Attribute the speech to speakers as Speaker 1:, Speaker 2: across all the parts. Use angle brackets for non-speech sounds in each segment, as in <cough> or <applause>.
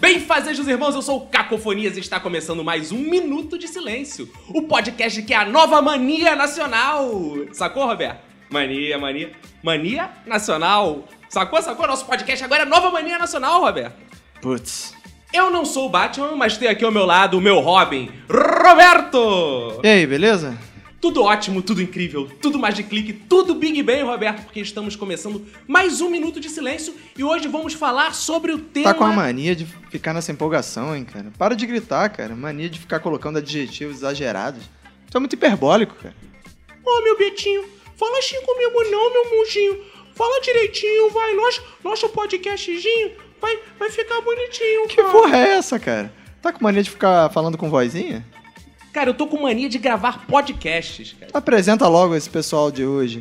Speaker 1: Bem fazejos irmãos, eu sou o Cacofonias e está começando mais um Minuto de Silêncio, o podcast que é a nova mania nacional. Sacou, Roberto? Mania, mania, mania nacional. Sacou, sacou? Nosso podcast agora é nova mania nacional, Roberto.
Speaker 2: Putz.
Speaker 1: Eu não sou o Batman, mas tenho aqui ao meu lado o meu Robin, Roberto!
Speaker 2: E aí, beleza? Tá
Speaker 1: Tudo ótimo, tudo incrível, tudo mais de clique, tudo Big Bang, Roberto, porque estamos começando mais um Minuto de Silêncio e hoje vamos falar sobre o tema...
Speaker 2: Tá com a mania de ficar nessa empolgação, hein, cara? Para de gritar, cara. Mania de ficar colocando adjetivos exagerados. Isso é muito hiperbólico, cara.
Speaker 1: Ô, meu Betinho, fala assim comigo não, meu monjinho. Fala direitinho, vai, nosso, nosso podcastzinho vai, vai ficar bonitinho,
Speaker 2: Que porra é essa, cara? Tá com mania de ficar falando com vozinha?
Speaker 1: Cara, eu tô com mania de gravar podcasts, cara.
Speaker 2: Apresenta logo esse pessoal de hoje.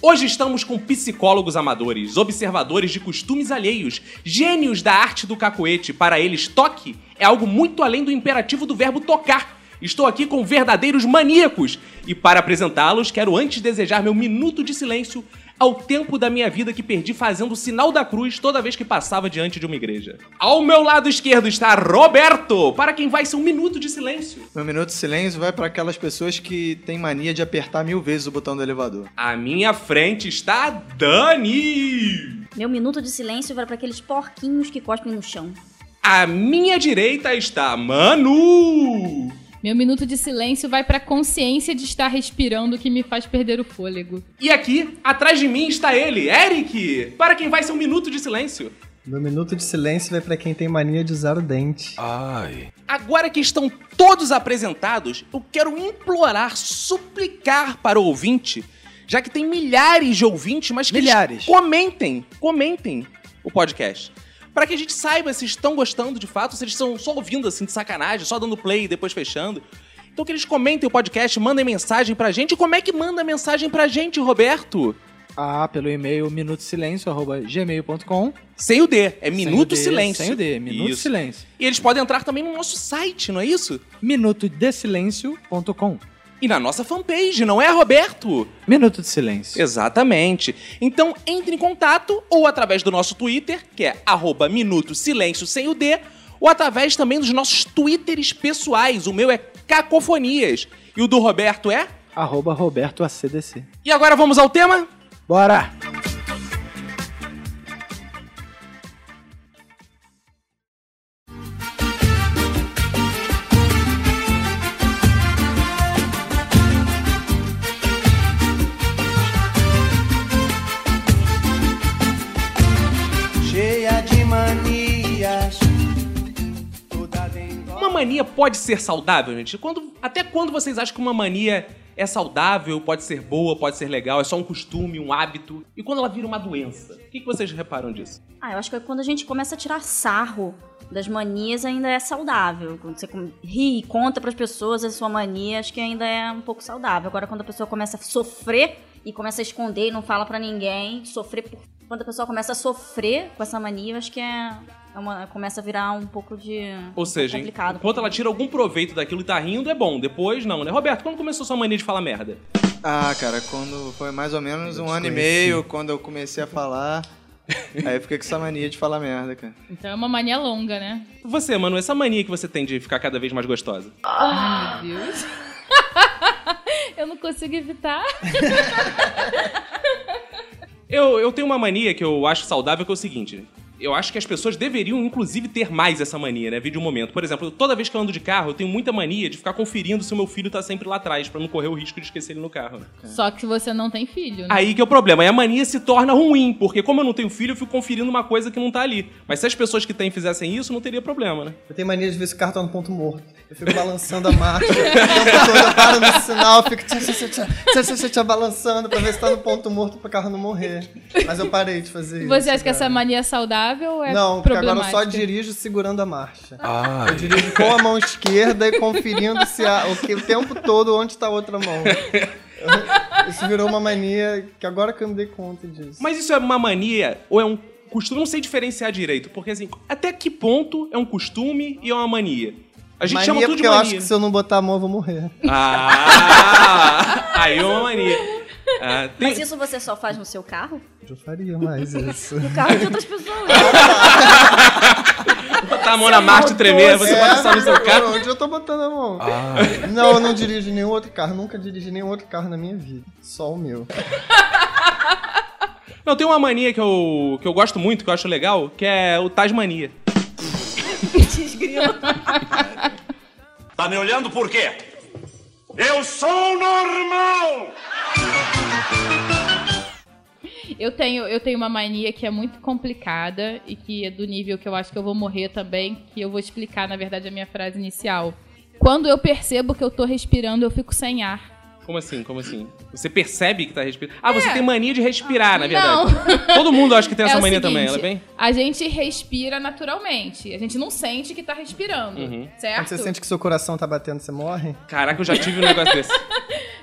Speaker 1: Hoje estamos com psicólogos amadores, observadores de costumes alheios, gênios da arte do cacoete. Para eles, toque é algo muito além do imperativo do verbo tocar. Estou aqui com verdadeiros maníacos. E para apresentá-los, quero antes desejar meu minuto de silêncio ao tempo da minha vida que perdi fazendo o sinal da cruz toda vez que passava diante de uma igreja. Ao meu lado esquerdo está Roberto, para quem vai ser um minuto de silêncio.
Speaker 2: Meu minuto de silêncio vai pra aquelas pessoas que têm mania de apertar mil vezes o botão do elevador.
Speaker 1: À minha frente está Dani.
Speaker 3: Meu minuto de silêncio vai para aqueles porquinhos que cospem no chão.
Speaker 1: À minha direita está Manu!
Speaker 4: Meu minuto de silêncio vai pra consciência de estar respirando que me faz perder o fôlego.
Speaker 1: E aqui, atrás de mim, está ele, Eric! Para quem vai ser um minuto de silêncio.
Speaker 5: Meu minuto de silêncio vai pra quem tem mania de usar o dente.
Speaker 6: Ai.
Speaker 1: Agora que estão todos apresentados, eu quero implorar, suplicar para o ouvinte, já que tem milhares de ouvintes, mas que eles
Speaker 2: Milhares.
Speaker 1: comentem, comentem o podcast. Para que a gente saiba se estão gostando de fato, se eles estão só ouvindo assim de sacanagem, só dando play e depois fechando. Então que eles comentem o podcast, mandem mensagem pra gente. E como é que manda mensagem pra gente, Roberto?
Speaker 7: Ah, pelo e-mail minutosilencio.gmail.com.
Speaker 1: Sem o D, é Minuto Silêncio.
Speaker 7: Sem o D, Minuto
Speaker 1: Isso.
Speaker 7: Silêncio.
Speaker 1: E eles podem entrar também no nosso site, não é isso?
Speaker 7: Minutodesilêncio.com.
Speaker 1: E na nossa fanpage, não é, Roberto?
Speaker 7: Minuto de Silêncio.
Speaker 1: Exatamente. Então entre em contato ou através do nosso Twitter, que é arroba Minuto Silêncio sem o D, ou através também dos nossos Twitters pessoais. O meu é Cacofonias e o do Roberto é.
Speaker 7: Arroba Roberto ACDC.
Speaker 1: E agora vamos ao tema?
Speaker 7: Bora!
Speaker 8: cheia de manias. Toda
Speaker 1: Uma mania pode ser saudável, gente? Quando- até quando vocês acham que uma mania é saudável, pode ser boa, pode ser legal, é só um costume, um hábito? E quando ela vira uma doença? O que, que vocês reparam disso?
Speaker 3: Ah, eu acho que é quando a gente começa a tirar sarro das manias ainda é saudável. Quando você com- ri e conta pras pessoas a sua mania, acho que ainda é um pouco saudável. Agora quando a pessoa começa a sofrer e começa a esconder e não fala pra ninguém, sofrer por... quando a pessoa começa a sofrer com essa mania, eu acho que é, é uma- começa a virar um pouco de
Speaker 1: Ou seja,
Speaker 3: complicado.
Speaker 1: enquanto ela tira algum proveito daquilo e tá rindo, é bom. Depois, não, né? Roberto, quando começou sua mania de falar merda?
Speaker 2: Ah, cara, quando foi mais ou menos um ano e meio, quando eu comecei a falar, <laughs> aí eu fiquei com essa mania de falar merda, cara.
Speaker 4: Então é uma mania longa, né?
Speaker 1: Você, mano, essa mania que você tem de ficar cada vez mais gostosa.
Speaker 4: Ai, meu Deus. Eu não consigo evitar.
Speaker 1: Eu, eu tenho uma mania que eu acho saudável, que é o seguinte. Eu acho que as pessoas deveriam, inclusive, ter mais essa mania, né? Vídeo momento. Por exemplo, toda vez que eu ando de carro, eu tenho muita mania de ficar conferindo se o meu filho tá sempre lá atrás, pra não correr o risco de esquecer ele no carro. né?
Speaker 4: Só que você não tem filho, né?
Speaker 1: Aí que é o problema. Aí a mania se torna ruim, porque como eu não tenho filho, eu fico conferindo uma coisa que não tá ali. Mas se as pessoas que têm fizessem isso, não teria problema, né?
Speaker 5: Eu tenho mania de ver se o carro tá no ponto morto. Eu fico balançando a marcha. <laughs> o tempo todo eu paro no sinal, fico tchá, tchá, tchá, tchá, tchá, tchá, tchá, balançando pra ver se tá no ponto morto pro carro não morrer. Mas eu parei de fazer isso.
Speaker 4: Você acha que
Speaker 5: cara.
Speaker 4: essa mania é saudável ou é
Speaker 5: Não, porque agora eu
Speaker 4: problemática?
Speaker 5: só dirijo segurando a marcha.
Speaker 6: Ah,
Speaker 5: Eu dirijo com a mão esquerda e conferindo se há, o, que, o tempo todo onde tá a outra mão. Isso virou uma mania que agora que eu me dei conta disso.
Speaker 1: Mas isso é uma mania ou é um costume? Eu não sei diferenciar direito, porque assim, até que ponto é um costume e é uma mania? A gente
Speaker 5: mania
Speaker 1: chama tudo de
Speaker 5: porque eu acho
Speaker 1: mania.
Speaker 5: que se eu não botar a mão eu vou morrer.
Speaker 1: Ah! aí é uma mania. Ah, tem-
Speaker 3: Mas isso você só faz no seu carro?
Speaker 5: Eu faria mais isso.
Speaker 3: No carro de outras pessoas.
Speaker 1: <laughs> botar tá a mão na marcha e tremer, você
Speaker 5: É,
Speaker 1: pode passar no seu carro.
Speaker 5: Onde eu tô botando a mão?
Speaker 6: ah,
Speaker 5: Não, eu não dirijo nenhum outro carro. Nunca dirigi nenhum outro carro na minha vida. Só o meu.
Speaker 1: Não, tem uma mania que eu, que eu gosto muito, que eu acho legal, que é o Tasmania.
Speaker 9: Tá me olhando por quê? Eu sou normal!
Speaker 4: Eu tenho, eu tenho uma mania que é muito complicada e que é do nível que eu acho que eu vou morrer também, que eu vou explicar, na verdade, a minha frase inicial. Quando eu percebo que eu tô respirando, eu fico sem ar.
Speaker 1: Como assim? Como assim? Você percebe que tá respirando. Ah, você tem mania de respirar, na verdade.
Speaker 4: É. Não.
Speaker 1: Todo mundo acha que tem
Speaker 4: <laughs> É
Speaker 1: essa
Speaker 4: o
Speaker 1: mania
Speaker 4: seguinte,
Speaker 1: também, ela é bem?
Speaker 4: A gente respira naturalmente. A gente não sente que tá respirando,
Speaker 1: Uhum.
Speaker 5: Quando
Speaker 4: certo?
Speaker 5: você sente que seu coração tá batendo, você morre.
Speaker 1: Caraca, eu já tive um negócio desse.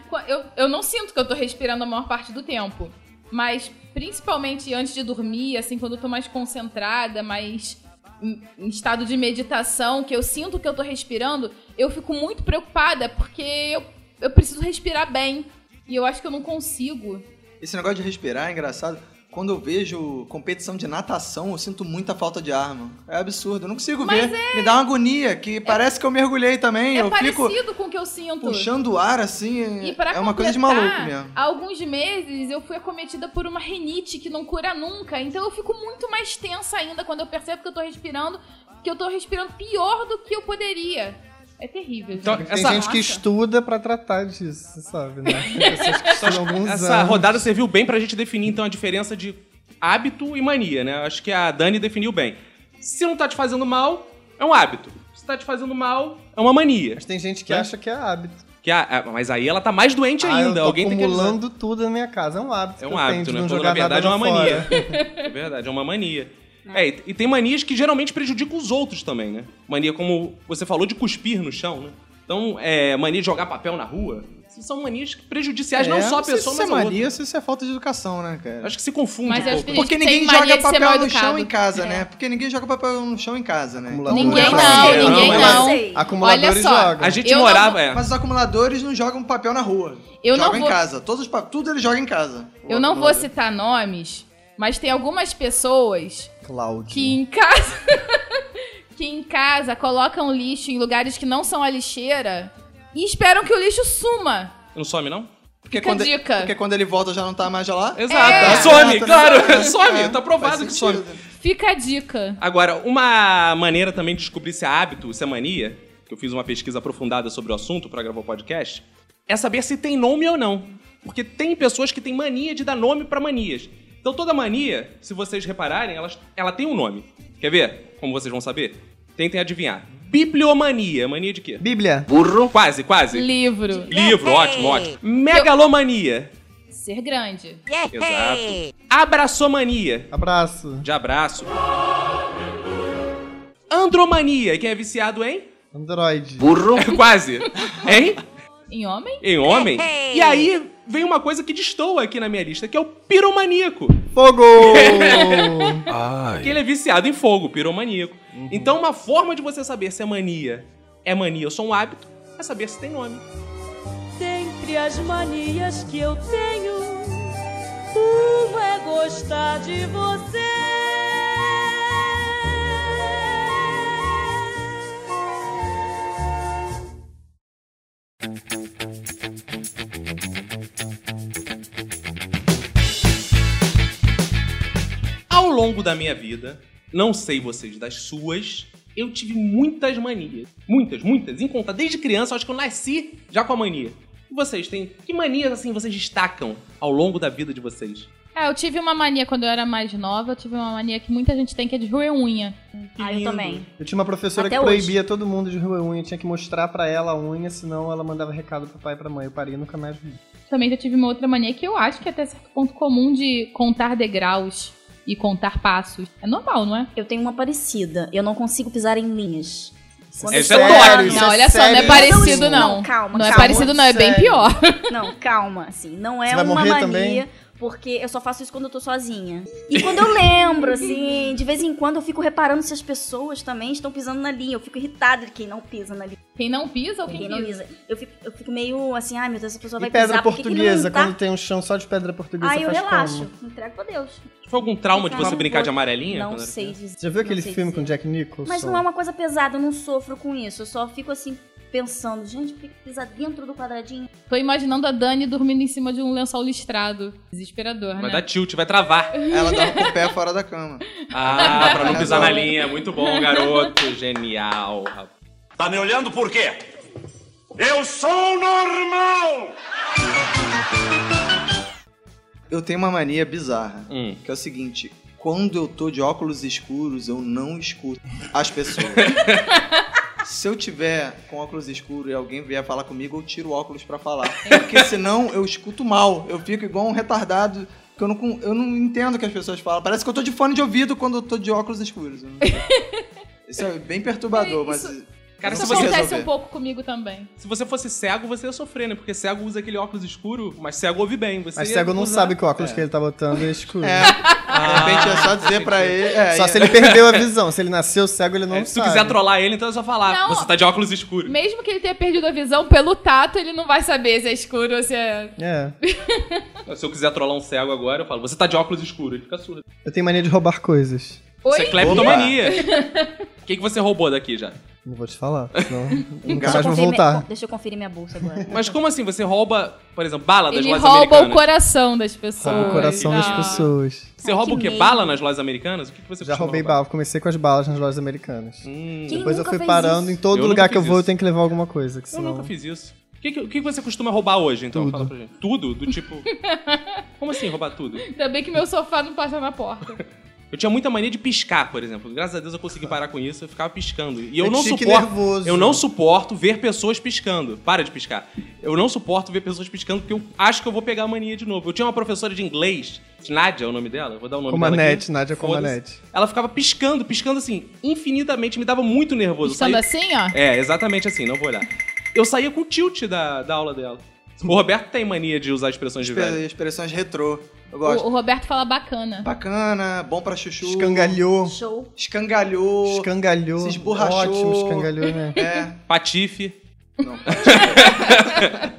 Speaker 4: Qu- Eu, eu não sinto que eu tô respirando a maior parte do tempo. Mas principalmente antes de dormir, assim, quando eu tô mais concentrada, mais em, em estado de meditação, que eu sinto que eu tô respirando, eu fico muito preocupada porque eu, eu preciso respirar bem. E eu acho que eu não consigo.
Speaker 2: Esse negócio de respirar é engraçado. Quando eu vejo competição de natação, eu sinto muita falta de ar, mano. É absurdo, eu não consigo
Speaker 4: Mas
Speaker 2: ver. Me dá uma agonia, que parece que eu mergulhei também.
Speaker 4: É
Speaker 2: eu
Speaker 4: parecido
Speaker 2: fico
Speaker 4: com o que eu sinto.
Speaker 2: puxando o ar assim. é-
Speaker 4: E pra
Speaker 2: é uma coisa de
Speaker 4: completar,
Speaker 2: maluco mesmo.
Speaker 4: Há alguns meses eu fui acometida por uma rinite que não cura nunca. Então eu fico muito mais tensa ainda quando eu percebo que eu tô respirando, que eu tô respirando pior do que eu poderia. É terrível.
Speaker 1: Então,
Speaker 4: gente.
Speaker 5: Tem
Speaker 1: Essa-
Speaker 5: gente que
Speaker 4: Nossa.
Speaker 5: estuda pra tratar disso, sabe, né?
Speaker 1: <laughs>
Speaker 5: Tem pessoas que estudam alguns
Speaker 1: Essa
Speaker 5: anos.
Speaker 1: rodada serviu bem pra gente definir, então, a diferença de hábito e mania, né? Acho que a Dani definiu bem. Se não tá te fazendo mal, é um hábito. Se tá te fazendo mal, é uma mania.
Speaker 5: Mas tem gente que
Speaker 1: Né?
Speaker 5: acha que é hábito.
Speaker 1: Que a- a- mas aí ela tá mais doente
Speaker 5: Ah, eu
Speaker 1: ainda.
Speaker 5: tô
Speaker 1: Alguém tem que avisar.
Speaker 5: acumulando tudo na minha casa. É um
Speaker 1: É
Speaker 5: hábito. que
Speaker 1: um
Speaker 5: eu
Speaker 1: hábito,
Speaker 5: tenho de
Speaker 1: né?
Speaker 5: Não
Speaker 1: Quando
Speaker 5: jogar
Speaker 1: na verdade é
Speaker 5: nada
Speaker 1: uma
Speaker 5: lá fora. <laughs>
Speaker 1: mania. É verdade, é uma mania. É, e- e tem manias que geralmente prejudicam os outros também, né? Mania como você falou de cuspir no chão, né? Então, é, mania de jogar papel na rua. São manias prejudiciais, não
Speaker 2: É,
Speaker 1: só a
Speaker 2: sei
Speaker 1: pessoa,
Speaker 2: se
Speaker 1: mas
Speaker 2: isso
Speaker 1: a
Speaker 2: é
Speaker 1: outra.
Speaker 2: mania, se isso é falta de educação, né, cara?
Speaker 1: Acho que se confunde
Speaker 4: Mas
Speaker 1: um
Speaker 4: acho
Speaker 1: pouco.
Speaker 4: que-
Speaker 2: Porque
Speaker 4: gente tem
Speaker 2: ninguém
Speaker 4: mania
Speaker 2: joga
Speaker 4: de ser
Speaker 2: papel no
Speaker 4: mal-educado.
Speaker 2: chão em casa,
Speaker 4: É.
Speaker 2: né? Porque ninguém joga papel no chão em casa, né?
Speaker 5: Acumulador.
Speaker 4: Ninguém
Speaker 5: Não,
Speaker 4: não,
Speaker 5: não,
Speaker 4: ninguém
Speaker 1: não.
Speaker 4: não. Olha
Speaker 5: Acumuladores
Speaker 4: só,
Speaker 5: jogam.
Speaker 1: A gente
Speaker 4: Eu não-
Speaker 1: morava... é.
Speaker 2: Então, Mas os acumuladores não jogam papel na rua.
Speaker 4: Eu não
Speaker 2: jogam
Speaker 4: vou-
Speaker 2: em casa. Todos os pa- Tudo eles jogam em casa.
Speaker 4: Eu não vou citar nomes, mas tem algumas pessoas
Speaker 5: Cláudio.
Speaker 4: que em casa <laughs> que em casa colocam lixo em lugares que não são a lixeira e esperam que o lixo suma.
Speaker 1: Não some, não?
Speaker 2: Porque
Speaker 4: Fica a
Speaker 2: quando, é-
Speaker 4: dica.
Speaker 2: porque quando ele volta já não tá mais lá.
Speaker 1: Exato.
Speaker 4: É.
Speaker 1: Some,
Speaker 2: Exato. É.
Speaker 1: claro. <laughs> Some, tá
Speaker 2: Faz
Speaker 1: provado que some.
Speaker 2: sentido.
Speaker 4: Fica a dica.
Speaker 1: Agora, uma maneira também de descobrir se é hábito, se é mania, que eu fiz uma pesquisa aprofundada sobre o assunto para gravar o podcast, é saber se tem nome ou não. Porque tem pessoas que têm mania de dar nome para manias. Então toda mania, se vocês repararem, ela, ela tem um nome. Quer ver? Como vocês vão saber? Tentem adivinhar. Bibliomania. Mania de quê?
Speaker 5: Bíblia.
Speaker 1: Burro. Quase, quase.
Speaker 4: Livro.
Speaker 2: É.
Speaker 1: Livro, ótimo, ótimo. Megalomania.
Speaker 4: Ser grande.
Speaker 2: É.
Speaker 1: Exato. Abraçomania.
Speaker 5: Abraço.
Speaker 1: De abraço. Andromania. Quem é viciado em?
Speaker 5: Android.
Speaker 1: <laughs> Quase. Hein?
Speaker 4: Em homem?
Speaker 1: Em homem? E aí vem uma coisa que destoa aqui na minha lista, que é o piromaníaco.
Speaker 5: Fogo!
Speaker 6: ai.
Speaker 1: Que ele é viciado em fogo, piromaníaco. Então, uma forma de você saber se é mania é mania ou só um hábito é saber se tem nome.
Speaker 8: Dentre as manias que eu tenho, uma é gostar de você.
Speaker 1: Ao longo da minha vida, Não sei vocês das suas. Eu tive muitas manias. Muitas, muitas. Em conta, desde criança, eu acho que eu nasci já com a mania. E vocês têm. Que manias assim vocês destacam ao longo da vida de vocês?
Speaker 4: É, eu tive uma mania quando eu era mais nova, eu tive uma mania que muita gente tem que é de roer unha.
Speaker 3: Ah, eu também.
Speaker 5: Eu tinha uma professora
Speaker 3: Até
Speaker 5: que
Speaker 3: hoje.
Speaker 5: proibia todo mundo de roer unha, tinha que mostrar pra ela a unha, senão ela mandava recado pro pai e pra mãe. Eu parei e nunca mais vi.
Speaker 4: Também já tive uma outra mania que eu acho que é até certo ponto comum de contar degraus e contar passos. É normal, não é?
Speaker 3: Eu tenho uma parecida. Eu não consigo pisar em linhas. Quando
Speaker 4: Isso
Speaker 3: eu
Speaker 4: é
Speaker 3: tô
Speaker 4: sério,
Speaker 3: andando-
Speaker 4: isso Não, é olha só, não é sério. parecido, não.
Speaker 3: calma,
Speaker 4: Não é
Speaker 3: calma.
Speaker 4: parecido, não, é bem
Speaker 3: Sério.
Speaker 4: pior. <laughs>
Speaker 3: Não, calma, assim, não é
Speaker 4: Você vai
Speaker 3: uma
Speaker 4: morrer
Speaker 3: mania,
Speaker 4: também?
Speaker 3: porque eu só faço isso quando eu tô sozinha. E quando eu lembro, assim, de vez em quando eu fico reparando se as pessoas também estão pisando na linha. Eu fico irritada de quem não pisa na linha.
Speaker 4: Quem não pisa ou quem
Speaker 3: não
Speaker 4: pisa?
Speaker 3: pisa? Eu fico, eu fico meio assim, ai meu Deus, essa pessoa
Speaker 5: E
Speaker 3: vai
Speaker 5: pedra
Speaker 3: pisar, por que que não
Speaker 5: portuguesa,
Speaker 3: tá?
Speaker 5: quando tem um chão só de pedra portuguesa,
Speaker 3: Aí eu
Speaker 5: faz
Speaker 3: relaxo,
Speaker 5: como?
Speaker 3: entrego pra Deus.
Speaker 1: Foi algum trauma de
Speaker 3: Não
Speaker 1: você brincar de
Speaker 3: Então, vou-
Speaker 1: amarelinha?
Speaker 3: Não
Speaker 1: quando era
Speaker 3: sei
Speaker 1: criança?
Speaker 3: dizer.
Speaker 5: Já viu aquele
Speaker 3: não sei
Speaker 5: filme com
Speaker 3: dizer.
Speaker 5: Jack Nicholson?
Speaker 3: Mas não é uma coisa pesada, eu não sofro com isso. Eu só fico assim, pensando, gente, por que que pisa dentro do quadradinho?
Speaker 4: Tô imaginando a Dani dormindo em cima de um lençol listrado. Desesperador,
Speaker 1: Vai
Speaker 4: né?
Speaker 1: dar tilt, vai travar.
Speaker 3: <laughs>
Speaker 2: Ela tava com o pé fora da cama.
Speaker 1: Ah, pra não pisar na
Speaker 2: Resolve.
Speaker 1: linha. Muito
Speaker 3: <laughs>
Speaker 1: bom, garoto. Genial, rapaz.
Speaker 9: Tá me olhando por quê? Eu sou normal!
Speaker 2: Eu tenho uma mania bizarra,
Speaker 1: Hum.
Speaker 2: que é o seguinte: quando eu tô de óculos escuros, eu não escuto as
Speaker 5: <laughs>
Speaker 2: pessoas. Se eu tiver com óculos escuros e alguém vier falar comigo, eu tiro o óculos pra falar. Porque senão eu escuto mal. Eu fico igual um retardado. Porque eu não, con- eu não entendo o que as pessoas falam. Parece que eu tô de fone de ouvido quando eu tô de óculos escuros. Eu não sei.
Speaker 5: <laughs>
Speaker 2: Isso é bem perturbador,
Speaker 4: Isso-
Speaker 2: mas.
Speaker 1: Cara,
Speaker 4: Isso
Speaker 1: se você,
Speaker 4: acontece
Speaker 2: resolver.
Speaker 4: um pouco comigo também.
Speaker 1: se você fosse cego, você ia sofrer, né? Porque cego usa aquele óculos escuro, mas cego ouve bem. Você
Speaker 5: Mas
Speaker 1: ia
Speaker 5: cego não
Speaker 1: usar-
Speaker 3: né?
Speaker 5: sabe que o óculos
Speaker 1: É. Ah,
Speaker 5: que ele tá botando
Speaker 3: <laughs>
Speaker 5: é escuro.
Speaker 2: É, de repente é só dizer pra ele. é,
Speaker 5: Ah, Só
Speaker 2: é-
Speaker 5: se ele perdeu a visão. Se ele nasceu cego, ele não
Speaker 1: É, Se tu
Speaker 5: sabe.
Speaker 1: quiser trollar ele, então é só falar.
Speaker 4: Não.
Speaker 1: Você tá de óculos escuros.
Speaker 4: Mesmo que ele tenha perdido a visão, pelo tato ele não vai saber se é escuro ou se é...
Speaker 5: É.
Speaker 1: Se eu quiser trollar um cego agora, eu falo, você tá de óculos escuros. Ele fica surdo.
Speaker 5: Eu tenho mania de roubar coisas.
Speaker 4: Oi?
Speaker 1: Isso é
Speaker 4: <laughs>
Speaker 1: cleptomania. O que, que você roubou daqui já?
Speaker 5: Não vou te falar,
Speaker 3: <laughs>
Speaker 5: senão
Speaker 2: um
Speaker 5: nunca
Speaker 3: Deixa eu
Speaker 5: mais vou
Speaker 3: conferir minha-
Speaker 5: voltar.
Speaker 3: Deixa eu conferir minha bolsa agora.
Speaker 1: Mas como assim? Você rouba, por exemplo, bala das
Speaker 4: Ele
Speaker 1: lojas
Speaker 4: rouba o
Speaker 1: americanas?
Speaker 4: coração das pessoas.
Speaker 5: Roubo o coração das
Speaker 4: Ah.
Speaker 5: pessoas.
Speaker 1: Você rouba
Speaker 3: Que
Speaker 1: o quê?
Speaker 3: medo.
Speaker 1: Bala nas lojas americanas? O que, que você
Speaker 5: Já
Speaker 1: costuma
Speaker 5: roubei
Speaker 1: roubar?
Speaker 5: bala. Comecei com as balas nas lojas americanas.
Speaker 1: Hum,
Speaker 3: Quem
Speaker 5: Depois eu
Speaker 3: nunca
Speaker 5: fui
Speaker 3: fez
Speaker 5: parando.
Speaker 3: isso?
Speaker 5: Em todo
Speaker 1: Eu
Speaker 5: lugar
Speaker 1: nunca
Speaker 5: que eu
Speaker 1: fiz
Speaker 5: vou, eu
Speaker 1: isso.
Speaker 5: tenho que levar alguma coisa. Que
Speaker 1: eu
Speaker 5: senão...
Speaker 1: nunca fiz isso. O que, que, o que que você costuma roubar hoje, então?
Speaker 5: Tudo.
Speaker 1: Fala pra gente. Tudo? Do
Speaker 4: <laughs>
Speaker 1: tipo... como assim roubar tudo?
Speaker 4: Ainda bem que meu sofá não passa na porta.
Speaker 1: Eu tinha muita mania de piscar, por exemplo. Graças a Deus eu consegui parar com isso, eu ficava piscando. E eu
Speaker 5: É
Speaker 1: não
Speaker 5: tique
Speaker 1: suporto.
Speaker 5: nervoso.
Speaker 1: Eu não suporto ver pessoas piscando. Para de piscar. Eu não suporto ver pessoas piscando porque eu acho que eu vou pegar a mania de novo. Eu tinha uma professora de inglês, Nádia é o nome dela, eu vou dar o nome dela.
Speaker 5: Comanete,
Speaker 1: aqui.
Speaker 5: Nádia
Speaker 1: Foda-se.
Speaker 5: Comanete.
Speaker 1: Ela ficava piscando, piscando assim, infinitamente, me dava muito nervoso. Eu
Speaker 4: Estando
Speaker 1: saía-
Speaker 4: assim, ó.
Speaker 1: É, exatamente assim, não vou olhar. Eu saía com o tilt da, da aula dela. O Roberto tem mania de usar expressões de velho.
Speaker 2: Expressões retrô. Eu
Speaker 4: O,
Speaker 2: gosto.
Speaker 4: o Roberto fala bacana.
Speaker 2: Bacana, bom pra chuchu.
Speaker 5: Escangalhou.
Speaker 3: Show.
Speaker 2: Escangalhou.
Speaker 5: Escangalhou.
Speaker 2: Se esborrachou.
Speaker 5: Ótimo, escangalhou, né? <laughs>
Speaker 2: É.
Speaker 1: Patife.
Speaker 2: Não, pode.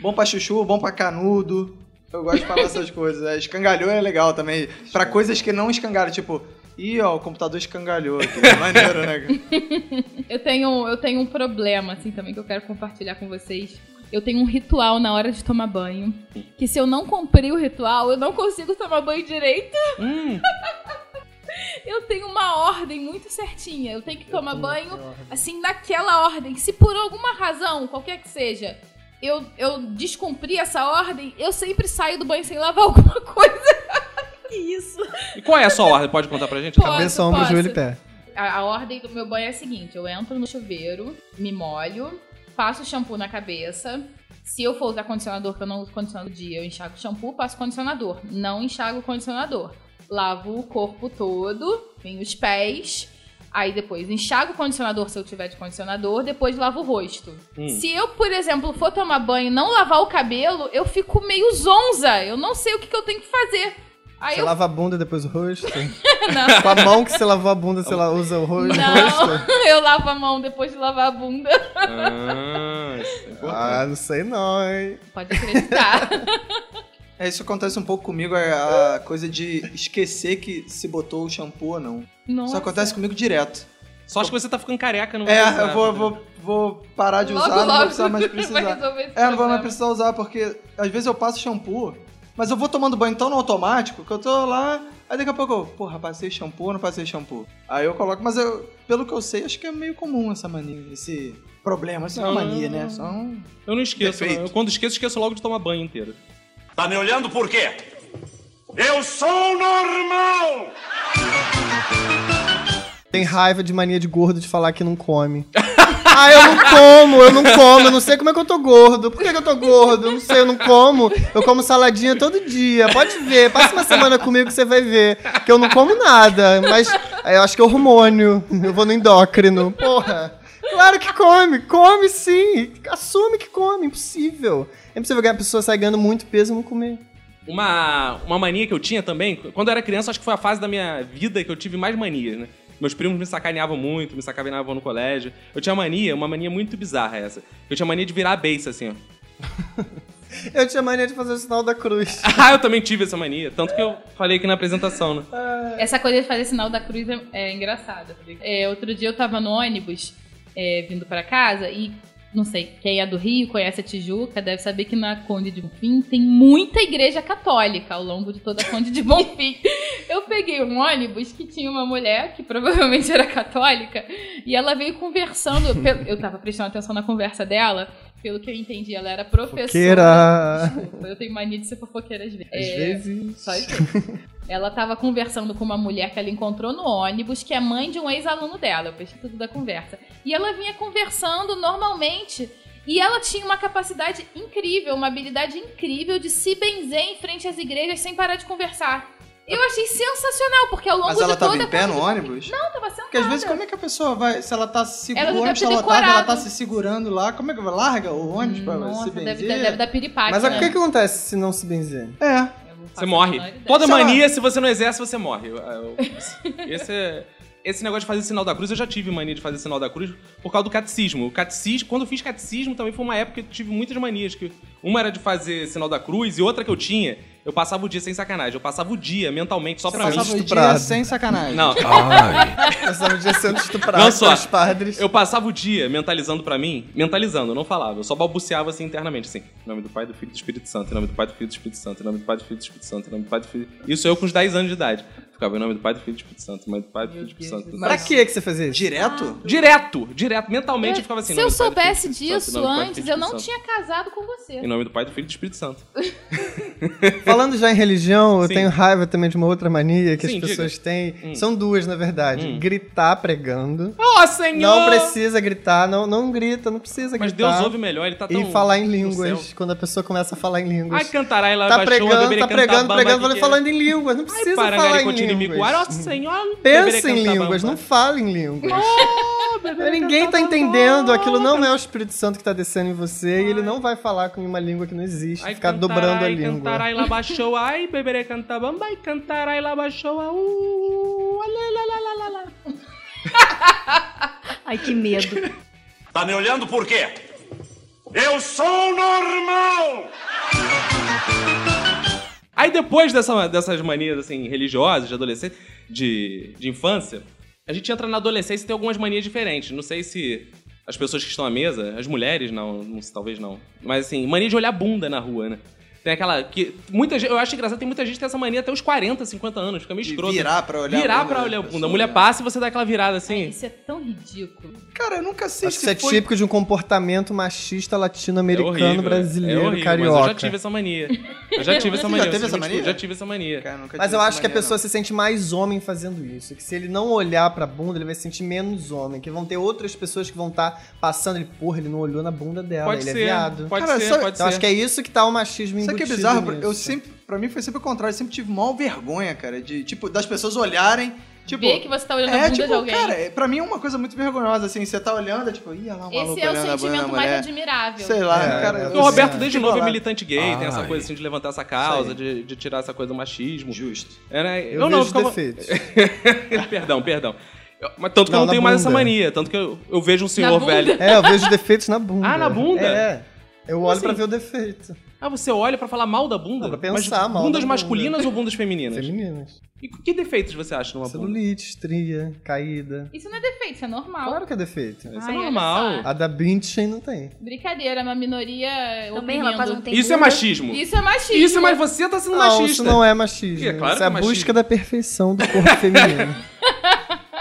Speaker 2: bom pra chuchu, bom pra canudo. Eu gosto de falar essas coisas. É, escangalhou é legal também. Pra coisas que não escangalham, tipo, ih, ó, o computador escangalhou aqui. Maneiro, né? cara?
Speaker 4: Eu tenho, eu tenho um problema, assim, também que eu quero compartilhar com vocês. Eu tenho um ritual na hora de tomar banho. Que se eu não cumprir o ritual, eu não consigo tomar banho direito.
Speaker 1: Hum,
Speaker 4: <laughs> Eu tenho uma ordem muito certinha. Eu tenho que tomar banho, assim, naquela ordem. Se por alguma razão, qualquer que seja, eu, eu descumpri essa ordem, eu sempre saio do banho sem lavar <laughs> alguma coisa.
Speaker 3: Que isso?
Speaker 1: e qual é a sua ordem? Pode contar pra gente?
Speaker 4: Posso,
Speaker 5: Cabeça, ombro,
Speaker 4: posso.
Speaker 5: joelho e pé.
Speaker 4: A, a ordem do meu banho é a seguinte: eu entro no chuveiro, me molho, passo shampoo na cabeça. Se eu for usar condicionador, que eu não uso condicionador do dia, eu enxago o shampoo, passo condicionador. Não enxago o condicionador. Lavo o corpo todo, vem os pés. Aí depois enxago o condicionador se eu tiver de condicionador, depois lavo o rosto.
Speaker 1: Hum.
Speaker 4: Se eu, por exemplo, for tomar banho e não lavar o cabelo, eu fico meio zonza. Eu não sei o que, que eu tenho que fazer. Aí
Speaker 5: Você
Speaker 4: eu
Speaker 5: lava a bunda depois o
Speaker 4: <laughs>
Speaker 5: rosto? Com a mão que você lavou a bunda, você la- usa o ro- o rosto?
Speaker 4: Não, <laughs> eu lavo a mão depois de lavar a bunda.
Speaker 1: Ah, isso é importante.
Speaker 5: Ah, não sei não, hein? <laughs>
Speaker 4: Pode acreditar.
Speaker 2: É, isso acontece um pouco comigo, é a coisa de esquecer que se botou o shampoo ou não. Isso
Speaker 4: Nossa.
Speaker 2: acontece comigo direto.
Speaker 1: Só acho que você tá ficando careca, não vai né?
Speaker 2: É,
Speaker 1: usar.
Speaker 2: eu vou, vou, vou parar de
Speaker 4: Logo,
Speaker 2: usar, não
Speaker 4: logo
Speaker 2: vou precisar mais
Speaker 4: <laughs> vai
Speaker 2: precisar.
Speaker 4: resolver esse
Speaker 2: É, não vou mais
Speaker 4: problema.
Speaker 2: precisar usar, porque às vezes eu passo shampoo Mas eu vou tomando banho tão no automático que eu tô lá, aí daqui a pouco eu, porra, passei shampoo, não passei shampoo. Aí eu coloco, mas eu, pelo que eu sei, acho que é meio comum essa mania, esse problema, essa
Speaker 1: Não,
Speaker 2: mania,
Speaker 1: não,
Speaker 2: né?
Speaker 1: não.
Speaker 2: Só um...
Speaker 1: Eu não esqueço,
Speaker 2: Defeito.
Speaker 1: não. Eu, quando esqueço, esqueço logo de tomar banho inteiro.
Speaker 9: Tá me olhando por quê? Eu sou normal!
Speaker 5: Tem raiva de mania de gordo de falar que não come. <laughs> ah, eu não como, eu não como, eu não sei como é que eu tô gordo. Por que, que eu tô gordo? Eu não sei, eu não como. Eu como saladinha todo dia. Pode ver, passa uma semana comigo que você vai ver. Que eu não como nada. Mas é, eu acho que é hormônio. Eu vou no endócrino. Porra. Claro que come, come sim. Assume que come, impossível. É impossível que a pessoa saia ganhando muito peso e não comer.
Speaker 1: Uma, uma mania que eu tinha também, quando eu era criança, acho que foi a fase da minha vida que eu tive mais manias, né? Meus primos me sacaneavam muito, me sacaneavam no colégio. Eu tinha mania, uma mania muito bizarra essa. Eu tinha mania de virar a beiça, assim, ó. <laughs>
Speaker 5: Eu tinha mania de fazer o sinal da cruz.
Speaker 1: Ah, eu também tive essa mania. Tanto que eu falei aqui na apresentação, né?
Speaker 4: Essa coisa de fazer sinal da cruz é, é engraçada. É, outro dia eu tava no ônibus é, vindo pra casa e não sei, quem é do Rio, conhece a Tijuca, deve saber que na Conde de Bonfim tem muita igreja católica ao longo de toda a Conde de Bonfim. <laughs> Eu peguei um ônibus que tinha uma mulher que provavelmente era católica e ela veio conversando. pe- Eu tava prestando atenção na conversa dela. Pelo que eu entendi, ela era professora.
Speaker 5: Fofoqueira.
Speaker 4: Desculpa, eu tenho mania de ser fofoqueira às vezes.
Speaker 5: Às
Speaker 4: É,
Speaker 5: vezes.
Speaker 4: Só às vezes. Ela tava conversando com uma mulher que ela encontrou no ônibus, que é mãe de um ex-aluno dela. Eu pesquei tudo da conversa. E ela vinha conversando normalmente. E ela tinha uma capacidade incrível, uma habilidade incrível de se benzer em frente às igrejas sem parar de conversar. Eu achei sensacional, porque ao longo
Speaker 2: Mas ela
Speaker 4: de
Speaker 2: tava
Speaker 4: toda
Speaker 2: em pé no ônibus?
Speaker 4: Não, tava sentada.
Speaker 2: Porque às vezes, como é que a pessoa vai, se ela tá se
Speaker 4: Ela
Speaker 2: o
Speaker 4: deve
Speaker 2: ônibus
Speaker 4: ter
Speaker 2: tá lotado, ela tá
Speaker 4: decorado.
Speaker 2: se segurando lá, como é que vai? Larga o ônibus pra se
Speaker 4: Nossa,
Speaker 2: benzer?
Speaker 4: deve, deve dar piripaque,
Speaker 5: Mas
Speaker 4: né?
Speaker 5: o que que acontece se não se benzer?
Speaker 2: É.
Speaker 1: Você morre. Toda mania, se você não exerce, você morre. Eu- eu- Esse, esse negócio de fazer sinal da cruz, eu já tive mania de fazer sinal da cruz por causa do catecismo. O catecismo quando eu fiz catecismo, também foi uma época que eu tive muitas manias. Que uma era de fazer sinal da cruz e outra que eu tinha, eu passava o dia sem sacanagem. Eu passava o dia mentalmente só pra mim.
Speaker 2: Passava o dia
Speaker 1: Estuprado.
Speaker 2: sem sacanagem.
Speaker 1: Não.
Speaker 5: Passava o dia sendo estuprado
Speaker 1: Não só.
Speaker 5: pelos padres.
Speaker 1: Eu passava o dia mentalizando pra mim, mentalizando, eu não falava, eu só balbuciava assim internamente, assim, em nome do Pai, do Filho e do Espírito Santo, em nome do Pai, do Filho e do Espírito Santo, em nome do Pai, do Filho e do Espírito Santo, em nome do Pai, do Filho. Isso eu com uns 10 anos de idade. Ficava em nome do Pai, do Filho e do Espírito Santo, em nome do Pai, do Filho e do Espírito Santo. em nome do
Speaker 5: Pra
Speaker 1: Pai-
Speaker 5: que que você fazia isso?
Speaker 2: Direto?
Speaker 1: Ah, Direto, direto, mentalmente eu, ficava assim. em
Speaker 4: Se eu
Speaker 1: nome do Pai, do Filho e do
Speaker 4: soubesse
Speaker 1: Espírito Santo, em
Speaker 4: disso
Speaker 1: nome do Pai, do Filho e do
Speaker 4: antes, eu não
Speaker 1: Espírito
Speaker 4: tinha casado com você.
Speaker 1: Santo. Em nome do Pai, do Filho e do Espírito Santo.
Speaker 5: Falando já em religião, eu
Speaker 1: Sim.
Speaker 5: tenho raiva também de uma outra mania que
Speaker 1: Sim,
Speaker 5: as
Speaker 1: diga.
Speaker 5: pessoas têm.
Speaker 1: Hum.
Speaker 5: São duas, na verdade. Gritar pregando.
Speaker 1: Ó, Senhor!
Speaker 5: Não precisa gritar, não, não grita, não precisa
Speaker 1: Mas
Speaker 5: gritar.
Speaker 1: Deus ouve melhor, ele tá tão.
Speaker 5: E falar em
Speaker 1: no
Speaker 5: línguas,
Speaker 1: céu.
Speaker 5: quando a pessoa começa a falar em línguas.
Speaker 1: Ai, cantará, ela
Speaker 5: tá
Speaker 1: baixou, eu
Speaker 5: pregando,
Speaker 1: deveria
Speaker 5: tá
Speaker 1: cantar
Speaker 5: pregando,
Speaker 1: Bamba,
Speaker 5: pregando,
Speaker 1: que que é?
Speaker 5: falando em línguas. Não precisa falar em
Speaker 1: Nossa
Speaker 5: línguas.
Speaker 1: Senhora, eu
Speaker 5: Pensa
Speaker 1: deveria
Speaker 5: em
Speaker 1: cantar
Speaker 5: línguas,
Speaker 1: Bamba.
Speaker 5: não fala em línguas. Ninguém tá entendendo, aquilo não é o Espírito Santo que tá descendo em você e ele não vai falar com uma língua que não existe,
Speaker 1: Ai,
Speaker 5: ficar
Speaker 1: cantarai,
Speaker 5: dobrando a língua.
Speaker 1: Cantarai lá baixou, ai, beberei cantar bamba, ai, cantarai lá baixou, au, uh, olha lá, lá, lá, lá, lá.
Speaker 3: Ai, que medo.
Speaker 9: Tá me olhando por quê? Eu sou normal!
Speaker 1: Aí depois dessa- dessas manias, assim, religiosas, de adolescência, de, de infância, a gente entra na adolescência e tem algumas manias diferentes. Não sei se as pessoas que estão à mesa, as mulheres, não, não talvez não. Mas, assim, mania de olhar bunda na rua, né? Tem aquela que... Muita, gente- eu acho engraçado, tem muita gente que tem essa mania até os 40, 50 anos. Fica meio
Speaker 2: De
Speaker 1: é escroto.
Speaker 2: virar pra olhar a
Speaker 1: Virar
Speaker 2: bunda
Speaker 1: pra
Speaker 2: da
Speaker 1: olhar a bunda. A
Speaker 2: pessoa,
Speaker 1: mulher
Speaker 2: né?
Speaker 1: passa e você dá aquela virada, assim.
Speaker 4: Isso é tão ridículo.
Speaker 2: Cara, eu nunca sei
Speaker 5: Acho que
Speaker 2: se
Speaker 5: isso é
Speaker 2: foi...
Speaker 5: típico de um comportamento machista
Speaker 1: É horrível,
Speaker 5: latino-americano,
Speaker 1: é
Speaker 5: brasileiro,
Speaker 1: horrível,
Speaker 5: carioca.
Speaker 1: Mas eu já tive essa mania. Eu já tive essa
Speaker 2: Já
Speaker 1: mania.
Speaker 2: teve
Speaker 1: vocês
Speaker 2: essa
Speaker 1: me
Speaker 2: mania?
Speaker 1: desculpem, Já tive essa mania.
Speaker 2: Cara, nunca
Speaker 5: Mas
Speaker 2: tive
Speaker 5: eu
Speaker 2: essa
Speaker 5: acho que a
Speaker 2: mania,
Speaker 5: pessoa se sente mais homem fazendo isso. Que se ele não olhar pra bunda, ele vai se sentir menos homem. Que vão ter outras pessoas que vão estar passando. Ele, porra, ele não olhou na bunda dela,
Speaker 1: Pode
Speaker 5: ele
Speaker 1: ser,
Speaker 5: é viado.
Speaker 1: pode
Speaker 2: Cara,
Speaker 1: ser,
Speaker 2: sabe-
Speaker 1: pode
Speaker 5: Então
Speaker 1: ser.
Speaker 5: acho que é isso que tá o machismo
Speaker 2: Sabe o que é
Speaker 5: embutido
Speaker 2: bizarro? Pra- Eu
Speaker 5: nisso.
Speaker 2: sempre, pra mim foi sempre o contrário, eu sempre tive mal vergonha, cara, de, tipo, das pessoas olharem, tipo...
Speaker 4: Vê que você tá olhando a
Speaker 2: é,
Speaker 4: bunda
Speaker 2: tipo,
Speaker 4: de alguém.
Speaker 2: cara, é- pra mim é uma coisa muito vergonhosa, assim, você tá olhando, é tipo, ih, olha lá, um maluco
Speaker 4: Esse é o
Speaker 2: olhando a bunda da
Speaker 4: sentimento mais
Speaker 2: mulher.
Speaker 4: admirável.
Speaker 2: Sei lá,
Speaker 5: É,
Speaker 2: cara...
Speaker 5: é,
Speaker 2: eu-
Speaker 1: o Roberto,
Speaker 5: é,
Speaker 1: desde novo, é
Speaker 2: bolado.
Speaker 1: militante gay, tem essa
Speaker 6: Ai.
Speaker 1: coisa assim de levantar essa causa, de, de tirar essa coisa do machismo.
Speaker 2: Justo.
Speaker 1: É, né?
Speaker 5: Eu,
Speaker 1: não,
Speaker 5: vejo
Speaker 1: ficava-
Speaker 5: defeitos.
Speaker 1: <laughs> perdão, perdão. Eu- mas tanto que
Speaker 5: Não,
Speaker 1: eu não
Speaker 5: na
Speaker 1: tenho mais essa
Speaker 5: bunda.
Speaker 1: mania. Tanto que eu, eu vejo um senhor
Speaker 4: bunda?
Speaker 1: velho.
Speaker 5: É, eu vejo defeitos na bunda.
Speaker 1: Ah, na bunda?
Speaker 5: É. Eu olho pra ver o defeito.
Speaker 1: Ah, você olha pra falar mal da bunda?
Speaker 5: pra pensar
Speaker 1: Mas
Speaker 5: mal
Speaker 1: Bundas
Speaker 5: da
Speaker 1: masculinas
Speaker 5: bunda.
Speaker 1: ou bundas femininas?
Speaker 5: Femininas.
Speaker 1: E que defeitos você acha numa bunda?
Speaker 5: Celulite, estria, caída.
Speaker 4: Isso não é defeito, isso é
Speaker 1: Ah.
Speaker 4: normal.
Speaker 5: Claro que é defeito.
Speaker 4: Isso é Ai, olha normal. só.
Speaker 5: A da Bündchen não tem.
Speaker 4: Brincadeira, é uma minoria
Speaker 3: Também,
Speaker 4: oprimindo.
Speaker 3: ela um quase não tem
Speaker 1: Isso é
Speaker 3: bunda.
Speaker 1: machismo.
Speaker 4: Isso é machismo.
Speaker 1: Isso, mas você tá sendo
Speaker 5: Não,
Speaker 1: machista.
Speaker 5: isso não é machismo.
Speaker 1: E é claro
Speaker 5: isso
Speaker 1: que
Speaker 5: é
Speaker 1: é
Speaker 5: a
Speaker 1: machismo.
Speaker 5: busca da perfeição do corpo
Speaker 1: <laughs>
Speaker 5: feminino.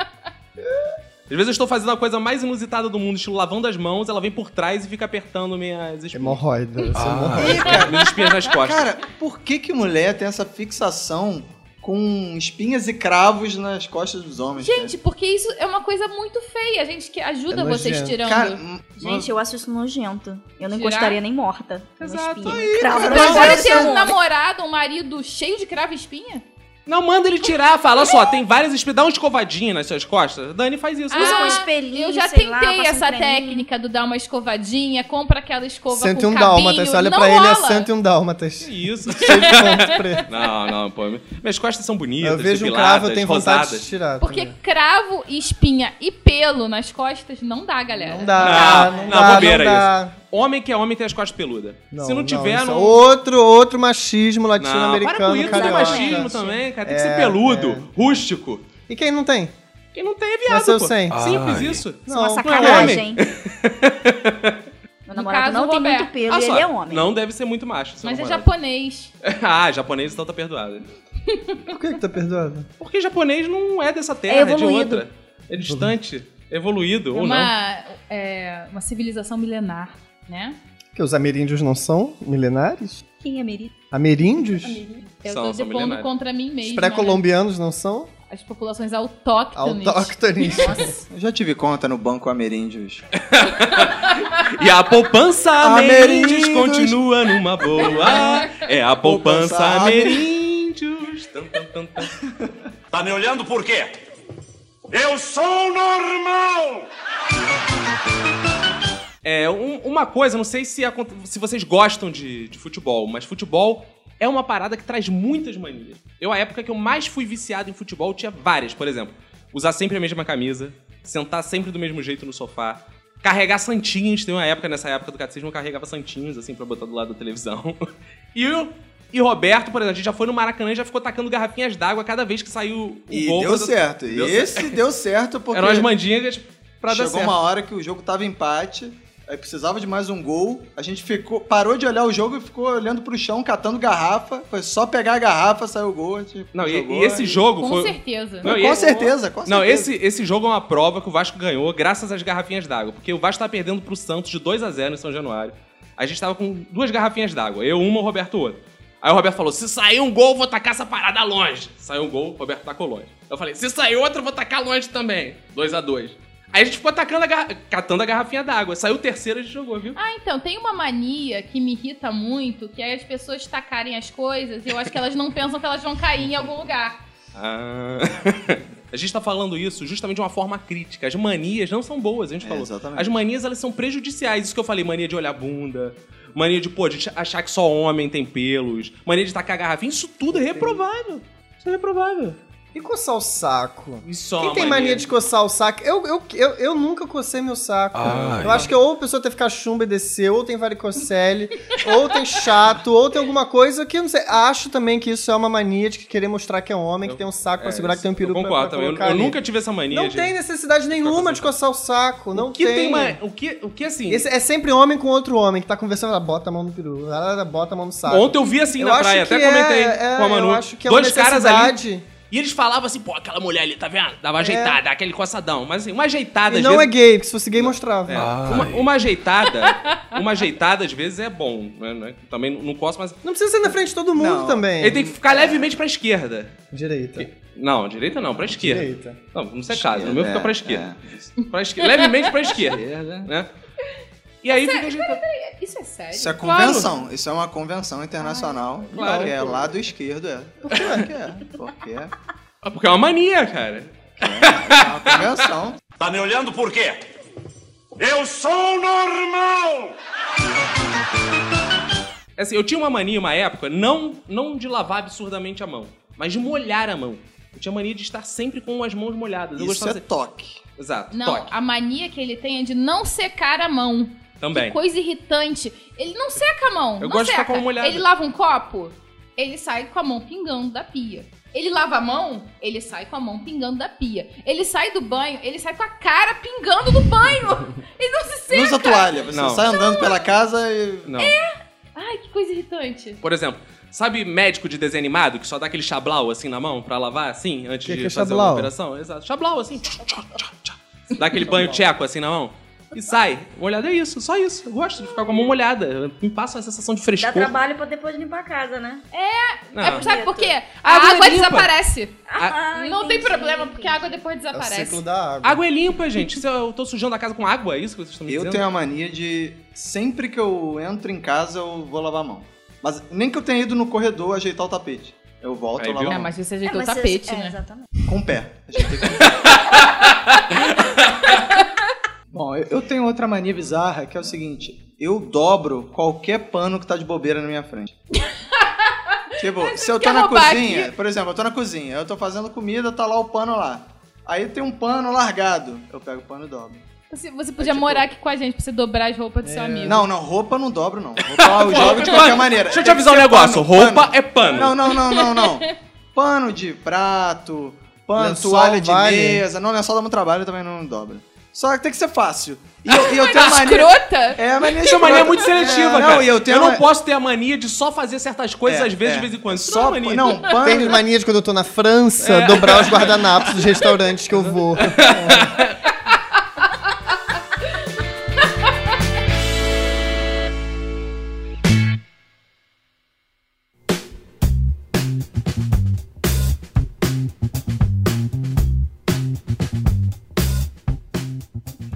Speaker 1: Às vezes eu estou fazendo a coisa mais inusitada do mundo, estilo lavando as mãos, ela vem por trás e fica apertando minhas espinhas.
Speaker 5: Hemorroida. isso é hemorroida.
Speaker 2: Ih, cara,
Speaker 1: Minhas espinhas nas costas.
Speaker 2: Cara, por que que mulher tem essa fixação com espinhas e cravos nas costas dos homens?
Speaker 4: Gente, porque isso é uma coisa muito feia. A gente que ajuda
Speaker 5: É
Speaker 4: vocês
Speaker 5: nojento.
Speaker 4: tirando.
Speaker 2: cara? hum,
Speaker 3: Gente, eu acho isso nojento. Eu não
Speaker 4: Tirar?
Speaker 3: encostaria nem morta.
Speaker 1: Exato.
Speaker 3: Uma espinha.
Speaker 1: Aí,
Speaker 3: Cravo na
Speaker 2: cara, mas é
Speaker 3: espinha.
Speaker 4: Agora ter um namorado, um marido cheio de cravo e espinha?
Speaker 1: Não, manda ele tirar, fala, olha só, tem várias espinhas, dá uma escovadinha nas suas costas. Dani faz isso.
Speaker 3: Usa um
Speaker 4: Ah,
Speaker 3: espelhinho,
Speaker 4: eu já
Speaker 3: sei
Speaker 4: tentei
Speaker 3: lá, passa um
Speaker 4: essa
Speaker 3: creminho.
Speaker 4: técnica do dar uma escovadinha, compra aquela escova com
Speaker 5: 101
Speaker 4: cabinho,
Speaker 5: dálmatas. Você olha
Speaker 4: não
Speaker 5: pra ele, é
Speaker 4: rola.
Speaker 5: 101 dálmatas.
Speaker 1: Isso.
Speaker 5: <laughs> Cheio de ponto preto.
Speaker 1: não, não, pô. Minhas costas são bonitas,
Speaker 5: Eu vejo um
Speaker 1: depiladas,
Speaker 5: cravo, eu tenho
Speaker 1: rosadas.
Speaker 5: vontade de tirar.
Speaker 4: Porque
Speaker 5: também.
Speaker 4: cravo, espinha e pelo nas costas não dá, galera.
Speaker 5: Não dá,
Speaker 1: Não,
Speaker 5: não,
Speaker 1: Ah, não,
Speaker 5: dá, não
Speaker 1: bobeira
Speaker 5: dá.
Speaker 1: Homem que é homem tem as costas peludas.
Speaker 5: Não,
Speaker 1: Se não tiver,
Speaker 5: isso é
Speaker 1: não...
Speaker 5: Outro, outro machismo
Speaker 1: Não, para com
Speaker 5: latino-americano,
Speaker 1: isso, é machismo
Speaker 5: carioca.
Speaker 1: também, cara. Tem que
Speaker 5: É,
Speaker 1: ser peludo,
Speaker 5: é.
Speaker 1: rústico.
Speaker 5: E quem não tem?
Speaker 1: Quem não tem é viado,
Speaker 5: Nasceu
Speaker 1: pô.
Speaker 5: sem.
Speaker 1: Simples
Speaker 6: Ai.
Speaker 1: isso.
Speaker 3: Isso é
Speaker 5: Não,
Speaker 3: uma
Speaker 5: não é
Speaker 3: sacanagem. <laughs> Meu
Speaker 4: caso,
Speaker 3: namorado não tem
Speaker 4: Roberto.
Speaker 3: muito pelo
Speaker 1: Olha
Speaker 3: e
Speaker 1: Ah, só,
Speaker 3: ele é homem.
Speaker 1: Não deve ser muito macho. seu
Speaker 4: Mas é
Speaker 1: namorado.
Speaker 4: japonês.
Speaker 1: <laughs> ah, japonês então tá perdoado.
Speaker 5: Por que que tá perdoado?
Speaker 1: Porque japonês não é dessa terra, é, de
Speaker 3: evoluído.
Speaker 1: outra. É distante, evoluído, ou não.
Speaker 4: uma, é, uma civilização milenar, né?
Speaker 5: Porque os ameríndios não são milenares?
Speaker 3: Quem é Merito?
Speaker 5: Ameríndios?
Speaker 4: Eu
Speaker 1: São-
Speaker 4: tô
Speaker 1: são
Speaker 4: depondo
Speaker 1: milenares.
Speaker 4: contra mim
Speaker 5: Os
Speaker 4: mesmo. né?
Speaker 5: pré-colombianos não são?
Speaker 4: As populações
Speaker 5: <laughs>
Speaker 4: autóctones.
Speaker 5: Autóctones.
Speaker 2: Eu já tive conta no banco ameríndios.
Speaker 1: E a poupança
Speaker 2: Ameríndios.
Speaker 1: Ameríndios continua numa boa. É a poupança
Speaker 2: Poupança
Speaker 1: Ameríndios. Tum, tum, tum, tum.
Speaker 9: Tá me olhando por quê? Eu sou normal!
Speaker 1: É, um- uma coisa, não sei se, aconte- se vocês gostam de, de futebol, mas futebol é uma parada que traz muitas manias. Eu, a época que eu mais fui viciado em futebol, tinha várias. Por exemplo, usar sempre a mesma camisa, sentar sempre do mesmo jeito no sofá, carregar santinhos. Tem uma época, nessa época do catecismo, eu carregava santinhos, assim, pra botar do lado da televisão. <laughs> E eu... E Roberto, por exemplo, a gente já foi no Maracanã e já ficou tacando garrafinhas d'água cada vez que saiu o
Speaker 2: E
Speaker 1: gol.
Speaker 2: deu certo.
Speaker 1: Deu
Speaker 2: Esse deu certo porque
Speaker 1: Eram as mandingas pra dar
Speaker 2: chegou
Speaker 1: certo.
Speaker 2: uma hora que o jogo tava empate, aí precisava de mais um gol. A gente ficou, parou de olhar o jogo e ficou olhando pro chão, catando garrafa. Foi só pegar a garrafa, saiu o gol. a gente
Speaker 1: Não, e,
Speaker 2: jogou,
Speaker 1: e esse
Speaker 2: aí-
Speaker 1: jogo
Speaker 4: Com
Speaker 1: foi...
Speaker 4: certeza.
Speaker 1: Não, e
Speaker 2: com
Speaker 1: esse-
Speaker 2: certeza, com certeza.
Speaker 1: Não, esse, esse jogo é uma prova que o Vasco ganhou graças às garrafinhas d'água. Porque o Vasco tá perdendo pro Santos de 2 a 0 em São Januário. A gente tava com duas garrafinhas d'água. Eu uma, o Roberto outra. Aí o Roberto falou, se sair um gol, vou tacar essa parada longe. Saiu um gol, o Roberto tacou longe. Eu falei, se sair outra, eu vou tacar longe também. 2 a 2 Aí a gente ficou tacando a garra- catando a garrafinha d'água. Saiu o terceiro, a gente jogou, viu?
Speaker 4: Ah, então, tem uma mania que me irrita muito, que é as pessoas tacarem as coisas e eu acho que elas não pensam que elas vão cair em algum lugar.
Speaker 1: Ah. <laughs> A gente tá falando isso justamente de uma forma crítica. As manias não são boas, a gente
Speaker 2: É,
Speaker 1: falou.
Speaker 2: exatamente.
Speaker 1: As manias, elas são prejudiciais. Isso que eu falei, mania de olhar bunda, mania de, pô, de achar que só homem tem pelos, mania de tacar garrafinha. Isso tudo é reprovável. Isso é reprovável.
Speaker 5: E coçar o saco?
Speaker 1: Isso é
Speaker 5: Quem
Speaker 1: uma
Speaker 5: tem mania de coçar o saco? Eu, eu, eu, eu nunca cocei meu saco.
Speaker 6: Ai.
Speaker 1: Ah,
Speaker 5: eu acho que ou a pessoa tem que ficar chumba e descer, ou tem varicocele, <laughs> ou tem chato, ou tem alguma coisa que eu não sei. Acho também que isso é uma mania de querer mostrar que é homem, que tem um saco pra
Speaker 1: É,
Speaker 5: segurar, que tem um
Speaker 1: isso- eu
Speaker 5: peru pra, pra
Speaker 1: concordo também. Eu-
Speaker 5: colocar
Speaker 1: Eu,
Speaker 5: ali.
Speaker 1: nunca tive essa mania.
Speaker 5: Não
Speaker 1: de-
Speaker 5: tem necessidade nenhuma de coçar o saco.
Speaker 1: o
Speaker 5: Não
Speaker 1: que tem.
Speaker 5: tem
Speaker 1: ma- o, que, o que assim...
Speaker 5: Esse é sempre homem com outro homem que tá conversando, ela bota a mão no peru, ela bota a mão no saco.
Speaker 1: Ontem eu vi assim
Speaker 5: Eu
Speaker 1: na
Speaker 5: acho
Speaker 1: praia, até
Speaker 5: que é-
Speaker 1: comentei
Speaker 5: é,
Speaker 1: com a Manu.
Speaker 5: Eu acho que é
Speaker 1: Dois
Speaker 5: uma
Speaker 1: caras ali
Speaker 5: necessidade. É.
Speaker 1: E eles falavam assim, pô, aquela mulher ali, tá vendo? Dava ajeitada, aquele coçadão. Mas assim, uma ajeitada
Speaker 5: E
Speaker 1: às
Speaker 5: não
Speaker 1: vezes.
Speaker 5: é gay, porque se fosse gay mostrava.
Speaker 1: É,
Speaker 6: Ai.
Speaker 1: uma, uma ajeitada, uma ajeitada às vezes é bom, né? Não é- Também não posso, mas.
Speaker 5: Não precisa ser na frente de todo mundo
Speaker 2: Não.
Speaker 5: também.
Speaker 1: Ele tem que ficar levemente pra esquerda.
Speaker 5: Direita.
Speaker 1: Não, direita não, pra esquerda.
Speaker 5: Direita.
Speaker 1: Não, não sei caso. O meu fica
Speaker 2: É,
Speaker 1: pra esquerda. Pra esquerda. Levemente pra esquerda. né? E aí fica ajeitado.
Speaker 4: Isso é sério.
Speaker 2: Isso é
Speaker 1: Claro.
Speaker 2: convenção, isso é uma convenção internacional.
Speaker 1: Claro.
Speaker 2: que é lado esquerdo, é. Por que é? Porque é
Speaker 1: Ah, Porque é uma mania, cara. <laughs>
Speaker 2: uma convenção.
Speaker 9: Tá me olhando por quê? Eu sou normal!
Speaker 1: Assim, eu tinha uma mania uma época, não, não de lavar absurdamente a mão, mas de molhar a mão. Eu tinha mania de estar sempre com as mãos molhadas. Eu
Speaker 2: Isso
Speaker 1: gostava
Speaker 2: é toque.
Speaker 1: de... Exato,
Speaker 4: Não,
Speaker 1: toque.
Speaker 4: a mania que ele tem é de não secar a mão.
Speaker 1: Também.
Speaker 4: Que coisa irritante. Ele não seca a mão.
Speaker 1: Eu
Speaker 4: não
Speaker 1: gosto de
Speaker 4: seca.
Speaker 1: ficar com a mão molhada.
Speaker 4: Ele lava um copo, ele sai com a mão pingando da pia. Ele lava a mão, ele sai com a mão pingando da pia. Ele sai do banho, ele sai com a cara pingando
Speaker 1: <laughs>
Speaker 4: do banho. ele não se
Speaker 2: Não
Speaker 4: seca.
Speaker 2: usa toalha, você
Speaker 1: Não.
Speaker 2: sai andando pela casa e.
Speaker 1: Não.
Speaker 4: Ai, que coisa irritante.
Speaker 1: Por exemplo, sabe médico de desenho animado que só dá aquele chablau assim na mão pra lavar assim antes
Speaker 5: Que
Speaker 1: de
Speaker 5: que é
Speaker 1: fazer uma
Speaker 5: chablau?
Speaker 1: operação? Exato. Chablau assim. tchá, tchá, tchá, tchá. Dá aquele banho tcheco assim na mão. E sai. Molhada é isso, só isso. Eu gosto de ficar com a mão molhada. Me passa a sensação de
Speaker 3: Dá
Speaker 1: frescor.
Speaker 3: trabalho pra depois limpar a casa, né?
Speaker 1: Não.
Speaker 4: É, sabe por quê?
Speaker 1: A
Speaker 4: A,
Speaker 1: água
Speaker 4: água,
Speaker 1: é limpa.
Speaker 4: desaparece.
Speaker 3: <laughs>
Speaker 1: A-
Speaker 4: Ah, não tem problema, porque a água depois
Speaker 5: É o
Speaker 4: desaparece.
Speaker 5: ciclo da água.
Speaker 1: Água é limpa, gente. Se Eu tô sujando a casa com água, é isso que vocês estão me
Speaker 2: Eu
Speaker 1: dizendo?
Speaker 2: tenho a mania de sempre que eu entro em casa eu vou lavar a mão. Mas nem que eu tenha ido no corredor ajeitar o tapete. Eu volto
Speaker 1: Aí,
Speaker 2: eu lavo
Speaker 1: viu?
Speaker 2: a
Speaker 4: Ah,
Speaker 2: mão.
Speaker 4: mas você
Speaker 3: É,
Speaker 4: ajeitou
Speaker 3: mas
Speaker 4: o
Speaker 3: você-
Speaker 4: tapete,
Speaker 3: é,
Speaker 4: né?
Speaker 3: Exatamente.
Speaker 2: Com o pé. Ajeitei com o pé. Bom, eu- eu tenho outra mania bizarra que é o seguinte: eu dobro qualquer pano que tá de bobeira na minha frente. tipo, se eu tô
Speaker 4: quer
Speaker 2: na
Speaker 4: roubar
Speaker 2: cozinha, por exemplo, eu tô na cozinha, eu tô fazendo comida, tá lá o pano lá. Aí tem um pano largado. Eu pego o pano e dobro.
Speaker 4: Você, você
Speaker 1: tipo,
Speaker 4: podia morar aqui com a gente pra você dobrar as roupas do
Speaker 1: É.
Speaker 4: seu amigo.
Speaker 2: Não, não, roupa eu não dobro, não.
Speaker 1: <laughs>
Speaker 2: Roupa eu jogo de qualquer maneira.
Speaker 1: Deixa eu te
Speaker 2: Tem que
Speaker 1: avisar um
Speaker 2: ser
Speaker 1: negócio.
Speaker 2: pano,
Speaker 1: Roupa
Speaker 2: pano.
Speaker 1: é pano.
Speaker 2: Não, não, não, não, não.
Speaker 1: <laughs>
Speaker 2: Pano de prato, pano,
Speaker 5: Lençol
Speaker 2: toalha de
Speaker 5: vale.
Speaker 2: mesa. Não, lençol dá muito trabalho, eu também não dobro. Só que tem que ser fácil. E eu, e
Speaker 1: <laughs>
Speaker 2: eu tenho a mania...
Speaker 4: Escrota?
Speaker 2: É a mania
Speaker 1: Isso é uma mania muito
Speaker 2: escrota.
Speaker 1: seletiva,
Speaker 2: É,
Speaker 1: cara.
Speaker 2: Não, e eu tenho...
Speaker 1: não
Speaker 2: uma-
Speaker 1: posso ter a mania de só fazer certas coisas
Speaker 2: É,
Speaker 1: às vezes,
Speaker 2: é.
Speaker 1: de vez em quando. Isso não é
Speaker 2: Só...
Speaker 1: mania.
Speaker 4: <laughs>
Speaker 2: Não,
Speaker 5: Tenho
Speaker 2: pano...
Speaker 5: mania de quando eu tô na França,
Speaker 1: É.
Speaker 5: dobrar os guardanapos dos restaurantes que eu
Speaker 1: <laughs>
Speaker 5: vou. É.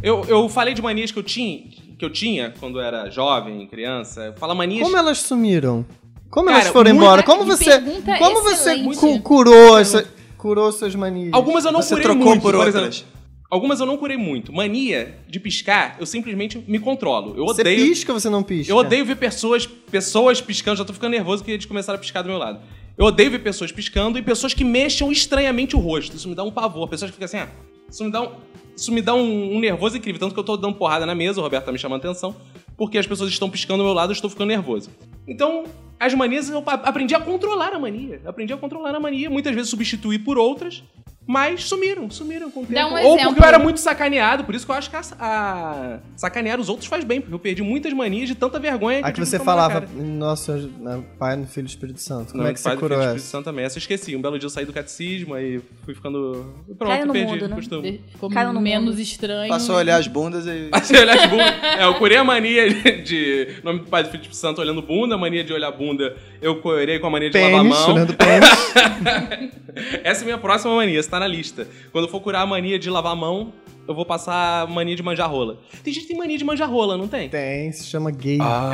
Speaker 1: Eu, eu falei de manias que eu tinha, que eu tinha quando era jovem, criança. Fala manias.
Speaker 5: Como elas sumiram? Como
Speaker 1: Cara,
Speaker 5: elas foram
Speaker 1: muita-
Speaker 5: embora? Como
Speaker 4: que
Speaker 5: você,
Speaker 4: pergunta
Speaker 5: como você
Speaker 4: excelente.
Speaker 5: cu- curou, essa, curou suas manias?
Speaker 1: Algumas eu não
Speaker 2: Você
Speaker 1: curei
Speaker 2: trocou
Speaker 1: muito,
Speaker 2: por outras.
Speaker 1: exemplo. Algumas eu não curei muito. Mania de piscar, eu simplesmente me controlo. Eu
Speaker 5: Você
Speaker 1: odeio.
Speaker 5: pisca ou você não pisca?
Speaker 1: Eu odeio ver pessoas, pessoas piscando. Já tô ficando nervoso que eles começaram a piscar do meu lado. Eu odeio ver pessoas piscando e pessoas que mexam estranhamente o rosto. Isso me dá um pavor. Pessoas que ficam assim, ah, isso me dá um, isso me dá um, um nervoso incrível. Tanto que eu tô dando porrada na mesa, o Roberto tá me chamando atenção, porque as pessoas estão piscando do meu lado e eu estou ficando nervoso. Então, as manias, eu a- aprendi a controlar a mania. Aprendi a controlar a mania. Muitas vezes substituí por outras. Mas sumiram, sumiram com o tempo.
Speaker 4: Dá um
Speaker 1: Ou
Speaker 4: exemplo.
Speaker 1: porque eu era muito sacaneado, por isso que eu acho que a, a- sacanear os outros faz bem, porque eu perdi muitas manias de tanta vergonha que eu
Speaker 5: Aqui
Speaker 1: tive
Speaker 5: você
Speaker 1: que tomar na
Speaker 5: falava,
Speaker 1: cara.
Speaker 5: nossa, né, pai no Filho do Espírito Santo. Como
Speaker 1: Não,
Speaker 5: é que você
Speaker 1: faz o
Speaker 5: curou
Speaker 1: Filho do
Speaker 5: essa?
Speaker 1: Espírito Santo também. Essa eu esqueci. Um belo dia eu saí do catecismo e fui ficando. Pronto,
Speaker 3: Caiu no
Speaker 1: perdi
Speaker 3: mundo, né?
Speaker 1: o costume. <laughs>
Speaker 4: Ficou
Speaker 3: Caiu no
Speaker 4: menos
Speaker 3: mundo.
Speaker 4: estranho.
Speaker 2: Passou a olhar as bundas e...
Speaker 1: Passei a olhar as bundas. É, eu curei a mania <laughs> de, de- Nome do Pai do Filho do Espírito Santo olhando bunda, a mania de olhar bunda. Eu curei com a mania de lavar a
Speaker 5: Pênis, né?
Speaker 1: mão.
Speaker 5: olhando pênis.
Speaker 1: Essa é a minha próxima mania, está na lista. Quando eu for curar a mania de lavar a mão, eu vou passar a mania de manjar rola. Tem gente que tem mania de manjar rola, não tem?
Speaker 5: Tem, se chama gay.
Speaker 1: Ah.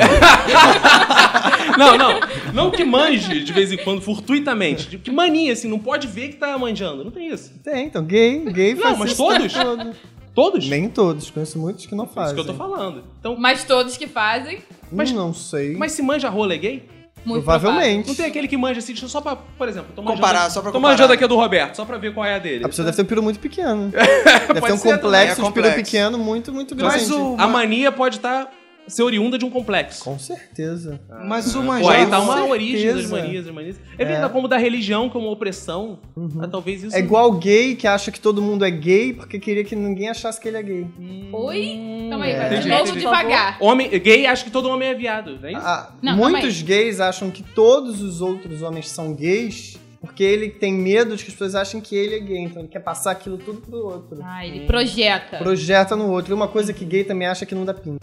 Speaker 1: Não, não. Não que manje de vez em quando, fortuitamente. De- Que mania, assim, não pode ver que tá manjando. Não tem isso.
Speaker 5: Tem, então, gay, gay
Speaker 1: Não,
Speaker 5: faz
Speaker 1: mas
Speaker 5: isso o tempo
Speaker 1: todos?
Speaker 5: todo.
Speaker 1: Todos?
Speaker 5: Nem todos, conheço muitos que não
Speaker 1: É isso
Speaker 5: fazem.
Speaker 1: que eu tô falando. Então,
Speaker 4: Mas todos que fazem,
Speaker 1: Mas-
Speaker 5: Hum, não sei.
Speaker 1: mas se manja rola é gay?
Speaker 4: muito
Speaker 5: Provavelmente.
Speaker 1: Não tem aquele que manja assim, só pra, por exemplo, tô manjando-
Speaker 2: Comparar, só pra
Speaker 1: Tô
Speaker 2: comparar.
Speaker 1: manjando aqui a do Roberto, só pra ver qual é a dele.
Speaker 5: A pessoa deve ter um peru muito pequeno.
Speaker 1: <laughs>
Speaker 5: deve ter
Speaker 1: Pode
Speaker 5: um
Speaker 1: ser também,
Speaker 2: é
Speaker 5: complexo de peru
Speaker 2: complexo.
Speaker 5: pequeno muito, muito grande.
Speaker 2: Mas o...
Speaker 1: A mania pode estar ser oriunda de um complexo.
Speaker 5: Com certeza.
Speaker 2: Mas o
Speaker 1: Pô,
Speaker 2: manjar...
Speaker 1: aí tá uma
Speaker 5: certeza.
Speaker 1: origem das manias, das manias. É, verdade, como da religião, como opressão. Ah, talvez isso.
Speaker 5: É igual gay que acha que todo mundo é gay porque queria que ninguém achasse que ele é gay.
Speaker 4: Oi? Calma Então aí, vai.
Speaker 1: Entendi,
Speaker 4: de novo
Speaker 1: É. entendi.
Speaker 4: devagar.
Speaker 1: Homem, gay acha que todo homem é viado, não é isso?
Speaker 5: Ah,
Speaker 4: Não,
Speaker 5: muitos gays acham que todos os outros homens são gays porque ele tem medo de que as pessoas achem que ele é gay. Então ele quer passar aquilo tudo pro outro.
Speaker 4: Ah, ele projeta.
Speaker 5: Projeta no outro. E uma coisa que gay também acha que não
Speaker 1: <laughs>
Speaker 5: dá pinta.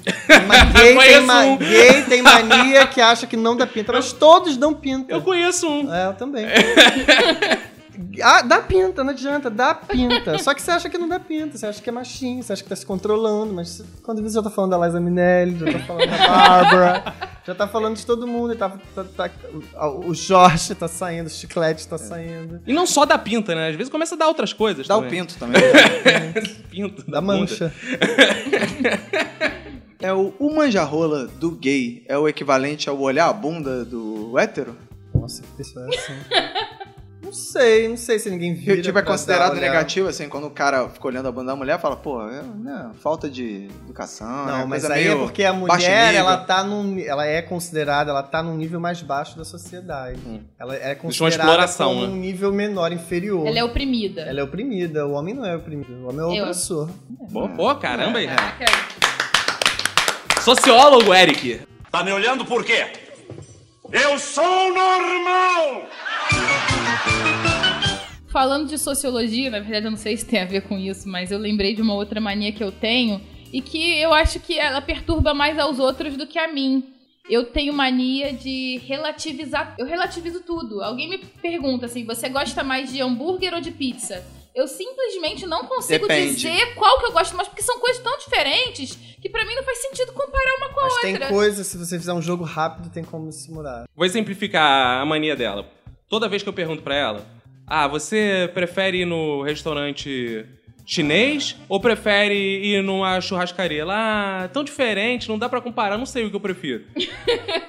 Speaker 5: Mas gay, tem
Speaker 1: Conheço
Speaker 5: ma-
Speaker 1: um.
Speaker 5: gay tem mania que acha que não dá pinta. Mas todos dão pinta.
Speaker 1: Eu conheço um.
Speaker 5: É, eu também. <laughs> Ah, dá pinta, não adianta, dá pinta. Só que você acha que não dá pinta, você acha que é machinho, você acha que tá se controlando, mas quando você já tá falando da Liza Minelli, já tá falando da Bárbara, <laughs> já tá falando de todo mundo, e tá, tá- tá- o, o Jorge tá saindo, o Chiclete tá saindo,
Speaker 1: E não só da pinta, né? Às vezes começa a dar outras coisas.
Speaker 2: Dá o
Speaker 1: também.
Speaker 2: pinto também. né?
Speaker 1: <laughs> pinto.
Speaker 5: da
Speaker 1: bunda.
Speaker 5: mancha.
Speaker 2: É o, o manjarrola do gay é o equivalente ao olhar a bunda do hétero?
Speaker 5: Nossa, que pessoa é essa? Não sei, não sei se ninguém vira.
Speaker 2: Rio Tipo
Speaker 5: pra
Speaker 2: é
Speaker 5: dar
Speaker 2: considerado
Speaker 5: olhada.
Speaker 2: negativo, assim, quando o cara fica olhando a bunda da mulher, fala, pô, é, né, falta de educação. né,
Speaker 5: Não, mas
Speaker 2: coisa
Speaker 5: aí é
Speaker 2: meio
Speaker 5: porque a
Speaker 2: baixo
Speaker 5: mulher,
Speaker 2: nível.
Speaker 5: ela tá num, ela é considerada, ela tá num nível mais baixo da sociedade.
Speaker 1: Hum.
Speaker 5: Ela é considerada
Speaker 1: exploração,
Speaker 5: como
Speaker 1: né?
Speaker 5: um nível menor, inferior.
Speaker 4: Ela é oprimida.
Speaker 5: Ela é oprimida, o homem não é oprimido, o homem é o
Speaker 4: Eu.
Speaker 5: opressor.
Speaker 1: Pô, pô, caramba.
Speaker 5: é
Speaker 1: hein?
Speaker 4: Caraca,
Speaker 1: Sociólogo, Eric.
Speaker 9: Tá me olhando por quê? Eu sou normal!
Speaker 4: Falando de sociologia, na verdade eu não sei se tem a ver com isso, mas eu lembrei de uma outra mania que eu tenho e que eu acho que ela perturba mais aos outros do que a mim. Eu tenho mania de relativizar. Eu relativizo tudo. Alguém me pergunta assim: você gosta mais de hambúrguer ou de pizza? Eu simplesmente não consigo
Speaker 2: Depende.
Speaker 4: dizer qual que eu gosto mais, porque são coisas tão diferentes que pra mim não faz sentido comparar uma com a
Speaker 5: Mas
Speaker 4: outra.
Speaker 5: tem coisa, se você fizer um jogo rápido, tem como simular.
Speaker 1: Vou exemplificar a mania dela. Toda vez que eu pergunto pra ela, ah, você prefere ir no restaurante chinês ou prefere ir numa churrascaria? Ela, ah, tão diferente, não dá pra comparar, não sei o que eu prefiro.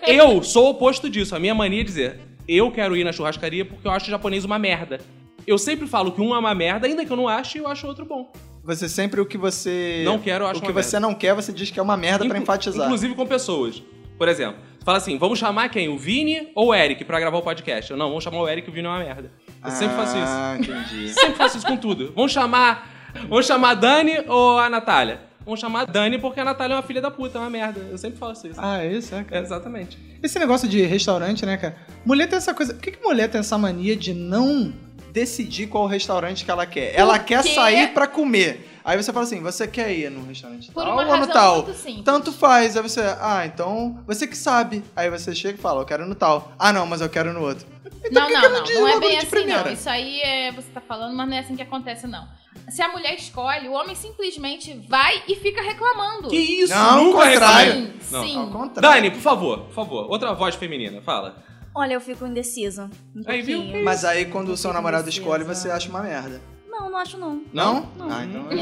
Speaker 1: eu sou o oposto disso. A minha mania é dizer, eu quero ir na churrascaria porque eu acho o japonês uma merda. Eu sempre falo que um é uma merda, ainda que eu não ache, eu acho outro bom.
Speaker 2: Você sempre o que você.
Speaker 1: Não quero, eu acho
Speaker 2: O que
Speaker 1: uma
Speaker 2: você não quer, você diz que é uma merda pra
Speaker 1: Inclu-
Speaker 2: enfatizar.
Speaker 1: Inclusive com pessoas. Por exemplo, você fala assim: vamos chamar quem? O Vini ou o Eric pra gravar o podcast? Eu, não, vamos chamar o Eric, o Vini é uma merda. Eu sempre faço isso.
Speaker 2: Ah, entendi.
Speaker 1: Sempre faço isso com tudo. Vamos chamar. Vamos chamar a Dani ou a Natália? Vamos chamar a Dani porque a Natália é uma filha da puta, é uma merda. Eu sempre faço isso.
Speaker 2: <laughs> ah, é isso, é,
Speaker 1: É,
Speaker 2: cara.
Speaker 1: Exatamente.
Speaker 2: Esse negócio de restaurante, né, cara? Mulher tem essa coisa. Por que, que mulher tem essa mania de não decidir qual restaurante que ela quer? Ela quer
Speaker 4: quê?
Speaker 2: sair pra comer. Aí você fala assim: você quer ir no restaurante
Speaker 4: Por
Speaker 2: tal
Speaker 4: uma
Speaker 2: ou no
Speaker 4: razão
Speaker 2: tal?
Speaker 4: muito simples.
Speaker 2: Tanto faz. Aí você, ah, então você que sabe. Aí você chega e fala: eu quero no tal. Ah, não, mas eu quero no outro. Então
Speaker 4: Não,
Speaker 2: por que
Speaker 4: não,
Speaker 2: que eu
Speaker 4: não.
Speaker 2: digo
Speaker 4: Não é
Speaker 2: logo
Speaker 4: bem
Speaker 2: de
Speaker 4: assim,
Speaker 2: primeira?
Speaker 4: não. Isso aí é você tá falando, mas não é assim que acontece, não. Se a mulher escolhe, o homem simplesmente vai e fica reclamando.
Speaker 1: Que isso?
Speaker 2: Não,
Speaker 1: nunca
Speaker 2: ao contrário.
Speaker 1: reclamei.
Speaker 4: Sim,
Speaker 1: Não.
Speaker 4: sim.
Speaker 2: Ao contrário.
Speaker 1: Dani, por favor, por favor. Outra voz feminina, fala.
Speaker 3: Olha, eu fico indecisa. Um
Speaker 1: Aí, viu?
Speaker 3: pouquinho.
Speaker 2: Mas aí quando o seu
Speaker 3: Fico
Speaker 2: namorado
Speaker 3: indecisa.
Speaker 2: escolhe, você acha uma merda.
Speaker 3: Não, não acho não.
Speaker 2: Não?
Speaker 3: Não.
Speaker 2: Ah, então.
Speaker 1: Aí.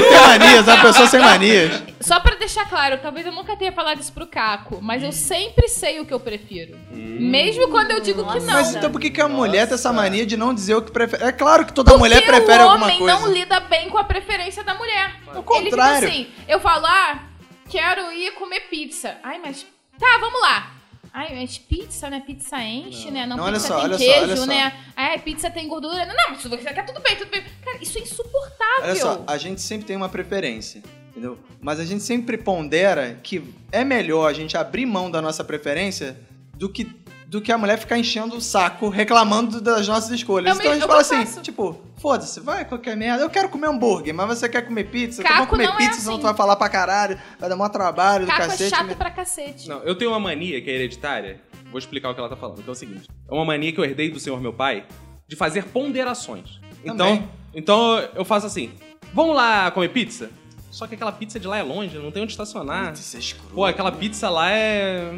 Speaker 2: é manias, a pessoa sem manias.
Speaker 4: Só pra deixar claro, talvez eu nunca tenha falado isso pro Caco, mas
Speaker 1: Hum.
Speaker 4: eu sempre sei o que eu prefiro. Mesmo quando eu digo que
Speaker 3: Nossa.
Speaker 4: não.
Speaker 2: Mas então por que, que a mulher tem essa mania de não dizer o que prefere? É claro que toda mulher
Speaker 4: Porque
Speaker 2: prefere
Speaker 4: o
Speaker 2: alguma
Speaker 4: homem
Speaker 2: coisa.
Speaker 4: não lida bem com a preferência da mulher.
Speaker 2: Ao contrário.
Speaker 4: Ele fica assim, eu falo, ah, quero ir comer pizza. Ai, mas tá, vamos lá. Ai, mas pizza, né? Pizza enche, né? Não,
Speaker 2: Não, olha
Speaker 4: pizza
Speaker 2: só,
Speaker 4: tem
Speaker 2: olha só,
Speaker 4: queijo,
Speaker 2: olha só.
Speaker 4: né? Ai, pizza tem gordura. Não, mas se você quer, tudo bem, tudo bem. Cara, isso é insuportável.
Speaker 2: Olha só, a gente sempre tem uma preferência, entendeu? Mas a gente sempre pondera que é melhor a gente abrir mão da nossa preferência do que, do que a mulher ficar enchendo o saco, reclamando das nossas escolhas.
Speaker 4: É o
Speaker 2: então a gente
Speaker 4: mesmo-
Speaker 2: fala
Speaker 4: é o que eu
Speaker 2: assim,
Speaker 4: faço.
Speaker 2: tipo, foda-se, vai qualquer merda. Eu quero comer hambúrguer, mas você quer comer pizza? Então
Speaker 4: Caco
Speaker 2: vamos comer
Speaker 4: não é
Speaker 2: pizza,
Speaker 4: assim.
Speaker 2: senão tu vai falar pra caralho, vai dar maior trabalho do
Speaker 4: Caco é
Speaker 2: cacete.
Speaker 4: chato pra cacete.
Speaker 1: Não, eu tenho uma mania que é hereditária. Vou explicar o que ela tá falando, que é o seguinte. É uma mania que eu herdei do senhor meu pai de fazer ponderações. Então,
Speaker 2: Também.
Speaker 1: então eu faço assim: vamos lá comer pizza? Só que aquela pizza de lá é longe, não tem onde estacionar.
Speaker 2: Isso é escroto.
Speaker 1: Ah. Pô, aquela pizza lá é.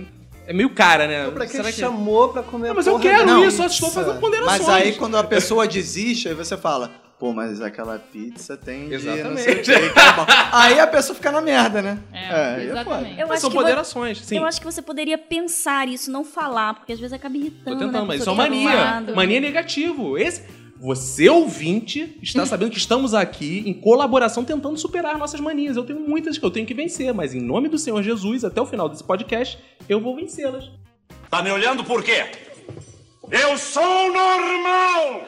Speaker 1: é meio cara, né?
Speaker 5: Então, pra que
Speaker 1: Será
Speaker 5: ele
Speaker 1: que.
Speaker 5: chamou pra comer
Speaker 1: Não, mas eu
Speaker 5: porra
Speaker 1: quero
Speaker 5: da
Speaker 1: isso, eu um estou
Speaker 5: pizza?
Speaker 1: fazendo ponderações.
Speaker 2: Mas aí quando a pessoa desiste, aí você fala, pô, mas aquela pizza tem de não sei o
Speaker 1: Exatamente.
Speaker 2: quê, que é bom. Aí a pessoa fica na merda, né?
Speaker 4: É,
Speaker 2: aí
Speaker 4: exatamente.
Speaker 3: Eu
Speaker 1: Mas
Speaker 3: acho,
Speaker 1: são
Speaker 3: que vo-
Speaker 1: ponderações, sim.
Speaker 3: eu acho que você poderia pensar isso, não falar, porque às vezes acaba
Speaker 1: Tô
Speaker 3: irritando. né?
Speaker 1: tentando,
Speaker 3: A
Speaker 1: mas isso é
Speaker 3: pessoa
Speaker 1: uma
Speaker 3: que tá do
Speaker 1: mania.
Speaker 3: lado.
Speaker 1: Mania é negativo. Esse. Você, ouvinte, está sabendo que estamos aqui em colaboração tentando superar nossas manias. Eu tenho muitas que eu tenho que vencer, mas em nome do Senhor Jesus, até o final desse podcast, eu vou vencê-las.
Speaker 9: Tá me olhando por quê? Eu sou normal!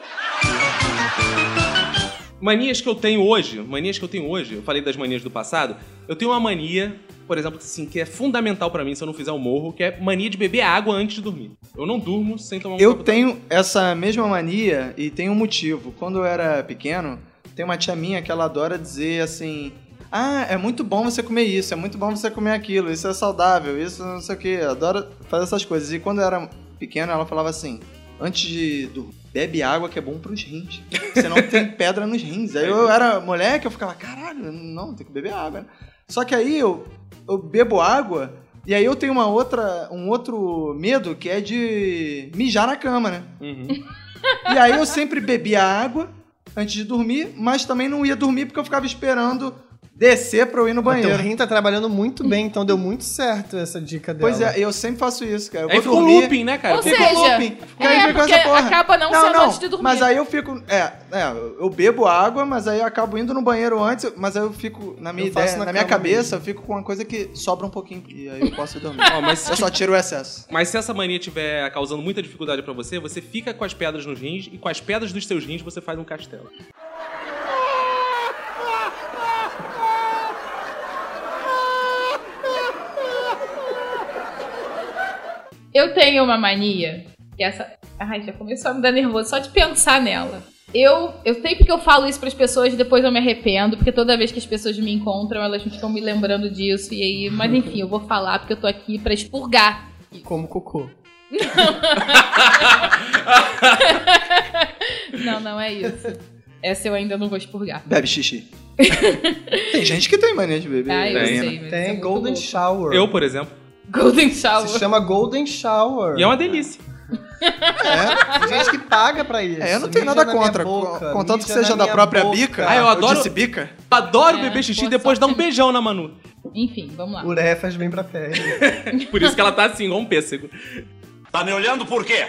Speaker 1: Manias que eu tenho hoje, manias que eu tenho hoje, eu falei das manias do passado, eu tenho uma mania, por exemplo, assim, que é fundamental pra mim se eu não fizer o morro, que é mania de beber água antes de dormir. Eu não durmo sem tomar um
Speaker 2: Eu
Speaker 1: copo
Speaker 2: tenho essa mesma mania e tem um motivo. Quando eu era pequeno, tem uma tia minha que ela adora dizer assim: Ah, é muito bom você comer isso, é muito bom você comer aquilo, isso é saudável, isso não sei o que. Adora fazer essas coisas. E quando eu era pequeno, ela falava assim: Antes de dormir, bebe água que é bom pros rins. Você não tem pedra nos rins. Aí eu era moleque, eu ficava: Caralho, não, tem que beber água. né?" Só que aí eu, eu bebo água e aí eu tenho uma outra, um outro medo que é de mijar na cama, né?
Speaker 1: d'água. Uhum.
Speaker 2: E aí eu sempre bebia água antes de dormir, mas também não ia dormir porque eu ficava esperando descer pra eu ir no
Speaker 5: Mas
Speaker 2: banheiro.
Speaker 5: teu rim tá trabalhando muito bem, então deu muito certo essa dica dela.
Speaker 2: Pois é, eu sempre faço isso, cara. Eu
Speaker 5: Aí
Speaker 2: vou
Speaker 5: fica um
Speaker 2: dormir,
Speaker 5: looping, né, cara?
Speaker 4: Ou
Speaker 2: fica um
Speaker 4: seja,
Speaker 2: looping. Fica aí
Speaker 4: é,
Speaker 2: fica com
Speaker 4: porque
Speaker 2: essa porra.
Speaker 4: acaba não sendo antes de dormir.
Speaker 2: Mas aí eu fico... É, é, eu bebo água, mas aí eu acabo indo no banheiro antes, mas aí eu fico, na minha
Speaker 5: Eu
Speaker 2: ideia,
Speaker 5: faço na
Speaker 2: na, minha
Speaker 5: cama
Speaker 2: cabeça, eu fico com uma coisa que sobra um pouquinho e aí eu
Speaker 5: <laughs>
Speaker 2: posso dormir.
Speaker 1: Ó, mas se
Speaker 2: eu só
Speaker 1: tiver-
Speaker 2: tiro o excesso.
Speaker 1: Mas se essa mania estiver causando muita dificuldade pra você, você fica com as pedras nos rins e com as pedras dos seus rins você faz um castelo.
Speaker 4: Eu tenho uma mania, que essa. Ai, já começou a me dar nervoso só de pensar nela. Eu, eu sempre que eu falo isso pras pessoas, depois eu me arrependo, porque toda vez que as pessoas me encontram, elas ficam me lembrando disso. E aí, mas enfim, eu vou falar porque eu tô aqui pra expurgar. <laughs>
Speaker 5: Como cocô.
Speaker 4: Não, não é isso. Essa eu ainda não vou expurgar. <laughs>
Speaker 2: Bebe xixi. tem gente que tem mania de beber.
Speaker 4: Ah, eu
Speaker 2: urina.
Speaker 4: sei, mas isso é
Speaker 5: Tem
Speaker 4: muito
Speaker 5: Golden
Speaker 4: louco.
Speaker 2: É.
Speaker 5: Shower.
Speaker 1: Eu, por exemplo.
Speaker 4: Golden Shower.
Speaker 5: Se chama Golden Shower.
Speaker 1: E é uma delícia.
Speaker 5: Tem gente que paga pra isso.
Speaker 2: É, eu não tenho
Speaker 5: Mija
Speaker 2: nada
Speaker 5: na minha
Speaker 2: contra,
Speaker 5: boca,
Speaker 2: co- contanto que
Speaker 5: mija
Speaker 2: seja
Speaker 5: na
Speaker 2: da
Speaker 5: minha
Speaker 2: própria
Speaker 5: boca.
Speaker 2: bica.
Speaker 1: Ah, eu adoro-
Speaker 2: disse bica.
Speaker 1: Adoro
Speaker 4: É,
Speaker 1: beber xixi e
Speaker 4: pô,
Speaker 1: depois
Speaker 4: só
Speaker 1: dar um
Speaker 4: tem-
Speaker 1: beijão na Manu.
Speaker 4: Enfim, vamos lá.
Speaker 5: Uré faz bem pra <laughs> pele.
Speaker 1: Por isso que ela tá assim, igual um pêssego.
Speaker 9: Tá me olhando por quê?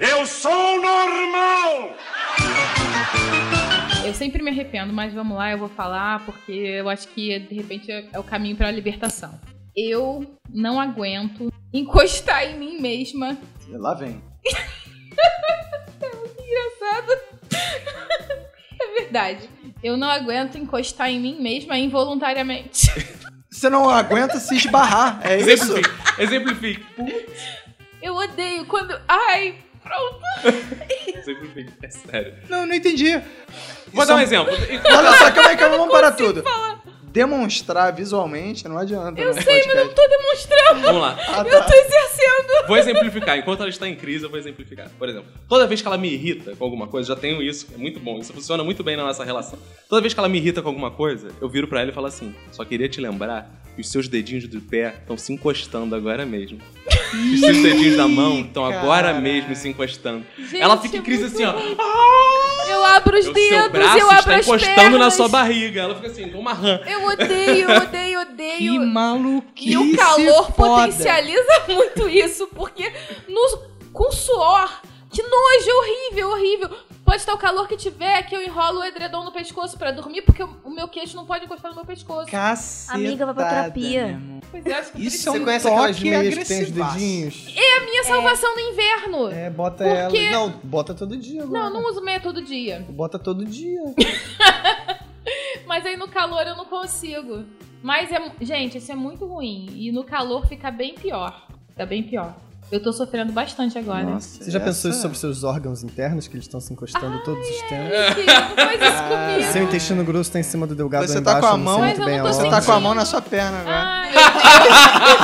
Speaker 9: Eu sou normal!
Speaker 4: Eu sempre me arrependo, mas vamos lá, eu vou falar porque eu acho que de repente é é o caminho pra libertação. Eu não aguento encostar em mim mesma.
Speaker 2: Lá vem.
Speaker 4: É verdade. Eu não aguento encostar em mim mesma involuntariamente. <laughs>
Speaker 2: Você não aguenta se esbarrar, é isso?
Speaker 1: Exemplifique. Exemplifique.
Speaker 4: Eu odeio quando. Ai, pronto.
Speaker 1: Exemplifique. É sério.
Speaker 2: Não, eu não entendi.
Speaker 1: Vou
Speaker 2: Isso
Speaker 1: dar um
Speaker 2: é-
Speaker 1: exemplo.
Speaker 2: Olha só, calma aí, calma, vamos parar tudo. Demonstrar visualmente não adianta. né? Ah, Eu sei, mas não
Speaker 4: Tô demonstrando.
Speaker 1: Vamos lá.
Speaker 2: tá.
Speaker 4: Eu
Speaker 1: Tá.
Speaker 4: tô exercendo.
Speaker 1: Vou exemplificar. Enquanto ela está em crise, eu vou exemplificar. Por exemplo, toda vez que ela me irrita com alguma coisa, já tenho isso, é muito bom. Isso funciona muito bem na nossa relação. Toda vez que ela me irrita com alguma coisa, eu viro pra ela e falo assim: só queria te lembrar que os seus dedinhos do pé estão se encostando agora mesmo. E os seus dedinhos da mão estão agora
Speaker 2: caralho.
Speaker 1: mesmo se encostando.
Speaker 4: Gente,
Speaker 1: ela fica
Speaker 4: é
Speaker 1: em crise
Speaker 4: muito
Speaker 1: assim, ó.
Speaker 4: ruim.
Speaker 1: "Ah!"
Speaker 4: Eu abro os
Speaker 1: O seu
Speaker 4: dedos,
Speaker 1: braço
Speaker 4: eu abro
Speaker 1: está
Speaker 4: as
Speaker 1: encostando
Speaker 4: pernas.
Speaker 1: na sua barriga. Ela fica assim, com uma rã.
Speaker 4: Eu odeio, eu
Speaker 1: <laughs>
Speaker 4: odeio, odeio.
Speaker 5: maluquice
Speaker 4: E
Speaker 2: é
Speaker 4: o calor potencializa <laughs> muito isso, porque no- com suor, que nojo, é horrível, horrível. Pode estar o calor que tiver, que eu enrolo o edredom no pescoço pra dormir, porque o o meu queixo não pode encostar no meu pescoço.
Speaker 5: Cacetada,
Speaker 3: Amiga, vai pra terapia.
Speaker 2: né,
Speaker 5: meu irmão.
Speaker 4: Pois é, acho que
Speaker 2: Isso é
Speaker 5: Você
Speaker 2: um
Speaker 5: conhece aquelas
Speaker 2: toque
Speaker 5: meias que tem os
Speaker 2: agressivaço.
Speaker 5: dedinhos?
Speaker 4: é a minha salvação no inverno.
Speaker 5: É, bota
Speaker 4: Por
Speaker 5: ela.
Speaker 4: quê?
Speaker 5: Não, bota todo dia agora.
Speaker 4: Não, não uso meia todo dia.
Speaker 5: Bota todo dia.
Speaker 4: Mas aí no calor eu não consigo. Mas é. mu- Gente, isso é muito ruim. E no calor fica bem pior. Fica bem pior. Eu tô sofrendo bastante agora.
Speaker 5: Você
Speaker 2: é
Speaker 5: já pensou isso sobre seus órgãos internos, que eles estão se encostando todos os tempos?
Speaker 4: Querido, faz isso comigo.
Speaker 5: Seu intestino grosso tá em cima do delgado
Speaker 2: Você
Speaker 5: lá
Speaker 2: tá
Speaker 5: embaixo,
Speaker 2: com a
Speaker 5: eu
Speaker 2: mão-
Speaker 5: não sei muito
Speaker 4: Mas eu
Speaker 5: bem
Speaker 4: não tô Ah.
Speaker 5: a
Speaker 2: Você
Speaker 5: ordem.
Speaker 2: tá com a mão na sua perna agora.
Speaker 4: Ai,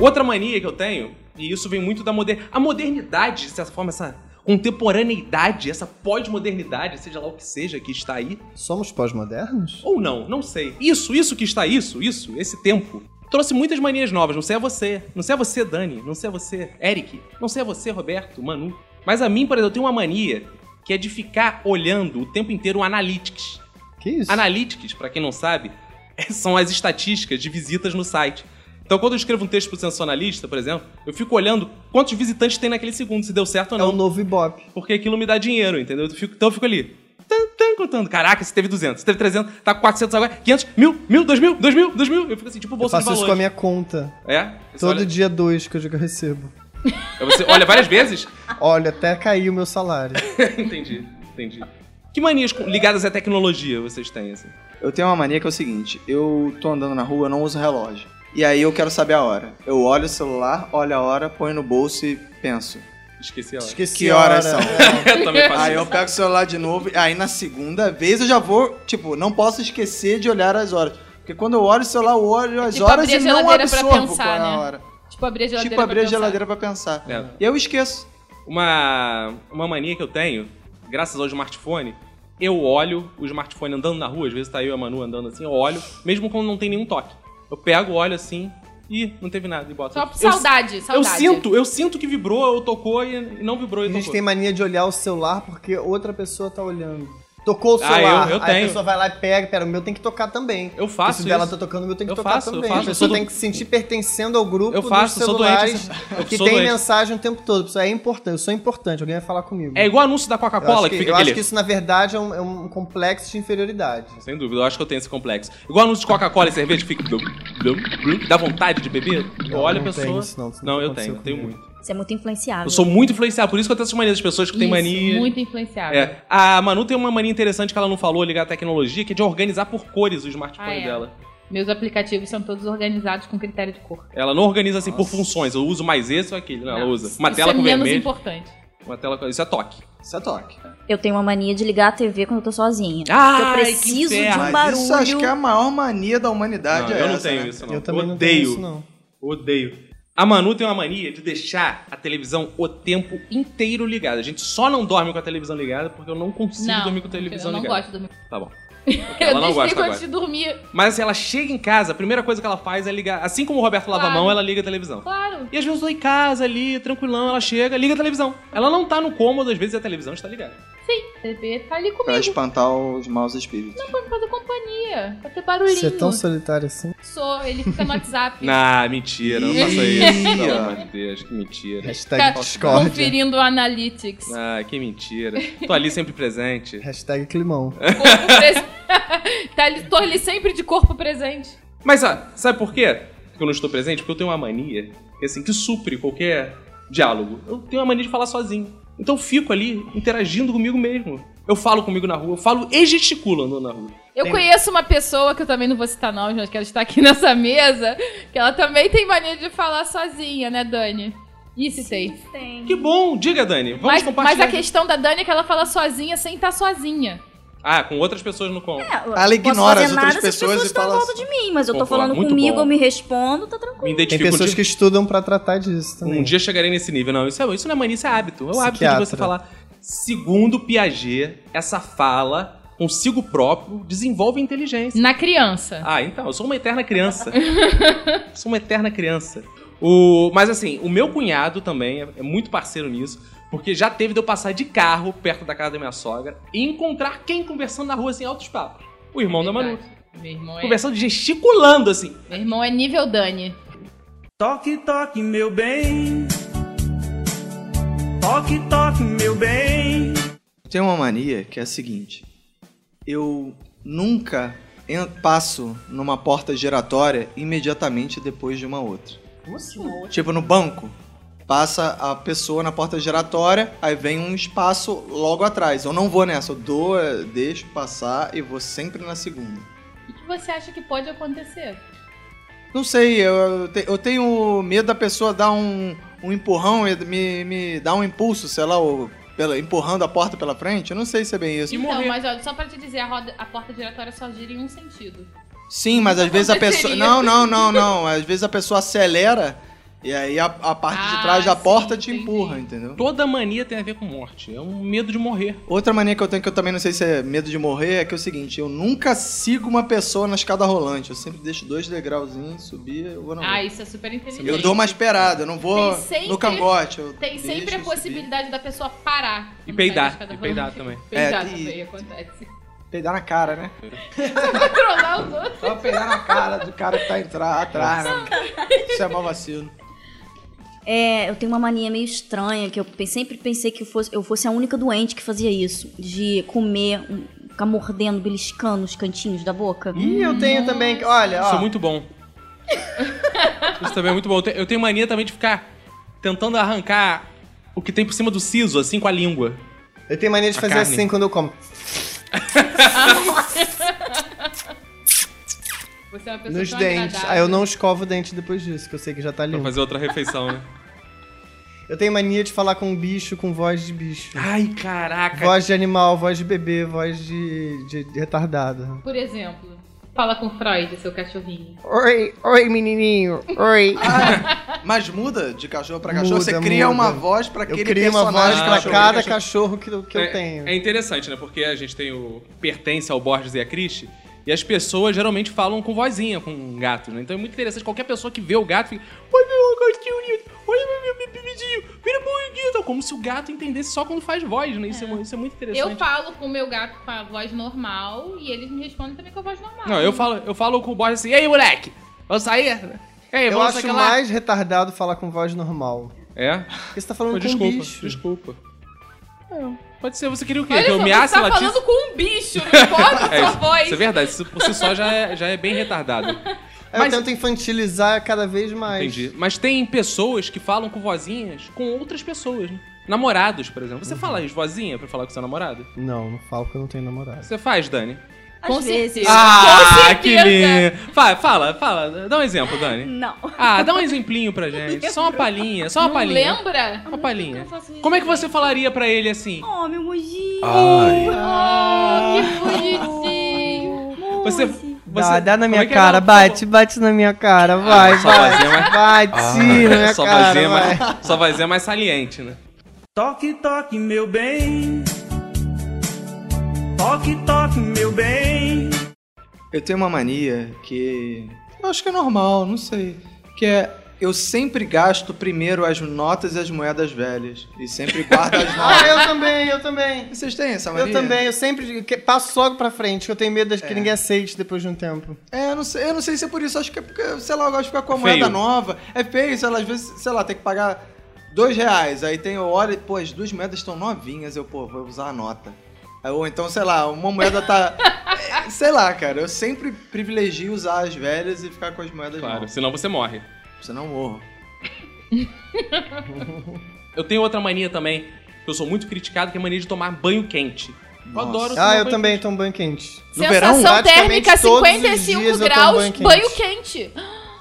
Speaker 1: Outra mania que eu tenho, e isso vem muito da modernidade. A modernidade, de certa forma, essa contemporaneidade, essa pós-modernidade, seja lá o que seja que está aí,
Speaker 5: Somos pós-modernos?
Speaker 1: ou não, não sei. Isso, isso que está isso, isso, esse tempo. Trouxe muitas manias novas, não sei a você, não sei a você, Dani, não sei a você, Eric, não sei a você, Roberto, Manu. Mas a mim, por exemplo, eu tenho uma mania que é de ficar olhando o tempo inteiro o Analytics.
Speaker 5: Que isso?
Speaker 1: Analytics, pra quem não sabe, <laughs> é, são as estatísticas de visitas no site. Então, quando eu escrevo um texto pro sensacionalista, por exemplo, eu fico olhando quantos visitantes tem naquele segundo, se deu certo ou
Speaker 5: É
Speaker 1: não,
Speaker 5: o novo Ibope.
Speaker 1: porque aquilo me dá dinheiro, entendeu? Eu fico- então eu fico ali, tan, tan, contando. Caraca, você teve 200, você teve 300, tá com 400 agora, 500, 1000, 1000, 2000, 2000, 2000. Eu fico assim, tipo
Speaker 5: Eu um
Speaker 1: bolsa de
Speaker 5: faço isso com a
Speaker 1: valores.
Speaker 5: minha conta.
Speaker 1: É? Você
Speaker 5: Todo
Speaker 1: olha,
Speaker 5: dia dois que eu digo que eu recebo.
Speaker 1: você olha várias vezes? <laughs>
Speaker 5: Olha, até cair o meu salário.
Speaker 1: entendi, entendi. Que manias com- ligadas à tecnologia vocês têm, assim?
Speaker 2: Eu tenho uma mania que é o seguinte: eu tô andando na rua, eu não uso relógio. E aí eu quero saber a hora. Eu olho o celular, olho a hora, ponho no bolso e penso.
Speaker 1: Esqueci a hora.
Speaker 5: Esqueci
Speaker 2: Que horas
Speaker 5: a hora.
Speaker 2: são?
Speaker 1: <laughs>
Speaker 5: É.
Speaker 1: Eu também faço
Speaker 2: Aí
Speaker 1: isso.
Speaker 2: eu pego o celular de novo, aí na segunda vez eu já vou, tipo, não posso esquecer de olhar as horas. Porque quando eu olho o celular, eu olho as
Speaker 4: tipo
Speaker 2: horas
Speaker 4: abrir
Speaker 2: e
Speaker 4: a
Speaker 2: não
Speaker 4: geladeira pra
Speaker 2: absorvo
Speaker 4: pensar,
Speaker 2: qual é a
Speaker 4: né?
Speaker 2: hora. <laughs>
Speaker 4: Tipo abrir a geladeira.
Speaker 2: tipo, abrir
Speaker 4: pra
Speaker 2: a
Speaker 4: pensar.
Speaker 2: geladeira pra pensar.
Speaker 1: É.
Speaker 2: E eu esqueço.
Speaker 1: uma, uma mania que eu tenho, graças ao smartphone, eu olho o smartphone andando na rua, às vezes tá eu e a Manu andando assim, eu olho, mesmo quando não tem nenhum toque. Eu pego, olho assim, Ih, não teve nada e bota.
Speaker 4: Só
Speaker 1: Eu-
Speaker 4: saudade,
Speaker 1: Eu
Speaker 4: saudade.
Speaker 1: sinto, eu sinto que vibrou, eu tocou e, e não vibrou e
Speaker 5: A gente
Speaker 1: tocou.
Speaker 5: tem mania de olhar o celular porque outra pessoa tá olhando. Tocou o
Speaker 1: Ah,
Speaker 5: celular,
Speaker 1: eu- eu
Speaker 5: aí
Speaker 1: tenho.
Speaker 5: a pessoa vai lá e pega, pera, o meu tem que tocar também.
Speaker 1: Eu faço
Speaker 5: Se dela
Speaker 1: isso.
Speaker 5: tá tocando, o meu tem que
Speaker 1: Eu
Speaker 5: tocar
Speaker 1: faço, eu
Speaker 5: também.
Speaker 1: faço.
Speaker 5: A pessoa
Speaker 1: Eu sou
Speaker 5: tem
Speaker 1: do-
Speaker 5: que se sentir pertencendo ao grupo
Speaker 1: Eu faço, eu
Speaker 5: dos
Speaker 1: sou doente,
Speaker 5: celulares
Speaker 1: eu
Speaker 5: <laughs> que
Speaker 1: sou
Speaker 5: tem
Speaker 1: doente.
Speaker 5: mensagem o tempo todo. Isso aí é importante, eu sou importante, alguém vai falar comigo.
Speaker 1: É igual anúncio da
Speaker 5: Eu acho
Speaker 1: Coca-Cola que,
Speaker 5: que,
Speaker 1: fica
Speaker 5: eu
Speaker 1: aquele.
Speaker 5: acho que isso, na verdade, é um, é um complexo de inferioridade.
Speaker 1: Sem dúvida, eu acho que eu tenho esse complexo. Igual anúncio de Coca-Cola e cerveja que fica. blum, blum, blum, Dá vontade de beber? Eu
Speaker 5: Não,
Speaker 1: olho a
Speaker 5: não tenho
Speaker 1: pessoa.
Speaker 5: isso não, isso
Speaker 1: não,
Speaker 5: nunca
Speaker 1: eu tenho,
Speaker 5: aconteceu
Speaker 1: eu tenho
Speaker 5: comigo.
Speaker 1: muito.
Speaker 3: Você é muito influenciável.
Speaker 1: Eu sou muito influenciado, por isso que eu tenho essas manias das pessoas que têm
Speaker 4: Isso,
Speaker 1: mania.
Speaker 4: Muito influenciável.
Speaker 1: É. A Manu tem uma mania interessante que ela não falou ligada à tecnologia, que é de organizar por cores o smartphone
Speaker 4: Ah, é.
Speaker 1: dela.
Speaker 4: Meus aplicativos são todos organizados com critério de cor.
Speaker 1: Ela não organiza assim por funções. Eu uso mais esse ou aquele. Não, ela
Speaker 4: Não,
Speaker 1: usa. Uma
Speaker 4: isso
Speaker 1: tela
Speaker 4: é
Speaker 1: com
Speaker 4: menos
Speaker 1: vermelho.
Speaker 4: importante.
Speaker 1: Uma tela com. Isso é toque.
Speaker 2: Isso é toque.
Speaker 3: Eu tenho uma mania de ligar a TV quando eu tô sozinha.
Speaker 1: Ai,
Speaker 3: eu
Speaker 1: que
Speaker 3: preciso de
Speaker 1: inferno.
Speaker 3: um
Speaker 2: Mas
Speaker 3: barulho.
Speaker 2: isso acho que é a maior mania da humanidade.
Speaker 1: Não,
Speaker 2: é
Speaker 1: eu não
Speaker 2: essa,
Speaker 1: tenho
Speaker 2: né?
Speaker 1: isso, não.
Speaker 5: Eu também
Speaker 1: odeio.
Speaker 5: não tenho isso, não.
Speaker 1: Odeio. A Manu tem uma mania de deixar a televisão o tempo inteiro ligada. A gente só não dorme com a televisão ligada porque eu não consigo
Speaker 4: não,
Speaker 1: dormir com a televisão
Speaker 4: eu não
Speaker 1: ligada.
Speaker 4: gosto de dormir.
Speaker 1: Tá
Speaker 4: <laughs>
Speaker 1: bom.
Speaker 4: eu
Speaker 1: ela não gosta
Speaker 4: desligo
Speaker 1: agora.
Speaker 4: antes de dormir.
Speaker 1: Mas ela chega em casa, a primeira coisa que ela faz é ligar. Assim como o Roberto lava a
Speaker 4: Claro.
Speaker 1: mão, ela liga a televisão.
Speaker 4: Claro.
Speaker 1: E às vezes eu tô em casa ali, tranquilão, ela chega, liga a televisão. Ela não tá no cômodo, às vezes a televisão está ligada.
Speaker 4: Sim, a TV tá ali
Speaker 2: Pra
Speaker 4: comigo.
Speaker 2: espantar os maus espíritos.
Speaker 4: Pra me fazer companhia. Pra ter barulhinho.
Speaker 5: Você é tão solitário assim?
Speaker 4: Sou, ele fica no
Speaker 1: <laughs>
Speaker 4: WhatsApp.
Speaker 1: Ah, mentira, não faça isso.
Speaker 4: <laughs>
Speaker 2: Ih,
Speaker 1: Pelo
Speaker 2: ó.
Speaker 1: amor de Deus, que mentira.
Speaker 4: Fica
Speaker 5: Hashtag Tá discórdia.
Speaker 4: Tá conferindo o analytics.
Speaker 1: Ah, que mentira. Tô ali sempre presente.
Speaker 5: Hashtag climão.
Speaker 1: É.
Speaker 4: Corpo pres- <laughs> tá ali, tô ali sempre de corpo presente.
Speaker 1: Mas ah, sabe por quê que eu não estou presente? Porque eu tenho uma mania que, assim, que supre qualquer diálogo. Eu tenho uma mania de falar sozinho. Então eu fico ali interagindo comigo mesmo. Eu falo comigo na rua, eu falo e gesticulo andando na rua.
Speaker 4: Eu conheço uma pessoa que eu também não vou citar não, mas que ela está aqui <laughs> nessa mesa, que ela também tem mania de falar sozinha, né, Dani? E citei.
Speaker 3: Tem.
Speaker 1: Que bom! Diga, Dani, vamos
Speaker 4: Mas,
Speaker 1: compartilhar.
Speaker 4: mas a questão da Dani é que ela fala sozinha sem estar sozinha.
Speaker 1: Ah, com outras pessoas no com.
Speaker 3: É, eu
Speaker 2: Ela
Speaker 3: não
Speaker 2: ignora
Speaker 3: posso fazer
Speaker 2: as outras
Speaker 3: nada se as
Speaker 2: pessoas e
Speaker 3: estão em
Speaker 2: fala assim.
Speaker 3: volta de mim, mas eu tô
Speaker 1: Concordo,
Speaker 3: falando
Speaker 1: muito
Speaker 3: comigo,
Speaker 1: bom.
Speaker 3: eu me respondo, tá tranquilo.
Speaker 1: Me
Speaker 5: Tem
Speaker 1: identifico.
Speaker 5: pessoas
Speaker 1: de-
Speaker 5: que estudam pra tratar disso também.
Speaker 1: Um dia chegarei nesse nível. Não, isso, é, isso não é mania, isso é hábito. É o hábito de
Speaker 5: Psiquiatra.
Speaker 1: você falar. Segundo Piaget, essa fala consigo próprio desenvolve inteligência.
Speaker 4: Na criança.
Speaker 1: Ah, então, eu sou uma eterna
Speaker 4: <laughs>
Speaker 1: criança. sou uma eterna criança. O, mas assim, o meu cunhado também é, é muito parceiro nisso, porque já teve de eu passar de carro perto da casa da minha sogra e encontrar quem conversando na rua assim, altos papos. O irmão da Manu.
Speaker 4: Verdade. Meu irmão, é,
Speaker 1: Conversando, gesticulando assim.
Speaker 4: meu irmão é nível Dani.
Speaker 9: Toque, toque, meu bem. Toque, toque, meu bem.
Speaker 2: Tem uma mania que é a seguinte: eu nunca en- passo numa porta giratória imediatamente depois de uma outra. Tipo no banco, passa a pessoa na porta giratória, aí vem um espaço logo atrás. Eu não vou nessa, eu dou, eh, deixo passar e vou sempre na segunda.
Speaker 4: O que você acha que pode acontecer?
Speaker 2: Não sei, eu, eu te- eu tenho medo da pessoa dar um, um empurrão e me, me dar um impulso, sei lá, ou pela, empurrando a porta pela frente. Eu não sei se é bem isso.
Speaker 1: E
Speaker 4: Então,
Speaker 1: morrer.
Speaker 4: mas olha, só pra te dizer, a, roda- a porta giratória só gira em um sentido.
Speaker 2: Sim, mas às vezes a pessoa.
Speaker 4: aconteceria.
Speaker 2: Não, não, não, não. Às vezes a pessoa acelera e aí a, a parte
Speaker 4: Ah,
Speaker 2: de trás da
Speaker 4: sim,
Speaker 2: porta te
Speaker 4: entendi.
Speaker 2: empurra, entendeu?
Speaker 1: Toda mania tem a ver com morte. É um medo de morrer.
Speaker 2: Outra mania que eu tenho que eu também não sei se é medo de morrer é que é o seguinte: eu nunca sigo uma pessoa na escada rolante. Eu sempre deixo dois degrauzinhos, subir, eu vou na
Speaker 4: Ah,
Speaker 2: outra.
Speaker 4: isso é super inteligente.
Speaker 2: Eu dou uma esperada, eu não vou
Speaker 4: Tem sempre-
Speaker 2: no cangote. eu
Speaker 4: Tem sempre
Speaker 2: deixo
Speaker 4: a
Speaker 2: subir.
Speaker 4: possibilidade da pessoa parar.
Speaker 1: E
Speaker 4: Não
Speaker 1: peidar.
Speaker 4: sai da escada
Speaker 1: E peidar também.
Speaker 4: Peidar
Speaker 2: É, e-
Speaker 4: também acontece.
Speaker 2: Peidar na cara, né?
Speaker 4: Trollar os outros.
Speaker 2: Só peidar na cara do cara que tá entrar, atrás, né? Isso é mó vacilo.
Speaker 3: É, eu tenho uma mania meio estranha, que eu pe- sempre pensei que eu fosse, eu fosse a única doente que fazia isso. De comer, um- ficar mordendo, beliscando os cantinhos da boca.
Speaker 5: E eu tenho também. Olha,
Speaker 1: Isso é
Speaker 5: ó.
Speaker 1: muito
Speaker 4: <laughs>
Speaker 1: bom. Isso também é muito bom. Eu te- Eu tenho mania também de ficar tentando arrancar o que tem por cima do siso, assim, com a língua.
Speaker 5: Eu tenho mania de
Speaker 1: A
Speaker 5: fazer
Speaker 1: carne.
Speaker 5: assim quando eu como.
Speaker 4: Você é uma pessoa
Speaker 5: Nos
Speaker 4: tão
Speaker 5: dentes.
Speaker 4: agradável.
Speaker 5: Aí eu não escovo o dente depois disso, que eu sei que já tá
Speaker 1: Pra
Speaker 5: limpo.
Speaker 1: fazer outra refeição, né?
Speaker 5: Eu tenho mania de falar com bicho com voz de bicho.
Speaker 1: Ai, caraca.
Speaker 5: Voz de animal, voz de bebê, voz de, de, de retardado.
Speaker 4: Por exemplo, fala com Freud, seu cachorrinho.
Speaker 5: Oi, oi, menininho. Oi.
Speaker 2: Mas muda de cachorro pra cachorro,
Speaker 5: Muda,
Speaker 2: você cria
Speaker 5: muda.
Speaker 2: uma voz pra
Speaker 5: <laughs>
Speaker 2: aquele
Speaker 5: Eu crio uma voz
Speaker 2: personagem
Speaker 1: de
Speaker 5: pra
Speaker 2: cachorro.
Speaker 5: cada cachorro que, eu- que eu
Speaker 1: é,
Speaker 5: tenho.
Speaker 1: é interessante, né? Porque a gente tem o pertence ao Borges e a Christie. E as pessoas geralmente falam com vozinha, com um gato, né? Então é muito interessante. Qualquer pessoa que vê o gato fica. Oi, meu gatinho lindo! Oi, meu, meu, meu bebidinho! Vira bom Então, como se o gato entendesse só quando faz voz, né? Isso é, mu- isso é muito interessante.
Speaker 4: Eu falo com o meu gato com a voz normal e eles me respondem também com a voz normal.
Speaker 1: Não, eu falo, eu falo com o boss assim, ei, moleque! Vamos sair? Ei,
Speaker 5: Eu
Speaker 1: vamos
Speaker 5: acho
Speaker 1: sair lá?"
Speaker 5: mais retardado falar com voz normal.
Speaker 1: É?
Speaker 5: Porque você tá falando
Speaker 1: Pô,
Speaker 5: com
Speaker 1: desculpa,
Speaker 5: um bicho.
Speaker 1: desculpa. Pode ser, você queria o quê?
Speaker 4: É. Olha
Speaker 1: que eu
Speaker 4: só,
Speaker 1: miasse
Speaker 4: você tá
Speaker 1: latisse?
Speaker 4: falando com um bicho, não importa a
Speaker 1: É,
Speaker 4: sua
Speaker 1: isso,
Speaker 4: voz.
Speaker 1: isso é verdade, isso por si só já é, já é bem retardado.
Speaker 5: Eu tento infantilizar cada vez mais.
Speaker 1: Entendi. Mas tem pessoas que falam com vozinhas com outras pessoas, né? Namorados, por exemplo. Você fala as vozinha pra falar com seu namorado?
Speaker 5: Não, não falo que eu não tenho namorado.
Speaker 1: Você faz, Dani?
Speaker 4: Com certeza.
Speaker 1: Ah,
Speaker 4: Com
Speaker 1: que
Speaker 4: certeza.
Speaker 1: lindo! Fala, fala, fala, dá um exemplo, Dani.
Speaker 3: Não.
Speaker 1: <laughs> Ah, dá um exemplinho pra gente. Só uma palhinha, só uma
Speaker 4: Não
Speaker 1: palhinha.
Speaker 4: lembra?
Speaker 1: Uma palhinha.
Speaker 3: faço isso.
Speaker 1: Como é que você falaria pra ele assim?
Speaker 3: Oh, meu mojinho.
Speaker 6: Ai.
Speaker 4: Oh, que bonitinho.
Speaker 1: Você.
Speaker 5: Dá,
Speaker 1: você
Speaker 5: dá na
Speaker 1: como
Speaker 5: minha
Speaker 1: é que é?
Speaker 5: cara,
Speaker 1: Não,
Speaker 5: bate, bate na minha cara, vai,
Speaker 1: Ah, só
Speaker 5: bate,
Speaker 1: vazia, mas- Ah,
Speaker 5: bate na minha
Speaker 1: Só
Speaker 5: né, cara,
Speaker 1: vazia,
Speaker 5: vai.
Speaker 1: é mais, só vazia mais saliente, né?
Speaker 10: Toque, toque, meu bem. Toque, toque, meu bem.
Speaker 2: Eu tenho uma mania que eu acho que é normal, não sei, que é eu sempre gasto primeiro as notas e as moedas velhas e sempre
Speaker 1: <laughs>
Speaker 2: guardo as
Speaker 5: Ah,
Speaker 2: notas.
Speaker 5: eu também, eu também.
Speaker 2: Vocês têm essa mania?
Speaker 5: Eu também, eu sempre que- passo logo pra frente, que eu tenho medo de que ninguém aceite depois de um tempo.
Speaker 2: É, eu não sei, eu não sei se é por isso. Acho que é porque, sei lá, eu gosto de ficar com a
Speaker 1: Feio.
Speaker 2: moeda nova. É feio, sei lá, às vezes, sei lá, tem que pagar dois reais. Aí tem, eu olho e, pô, as duas moedas estão novinhas. Eu, pô, vou usar a nota. Aí, Ou então, sei lá, uma
Speaker 1: <laughs>
Speaker 2: moeda tá. É, sei lá, cara, eu sempre privilegio usar as velhas e ficar com as moedas
Speaker 1: Claro,
Speaker 2: novas.
Speaker 1: senão você morre.
Speaker 2: Senão eu morro.
Speaker 1: Eu tenho outra mania também, que eu sou muito criticado, que é a mania de tomar banho quente. Eu
Speaker 2: Nossa.
Speaker 1: adoro tomar
Speaker 5: Ah, eu
Speaker 1: banho
Speaker 5: também tomo banho quente.
Speaker 4: Sensação
Speaker 5: praticamente
Speaker 4: térmica
Speaker 5: todos os
Speaker 4: 55
Speaker 5: dias eu tomo
Speaker 4: graus,
Speaker 5: banho quente.
Speaker 4: banho quente.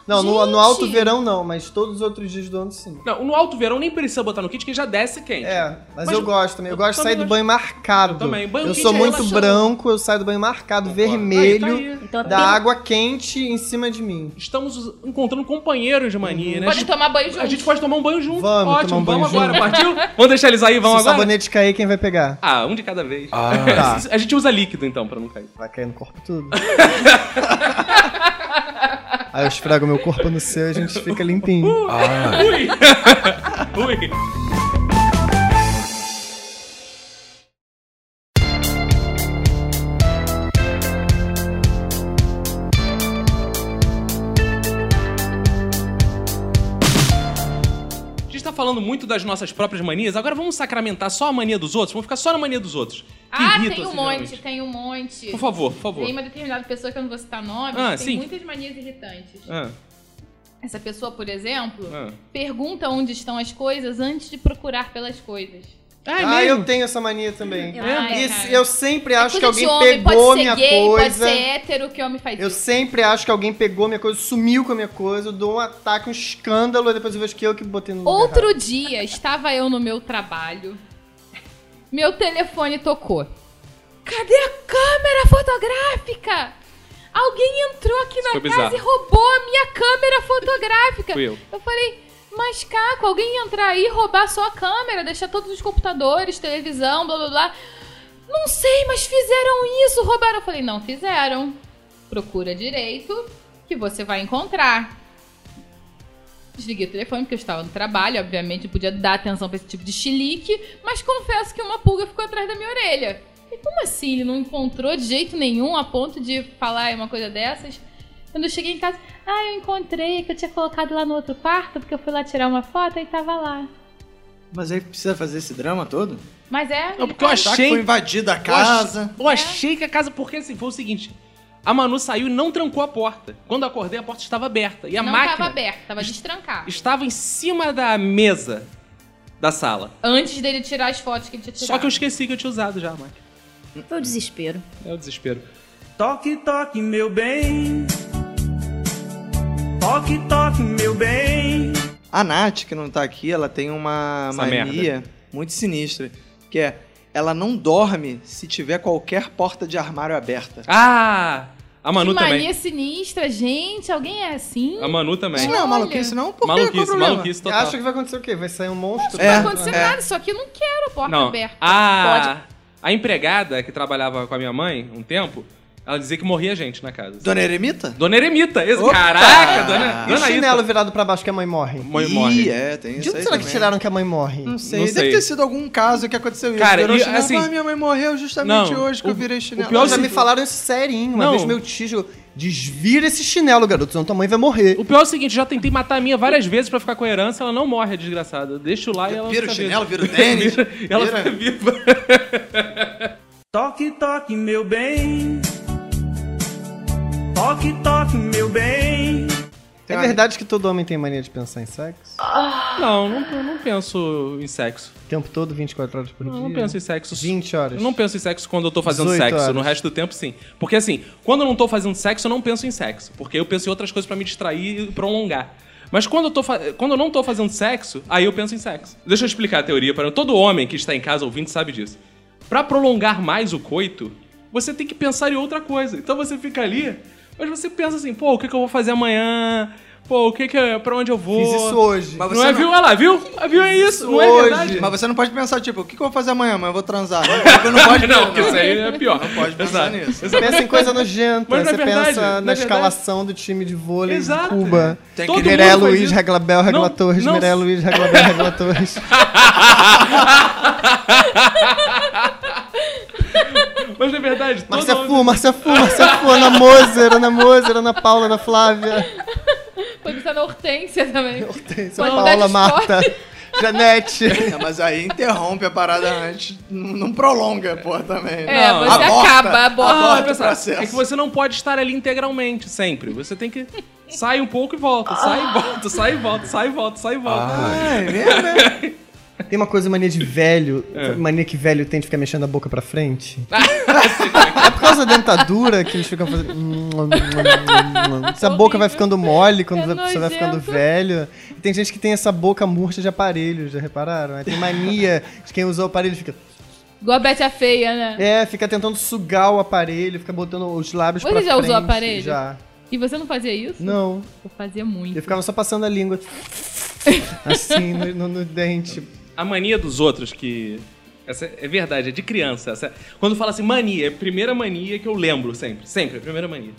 Speaker 5: Não, no, no
Speaker 4: Gente!
Speaker 5: alto verão não, mas todos os outros dias do ano sim.
Speaker 1: Não, no alto verão nem precisa botar no kit, que já desce quente.
Speaker 5: É, mas,
Speaker 1: Mas
Speaker 5: eu
Speaker 1: eu-
Speaker 5: gosto também. Eu
Speaker 1: eu
Speaker 5: gosto de
Speaker 1: também
Speaker 5: sair do
Speaker 1: gosto.
Speaker 5: banho marcado.
Speaker 1: Eu também. Banho
Speaker 5: eu
Speaker 1: quente
Speaker 5: sou
Speaker 1: é
Speaker 5: muito
Speaker 1: relaxante.
Speaker 5: branco, eu saio do banho marcado,
Speaker 1: Aí, tá
Speaker 5: vermelho,
Speaker 1: aí.
Speaker 3: Então,
Speaker 5: da
Speaker 3: pelo-
Speaker 5: água quente em cima de mim.
Speaker 1: Estamos us- encontrando companheiros de mania, né? A
Speaker 4: Pode
Speaker 1: gente-
Speaker 4: tomar banho junto.
Speaker 1: A gente pode tomar um banho junto.
Speaker 5: Vamos
Speaker 1: Ótimo,
Speaker 5: tomar um banho
Speaker 1: vamos agora, partiu?
Speaker 5: junto.
Speaker 1: Vamos deixar eles aí, vamos
Speaker 5: Se o
Speaker 1: agora?
Speaker 5: sabonete cair, quem vai pegar?
Speaker 1: Ah, um de cada vez.
Speaker 6: Ai.
Speaker 5: Tá.
Speaker 1: A gente usa líquido então, pra não cair.
Speaker 5: Vai cair no corpo tudo. Aí eu esfrego meu corpo no seu e a gente fica limpinho.
Speaker 4: Uh,
Speaker 6: Ai.
Speaker 1: Ui! Ui! A gente tá falando muito das nossas próprias manias, agora vamos sacramentar só a mania dos outros? Vamos ficar só na mania dos outros. Que
Speaker 4: Ah,
Speaker 1: irrita,
Speaker 4: tem um
Speaker 1: assim,
Speaker 4: monte,
Speaker 1: geralmente.
Speaker 4: tem um monte.
Speaker 1: Por favor, por favor.
Speaker 4: Tem uma determinada pessoa que eu não vou citar nomes,
Speaker 1: Ah,
Speaker 4: que tem
Speaker 1: sim.
Speaker 4: muitas manias irritantes.
Speaker 1: Ah,
Speaker 4: Essa pessoa, por exemplo,
Speaker 1: ah.
Speaker 4: pergunta onde estão as coisas antes de procurar pelas coisas.
Speaker 1: Ah, é
Speaker 5: Ah,
Speaker 1: mesmo?
Speaker 5: eu tenho essa mania também.
Speaker 3: Eu-
Speaker 4: Ai,
Speaker 5: E se-
Speaker 4: Ah, cara.
Speaker 5: eu sempre
Speaker 4: É
Speaker 5: acho que
Speaker 4: coisa de
Speaker 5: alguém
Speaker 4: homem,
Speaker 5: pegou
Speaker 4: pode ser
Speaker 5: minha
Speaker 4: gay,
Speaker 5: coisa.
Speaker 4: Pode ser hétero que homem faz
Speaker 5: Eu
Speaker 4: isso.
Speaker 5: sempre acho que alguém pegou minha coisa, sumiu com a minha coisa, eu dou um ataque, um escândalo, e depois eu vejo que eu que botei no lugar
Speaker 4: Outro dia, estava eu no meu trabalho, meu telefone tocou. Cadê a câmera fotográfica? Alguém entrou aqui na
Speaker 1: foi
Speaker 4: casa
Speaker 1: bizarro.
Speaker 4: e roubou a minha câmera fotográfica.
Speaker 1: Fui eu.
Speaker 4: falei, mas Caco, alguém entrar aí e roubar só a câmera, deixar todos os computadores, televisão, blá blá blá. Não sei, mas fizeram isso, roubaram. Eu falei, não fizeram. Procura direito que você vai encontrar. Desliguei o telefone porque eu estava no trabalho, obviamente eu podia dar atenção pra esse tipo de chilique, mas confesso que uma pulga ficou atrás da minha orelha. E como assim? Ele não encontrou de jeito nenhum a ponto de falar uma coisa dessas? Quando eu cheguei em casa, ah, eu encontrei, que eu tinha colocado lá no outro quarto, porque eu fui lá tirar uma foto e tava lá.
Speaker 2: Mas aí precisa fazer esse drama todo?
Speaker 4: Mas é.
Speaker 1: Não, porque eu
Speaker 2: Achar que foi
Speaker 1: achei.
Speaker 2: invadida a
Speaker 1: Eu ach-
Speaker 2: casa.
Speaker 1: Eu achei que a casa. Porque assim, foi o seguinte: a Manu saiu e não trancou a porta. Quando eu acordei, a porta estava aberta. E a
Speaker 4: não
Speaker 1: máquina
Speaker 4: tava aberto, tava destrancado.
Speaker 1: estava em cima da mesa da sala.
Speaker 4: Antes dele tirar as fotos que ele tinha tirado.
Speaker 1: Só que eu esqueci que eu tinha usado já a máquina.
Speaker 3: Foi o desespero.
Speaker 1: É o desespero.
Speaker 10: Toque, toque, meu bem. Toque, toque, meu bem.
Speaker 2: A Nath, que não tá aqui, ela tem uma
Speaker 1: Essa
Speaker 2: mania muito sinistra, que é ela não dorme se tiver qualquer porta de armário aberta.
Speaker 1: Ah! A Manu
Speaker 4: Que mania
Speaker 1: também.
Speaker 4: sinistra, gente. Alguém é assim?
Speaker 1: A Manu também.
Speaker 2: Isso não é maluquice, não? Por que qual é o
Speaker 1: Maluquice,
Speaker 2: problema?
Speaker 1: maluquice
Speaker 5: Eu
Speaker 1: total.
Speaker 5: acho que vai acontecer o quê? Vai sair um monstro?
Speaker 2: É,
Speaker 4: não vai acontecer
Speaker 2: é.
Speaker 4: tá nada, só que eu não quero a porta
Speaker 1: Não.
Speaker 4: aberta.
Speaker 1: A... a empregada que trabalhava com a minha mãe um tempo, Ela dizia que morria gente na casa.
Speaker 2: Dona Eremita?
Speaker 1: Dona Eremita, ex-
Speaker 2: Opa!
Speaker 1: caraca, dona,
Speaker 5: E o
Speaker 1: dona
Speaker 5: chinelo
Speaker 1: Ita.
Speaker 5: virado pra baixo que a mãe morre?
Speaker 1: Mãe morre. Ih, é,
Speaker 2: tem
Speaker 5: De
Speaker 2: é isso
Speaker 5: onde
Speaker 2: aí
Speaker 5: será que
Speaker 2: também.
Speaker 5: tiraram que a mãe morre?
Speaker 2: Não sei.
Speaker 1: Não
Speaker 2: Deve
Speaker 1: sei.
Speaker 2: ter sido algum caso que aconteceu isso.
Speaker 1: Cara,
Speaker 2: Virou
Speaker 1: e,
Speaker 2: chinelo,
Speaker 1: assim-
Speaker 2: "Ah, minha mãe morreu justamente
Speaker 1: Não,
Speaker 2: hoje que
Speaker 1: o-
Speaker 2: eu virei chinelo.
Speaker 1: o pior
Speaker 5: já
Speaker 1: é
Speaker 5: me
Speaker 1: que-
Speaker 5: falaram isso serinho. Uma
Speaker 1: Não.
Speaker 5: vez meu tio desvira esse chinelo, garoto, senão tua mãe vai morrer.
Speaker 1: O pior é o seguinte, já tentei matar a minha várias vezes pra ficar com a herança, ela não morre, a desgraçada. Eu Deixo lá e ela
Speaker 2: Vira o
Speaker 1: fica
Speaker 2: chinelo,
Speaker 1: viva.
Speaker 2: vira o tênis,
Speaker 1: Vira- <laughs> ela
Speaker 2: vira-
Speaker 1: fica viva.
Speaker 10: Toque, toque, meu bem. Toque, toque, meu bem.
Speaker 5: É verdade que todo homem tem mania de pensar em sexo?
Speaker 1: Não, não, eu não penso em sexo.
Speaker 5: O tempo todo, 24 horas por dia?
Speaker 1: Eu não penso em sexo.
Speaker 5: 20 horas.
Speaker 1: Eu não penso em sexo quando eu tô fazendo
Speaker 5: 18
Speaker 1: sexo.
Speaker 5: horas.
Speaker 1: No resto do tempo, sim. Porque assim, quando eu não tô fazendo sexo, eu não penso em sexo. Porque eu penso em outras coisas pra me distrair e prolongar. Mas quando eu, tô fa- quando eu não tô fazendo sexo, aí eu penso em sexo. Deixa eu explicar a teoria para todo homem que está em casa ouvindo sabe disso. Pra prolongar mais o coito, você tem que pensar em outra coisa. Então você fica ali, mas você pensa assim, pô, o que, que eu vou fazer amanhã? Pô, o que que é, pra onde eu vou?
Speaker 5: Fiz isso hoje.
Speaker 1: Não é, viu? Olha lá, viu? Viu? É isso, não é verdade?
Speaker 2: Mas você não pode pensar, tipo, o que, que eu vou fazer amanhã? Amanhã eu
Speaker 1: <laughs>
Speaker 2: vou transar. Você não pode
Speaker 1: Não, porque isso aí é pior.
Speaker 2: Não pode pensar
Speaker 1: Exato.
Speaker 2: nisso.
Speaker 5: Você pensa em coisa nojenta,
Speaker 1: Mas na
Speaker 5: você
Speaker 1: verdade,
Speaker 5: pensa
Speaker 1: na
Speaker 5: na
Speaker 1: verdade-
Speaker 5: escalação do time de vôlei
Speaker 1: Exato.
Speaker 5: de Cuba.
Speaker 2: Tem
Speaker 1: Todo
Speaker 2: aquele-
Speaker 1: mundo
Speaker 5: Miré
Speaker 1: faz
Speaker 5: Luiz,
Speaker 1: isso.
Speaker 5: Regla Bel, Regla
Speaker 1: Não-
Speaker 5: Torres,
Speaker 1: não-
Speaker 5: Miré Luiz, <laughs> Regla Bel, Regla Torres.
Speaker 1: <laughs> Mas na verdade, todo
Speaker 5: Márcia
Speaker 1: homem-
Speaker 5: Fu, Márcia Fu, Márcia Fu, Ana Moser, Ana Moser, Ana Paula, Ana Flávia,
Speaker 4: Pode estar na Hortência também.
Speaker 5: São
Speaker 4: Pode dar
Speaker 5: Paula,
Speaker 4: de
Speaker 5: Marta, Janete.
Speaker 2: É, mas aí interrompe a parada antes. Não, não prolonga, pô, também.
Speaker 4: É,
Speaker 2: Não,
Speaker 4: você
Speaker 2: aborta.
Speaker 4: acaba, aborta.
Speaker 2: Aborta
Speaker 1: Ah,
Speaker 2: o
Speaker 1: pessoal,
Speaker 2: processo.
Speaker 1: é que você não pode estar ali integralmente sempre. Você tem que sai um pouco e volta, sai e volta, sai e volta, sai e volta, sai e volta.
Speaker 2: Ah, é mesmo, né?
Speaker 5: Tem uma coisa mania de velho, mania que velho tem de ficar mexendo a boca pra frente. é por causa da dentadura que eles ficam fazendo. Essa boca vai ficando mole quando
Speaker 4: É
Speaker 5: você vai ficando
Speaker 4: nojento.
Speaker 5: velho. E tem gente que tem essa boca murcha de aparelho, já repararam? Aí tem mania de quem usou o aparelho fica.
Speaker 4: Igual a Bete a Feia, né?
Speaker 5: É, fica tentando sugar o aparelho, fica botando os lábios
Speaker 4: Você
Speaker 5: pra
Speaker 4: já
Speaker 5: frente.
Speaker 4: usou aparelho?
Speaker 5: Já.
Speaker 4: E você não fazia isso?
Speaker 5: Não.
Speaker 4: Eu fazia muito.
Speaker 5: Eu ficava só passando a língua. Assim, no, no- no dente.
Speaker 1: A mania dos outros que essa é verdade, é de criança. Essa- Quando fala assim mania, é a primeira mania que eu lembro sempre, sempre é a primeira mania.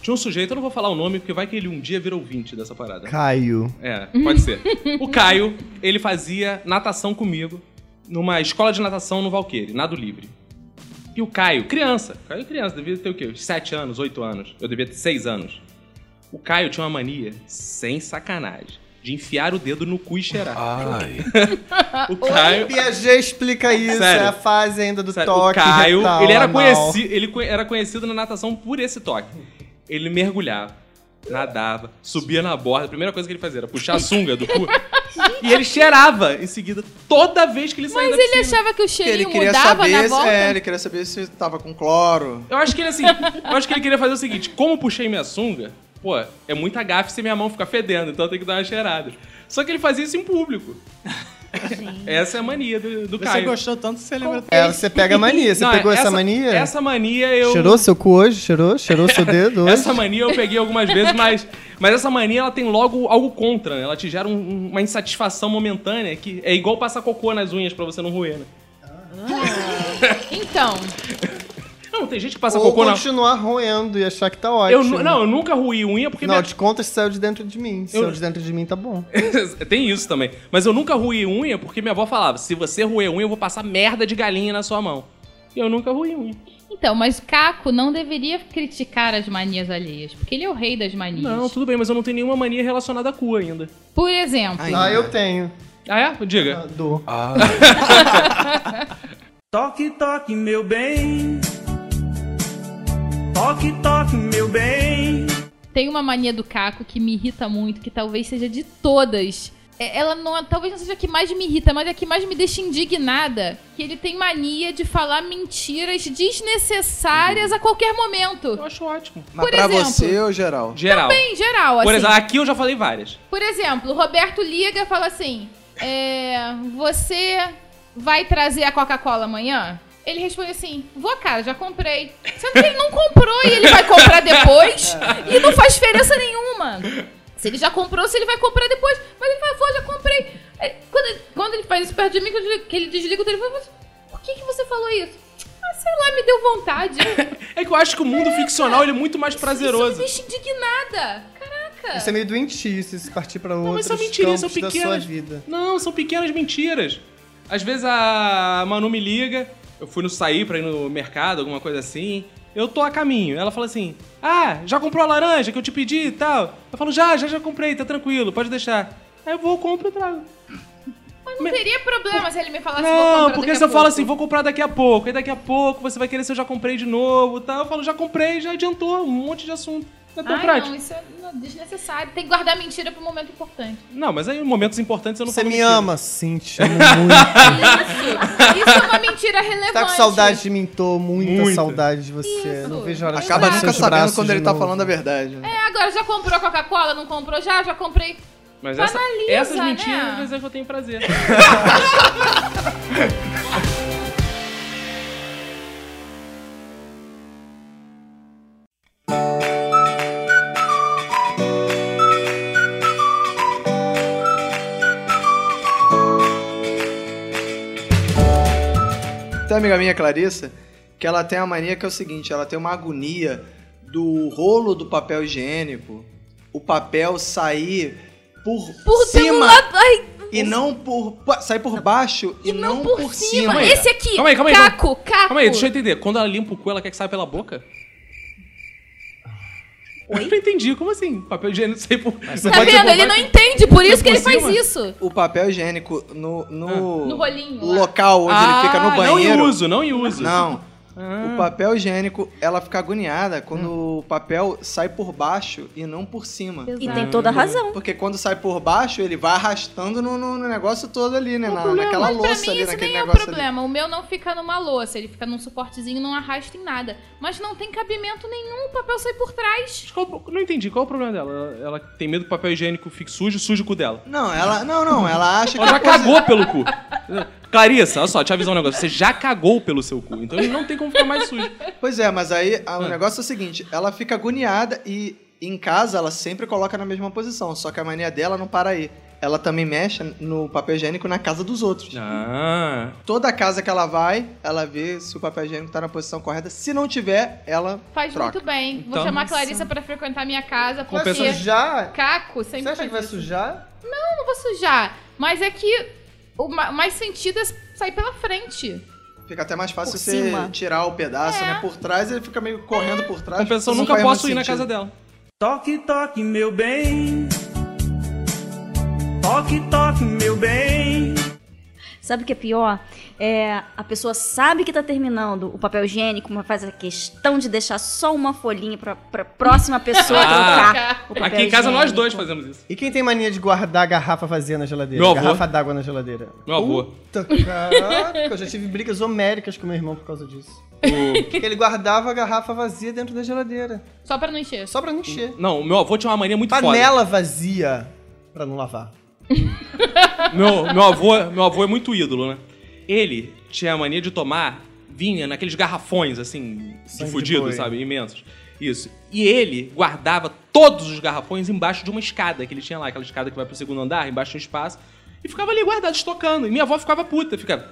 Speaker 1: Tinha um sujeito, eu não vou falar o nome porque vai que ele um dia vira ouvinte dessa parada.
Speaker 5: Caio.
Speaker 1: É, pode ser. O Caio, ele fazia natação comigo numa escola de natação no Valqueire, nado livre. E o Caio, criança, Caio é criança, devia ter o quê? Uns 7 anos, 8 anos. Eu devia ter 6 anos. O Caio tinha uma mania, sem sacanagem, de enfiar o dedo no cu e cheirar.
Speaker 6: Ai.
Speaker 1: O Caio.
Speaker 5: Piaget explica isso,
Speaker 1: Sério.
Speaker 5: é a fase ainda do
Speaker 1: Sério,
Speaker 5: toque.
Speaker 1: o Caio,
Speaker 5: retal,
Speaker 1: ele, era
Speaker 5: anal.
Speaker 1: conhecido, ele co- era conhecido na natação por esse toque. Ele mergulhava, nadava, subia na borda. A primeira coisa que ele fazia era puxar a sunga do cu. e ele cheirava em seguida toda vez que ele saía
Speaker 4: Mas
Speaker 1: da
Speaker 4: ele
Speaker 1: piscina.
Speaker 4: achava que o
Speaker 2: assim, Porque ele
Speaker 4: cheirinho
Speaker 2: queria
Speaker 4: mudava na
Speaker 2: saber se,
Speaker 4: volta?
Speaker 2: é, ele queria saber se tava com cloro.
Speaker 1: Eu acho que ele assim, eu acho que ele queria fazer o seguinte: como eu puxei minha sunga, pô, é muita gafe se minha mão ficar fedendo, então eu tenho que dar uma cheirada. Só que ele fazia isso em público. Essa é a mania do, do
Speaker 2: Você
Speaker 1: Caio.
Speaker 2: gostou tanto que você lembra.
Speaker 5: É, você pega a mania.
Speaker 1: <laughs>
Speaker 5: Você
Speaker 1: Não,
Speaker 5: pegou essa, mania?
Speaker 1: Essa mania eu.
Speaker 5: Cheirou seu cu hoje? Cheirou? Cheirou seu dedo
Speaker 1: <laughs>
Speaker 5: hoje?
Speaker 1: Essa mania eu peguei algumas vezes, mas, mas essa mania ela tem logo algo contra, né? Ela te gera um- uma insatisfação momentânea que é igual passar cocô nas unhas pra você não roer, né?
Speaker 4: Então,
Speaker 1: Não, tem gente que passa
Speaker 5: Ou
Speaker 1: cocô na.
Speaker 5: continuar roendo e achar que tá ótimo.
Speaker 1: Eu, nu- não, eu nunca ruí unha porque
Speaker 5: Não,
Speaker 1: minha-
Speaker 5: de contas saiu de dentro de mim. Saiu de dentro de mim, tá bom.
Speaker 1: <laughs> Tem isso também. Mas eu nunca ruí unha porque minha avó falava: se você roer unha, eu vou passar merda de galinha na sua mão. E eu nunca ruí unha.
Speaker 4: então, mas Caco não deveria criticar as manias alheias, porque ele é o rei das manias.
Speaker 1: Não, tudo bem, mas eu não tenho nenhuma mania relacionada à cu ainda.
Speaker 4: Por exemplo,
Speaker 2: Ai,
Speaker 5: Ah, eu tenho.
Speaker 1: Ah, é?
Speaker 5: Ah,
Speaker 1: Diga.
Speaker 5: Dor.
Speaker 10: Toque, toque, meu bem. Toque, toque, meu bem.
Speaker 4: tem uma mania do Caco que me irrita muito, que talvez seja de todas. É, Ela não, talvez não seja a que mais me irrita, mas é a que mais me deixa indignada. Que ele tem mania de falar mentiras desnecessárias a qualquer momento.
Speaker 1: Eu acho ótimo.
Speaker 2: Mas
Speaker 4: Por
Speaker 2: pra
Speaker 4: exemplo.
Speaker 2: você ou geral?
Speaker 1: Geral.
Speaker 4: Em geral, assim.
Speaker 1: Por exemplo, aqui eu já falei várias.
Speaker 4: Por exemplo, Roberto liga e fala assim: é, Você vai trazer a Coca-Cola amanhã? Ele responde assim: Vou, cara, já comprei. Sendo que ele não comprou e ele vai
Speaker 1: <laughs>
Speaker 4: comprar depois. e não faz diferença nenhuma. Se ele já comprou, se ele vai comprar depois. Mas ele fala: Vou, já comprei. Aí, Quando, ele- quando ele faz isso perto de mim, que eu assim,
Speaker 1: <laughs>
Speaker 4: desligo- que ele desliga o telefone, eu falo, Por que, que você falou isso? Ah, sei lá, me deu vontade.
Speaker 1: É que eu acho que o mundo ficcional ele é muito mais
Speaker 4: Isso
Speaker 1: prazeroso.
Speaker 4: me deixa indignada. Caraca.
Speaker 5: Isso é meio doentio, se partir pra
Speaker 1: Não, mas
Speaker 5: outros
Speaker 1: são mentirinhas, são
Speaker 5: campos da sua
Speaker 1: pequenas.
Speaker 5: vida.
Speaker 1: Não, são pequenas mentiras. Às vezes a Manu me liga, eu fui no sair pra ir no mercado, alguma coisa assim. Eu tô a caminho. Ela fala assim: Ah, já comprou a laranja que eu te pedi e tal? Eu falo: Já, já, já comprei, tá tranquilo, pode deixar. Aí eu vou, compro e trago.
Speaker 4: Mas não teria problema se ele me falasse vou comprar
Speaker 1: é Não,
Speaker 4: daqui
Speaker 1: porque
Speaker 4: a
Speaker 1: se eu falo
Speaker 4: pouco.
Speaker 1: assim, vou comprar daqui a pouco, e daqui a pouco você vai querer se eu já comprei de novo e tal. Eu falo, já comprei, já adiantou um monte de assunto. Não é tão
Speaker 4: Ai,
Speaker 1: prático.
Speaker 4: não, isso é não, desnecessário. Tem que guardar mentira pro momento importante.
Speaker 1: Não, mas aí em momentos importantes eu não
Speaker 5: Você
Speaker 1: falo
Speaker 5: me
Speaker 1: mentira.
Speaker 5: ama? Sim, te amo muito.
Speaker 4: Isso é uma mentira relevante.
Speaker 5: tá com saudade de mim, tô muita,
Speaker 2: Muita.
Speaker 5: saudade de você. Não vejo a hora de
Speaker 2: Acaba
Speaker 5: estar nos
Speaker 2: nunca
Speaker 5: seus
Speaker 2: sabendo
Speaker 5: braços
Speaker 2: quando
Speaker 5: de
Speaker 2: ele tá
Speaker 5: novo.
Speaker 2: falando a verdade. né?
Speaker 4: É, agora já comprou a Coca-Cola? Não comprou já? Já comprei.
Speaker 1: Mas
Speaker 4: Analisa,
Speaker 1: essa, essas
Speaker 4: né?
Speaker 1: mentiras, às vezes, é eu tenho prazer.
Speaker 4: É.
Speaker 2: Tem uma amiga minha, Clarissa, que ela tem a mania que é o seguinte, ela tem uma agonia do rolo do papel higiênico, o papel sair por,
Speaker 4: Por
Speaker 2: cima
Speaker 4: pelo lado- ai,
Speaker 2: e não por pa- sair por baixo e, não, por, cima.
Speaker 4: Esse aqui.
Speaker 1: Calma aí, calma aí.
Speaker 4: Caco,
Speaker 1: calma.
Speaker 4: caco.
Speaker 1: Calma aí, deixa eu entender. Quando ela limpa o cu, ela quer que saia pela boca? Eu não entendi. Como assim? Papel higiênico sai por...
Speaker 4: Tá vendo? Ele não entende, por isso que ele faz isso.
Speaker 2: O papel higiênico no, no,
Speaker 4: Ah. No rolinho, é. lá.
Speaker 2: local onde
Speaker 1: Ah,
Speaker 2: ele fica no
Speaker 1: não em
Speaker 2: banheiro.
Speaker 1: uso, não em uso.
Speaker 2: Não.
Speaker 1: Ah.
Speaker 2: O papel higiênico, ela fica agoniada quando o papel sai por baixo e não por cima.
Speaker 3: E tem toda a razão.
Speaker 2: Porque quando sai por baixo, ele vai arrastando no, no- no negócio todo ali, né? Na,
Speaker 4: problema.
Speaker 2: naquela
Speaker 4: Mas pra
Speaker 2: louça
Speaker 4: mim
Speaker 2: ali,
Speaker 4: isso
Speaker 2: naquele
Speaker 4: nem é o
Speaker 2: negócio ali.
Speaker 4: problema. O meu não fica numa louça, ele fica num suportezinho, não arrasta em nada. Mas não tem cabimento nenhum, o papel sai por trás.
Speaker 1: Mas qual- não entendi. Qual é o problema dela? Ela, ela tem medo que o papel higiênico fique sujo, suja o cu dela.
Speaker 2: Não, ela. Não, não, ela acha que.
Speaker 1: Ela já
Speaker 2: a coisa-
Speaker 1: cagou pelo cu. Clarissa, olha só, deixa eu avisar um negócio. Você já cagou pelo seu cu, então ele não tem como ficar mais
Speaker 2: <laughs>
Speaker 1: sujo.
Speaker 2: Pois é, mas aí
Speaker 1: Ah.
Speaker 2: a- o negócio é o seguinte: ela fica agoniada e em casa ela sempre coloca na mesma posição, só que a mania dela não para aí. Ela também mexe no papel higiênico na casa dos outros.
Speaker 1: Ah.
Speaker 2: Toda casa que ela vai, ela vê se o papel higiênico tá na posição correta. Se não tiver, ela
Speaker 4: Faz
Speaker 2: troca.
Speaker 4: muito bem. Vou
Speaker 2: Então-
Speaker 4: chamar a Clarissa pra frequentar minha casa,
Speaker 5: Vai
Speaker 4: porque
Speaker 5: sujar?
Speaker 4: Caco sempre
Speaker 5: Você acha
Speaker 4: faz
Speaker 5: que vai
Speaker 4: isso.
Speaker 5: sujar?
Speaker 4: Não, não vou sujar. Mas é que o ma- mais sentido é sair pela frente.
Speaker 2: Fica até mais fácil
Speaker 4: Por
Speaker 2: você
Speaker 4: cima. É.
Speaker 2: tirar o pedaço, né? Por trás ele fica meio correndo por trás.
Speaker 1: Compensação,
Speaker 2: Não
Speaker 1: nunca
Speaker 2: faz
Speaker 1: posso
Speaker 2: muito
Speaker 1: ir na
Speaker 2: sentido.
Speaker 1: casa dela.
Speaker 10: Toque, toque, meu bem. Toque, toque, meu bem.
Speaker 3: Sabe o que é pior? É, a pessoa sabe que tá terminando o papel higiênico, mas faz a questão de deixar só uma folhinha pra, pra próxima pessoa trocar o papel
Speaker 1: Ah. aqui em casa
Speaker 3: higiênico.
Speaker 1: nós dois fazemos isso.
Speaker 5: E quem tem mania de guardar a garrafa vazia na geladeira?
Speaker 1: Meu avô.
Speaker 5: garrafa d'água na geladeira.
Speaker 10: Uh.
Speaker 1: Meu avô.
Speaker 5: <laughs> Puta, caraca, eu já tive brigas homéricas com meu irmão por causa disso.
Speaker 1: O-
Speaker 5: Ele guardava a garrafa vazia dentro da geladeira.
Speaker 4: Só pra não encher.
Speaker 5: Só pra não encher.
Speaker 1: Não, o meu avô tinha uma mania
Speaker 10: Tá
Speaker 1: muito foda.
Speaker 5: Panela vazia pra não lavar.
Speaker 1: Meu, meu, avô, meu avô é muito ídolo, né? Ele tinha a mania de tomar vinha naqueles garrafões, assim, de
Speaker 5: Sangue de
Speaker 1: fudido,
Speaker 5: boi.
Speaker 1: sabe? Imensos. Isso. E ele guardava todos os garrafões embaixo de uma escada que ele tinha lá, aquela escada que vai pro segundo andar, embaixo de um espaço, e ficava ali guardado, estocando. E minha avó ficava puta, ficava.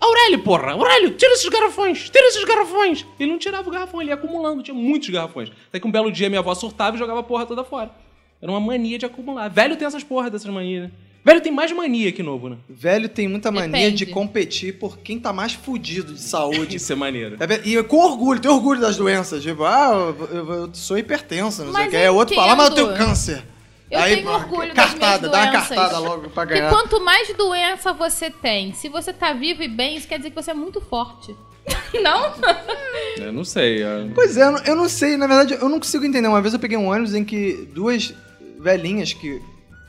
Speaker 1: Aurélio, porra! Aurélio, tira esses garrafões! Tira esses garrafões! Ele não tirava o garrafão, ele ia acumulando, tinha muitos garrafões. Até que um belo dia minha avó surtava e jogava a porra toda fora. Era uma mania de acumular. Velho tem essas porra dessas manias, né? Velho tem mais mania que novo, né?
Speaker 2: Velho tem muita mania
Speaker 4: Depende.
Speaker 2: de competir por quem tá mais fudido de saúde.
Speaker 1: Isso é maneiro.
Speaker 2: Tá vendo? E com orgulho, tem orgulho das doenças. Tipo, ah, eu, eu- eu sou hipertenso, não sei
Speaker 4: Mas
Speaker 2: o que. Aí o outro fala,
Speaker 4: entendo.
Speaker 2: mas eu tenho câncer.
Speaker 4: Eu
Speaker 2: Aí,
Speaker 4: tenho
Speaker 2: pô,
Speaker 4: orgulho das
Speaker 2: cartada,
Speaker 4: minhas
Speaker 2: dá uma
Speaker 4: doenças.
Speaker 2: cartada logo pra
Speaker 4: Porque
Speaker 1: É.
Speaker 2: ganhar.
Speaker 4: quanto mais doença você tem, se você tá vivo e bem, isso quer dizer que você é muito forte. <laughs> Não?
Speaker 1: Eu não sei. é-
Speaker 2: Pois é, eu não, eu não sei, na verdade, eu não consigo entender. Uma vez eu peguei um ônibus em que duas velhinhas que,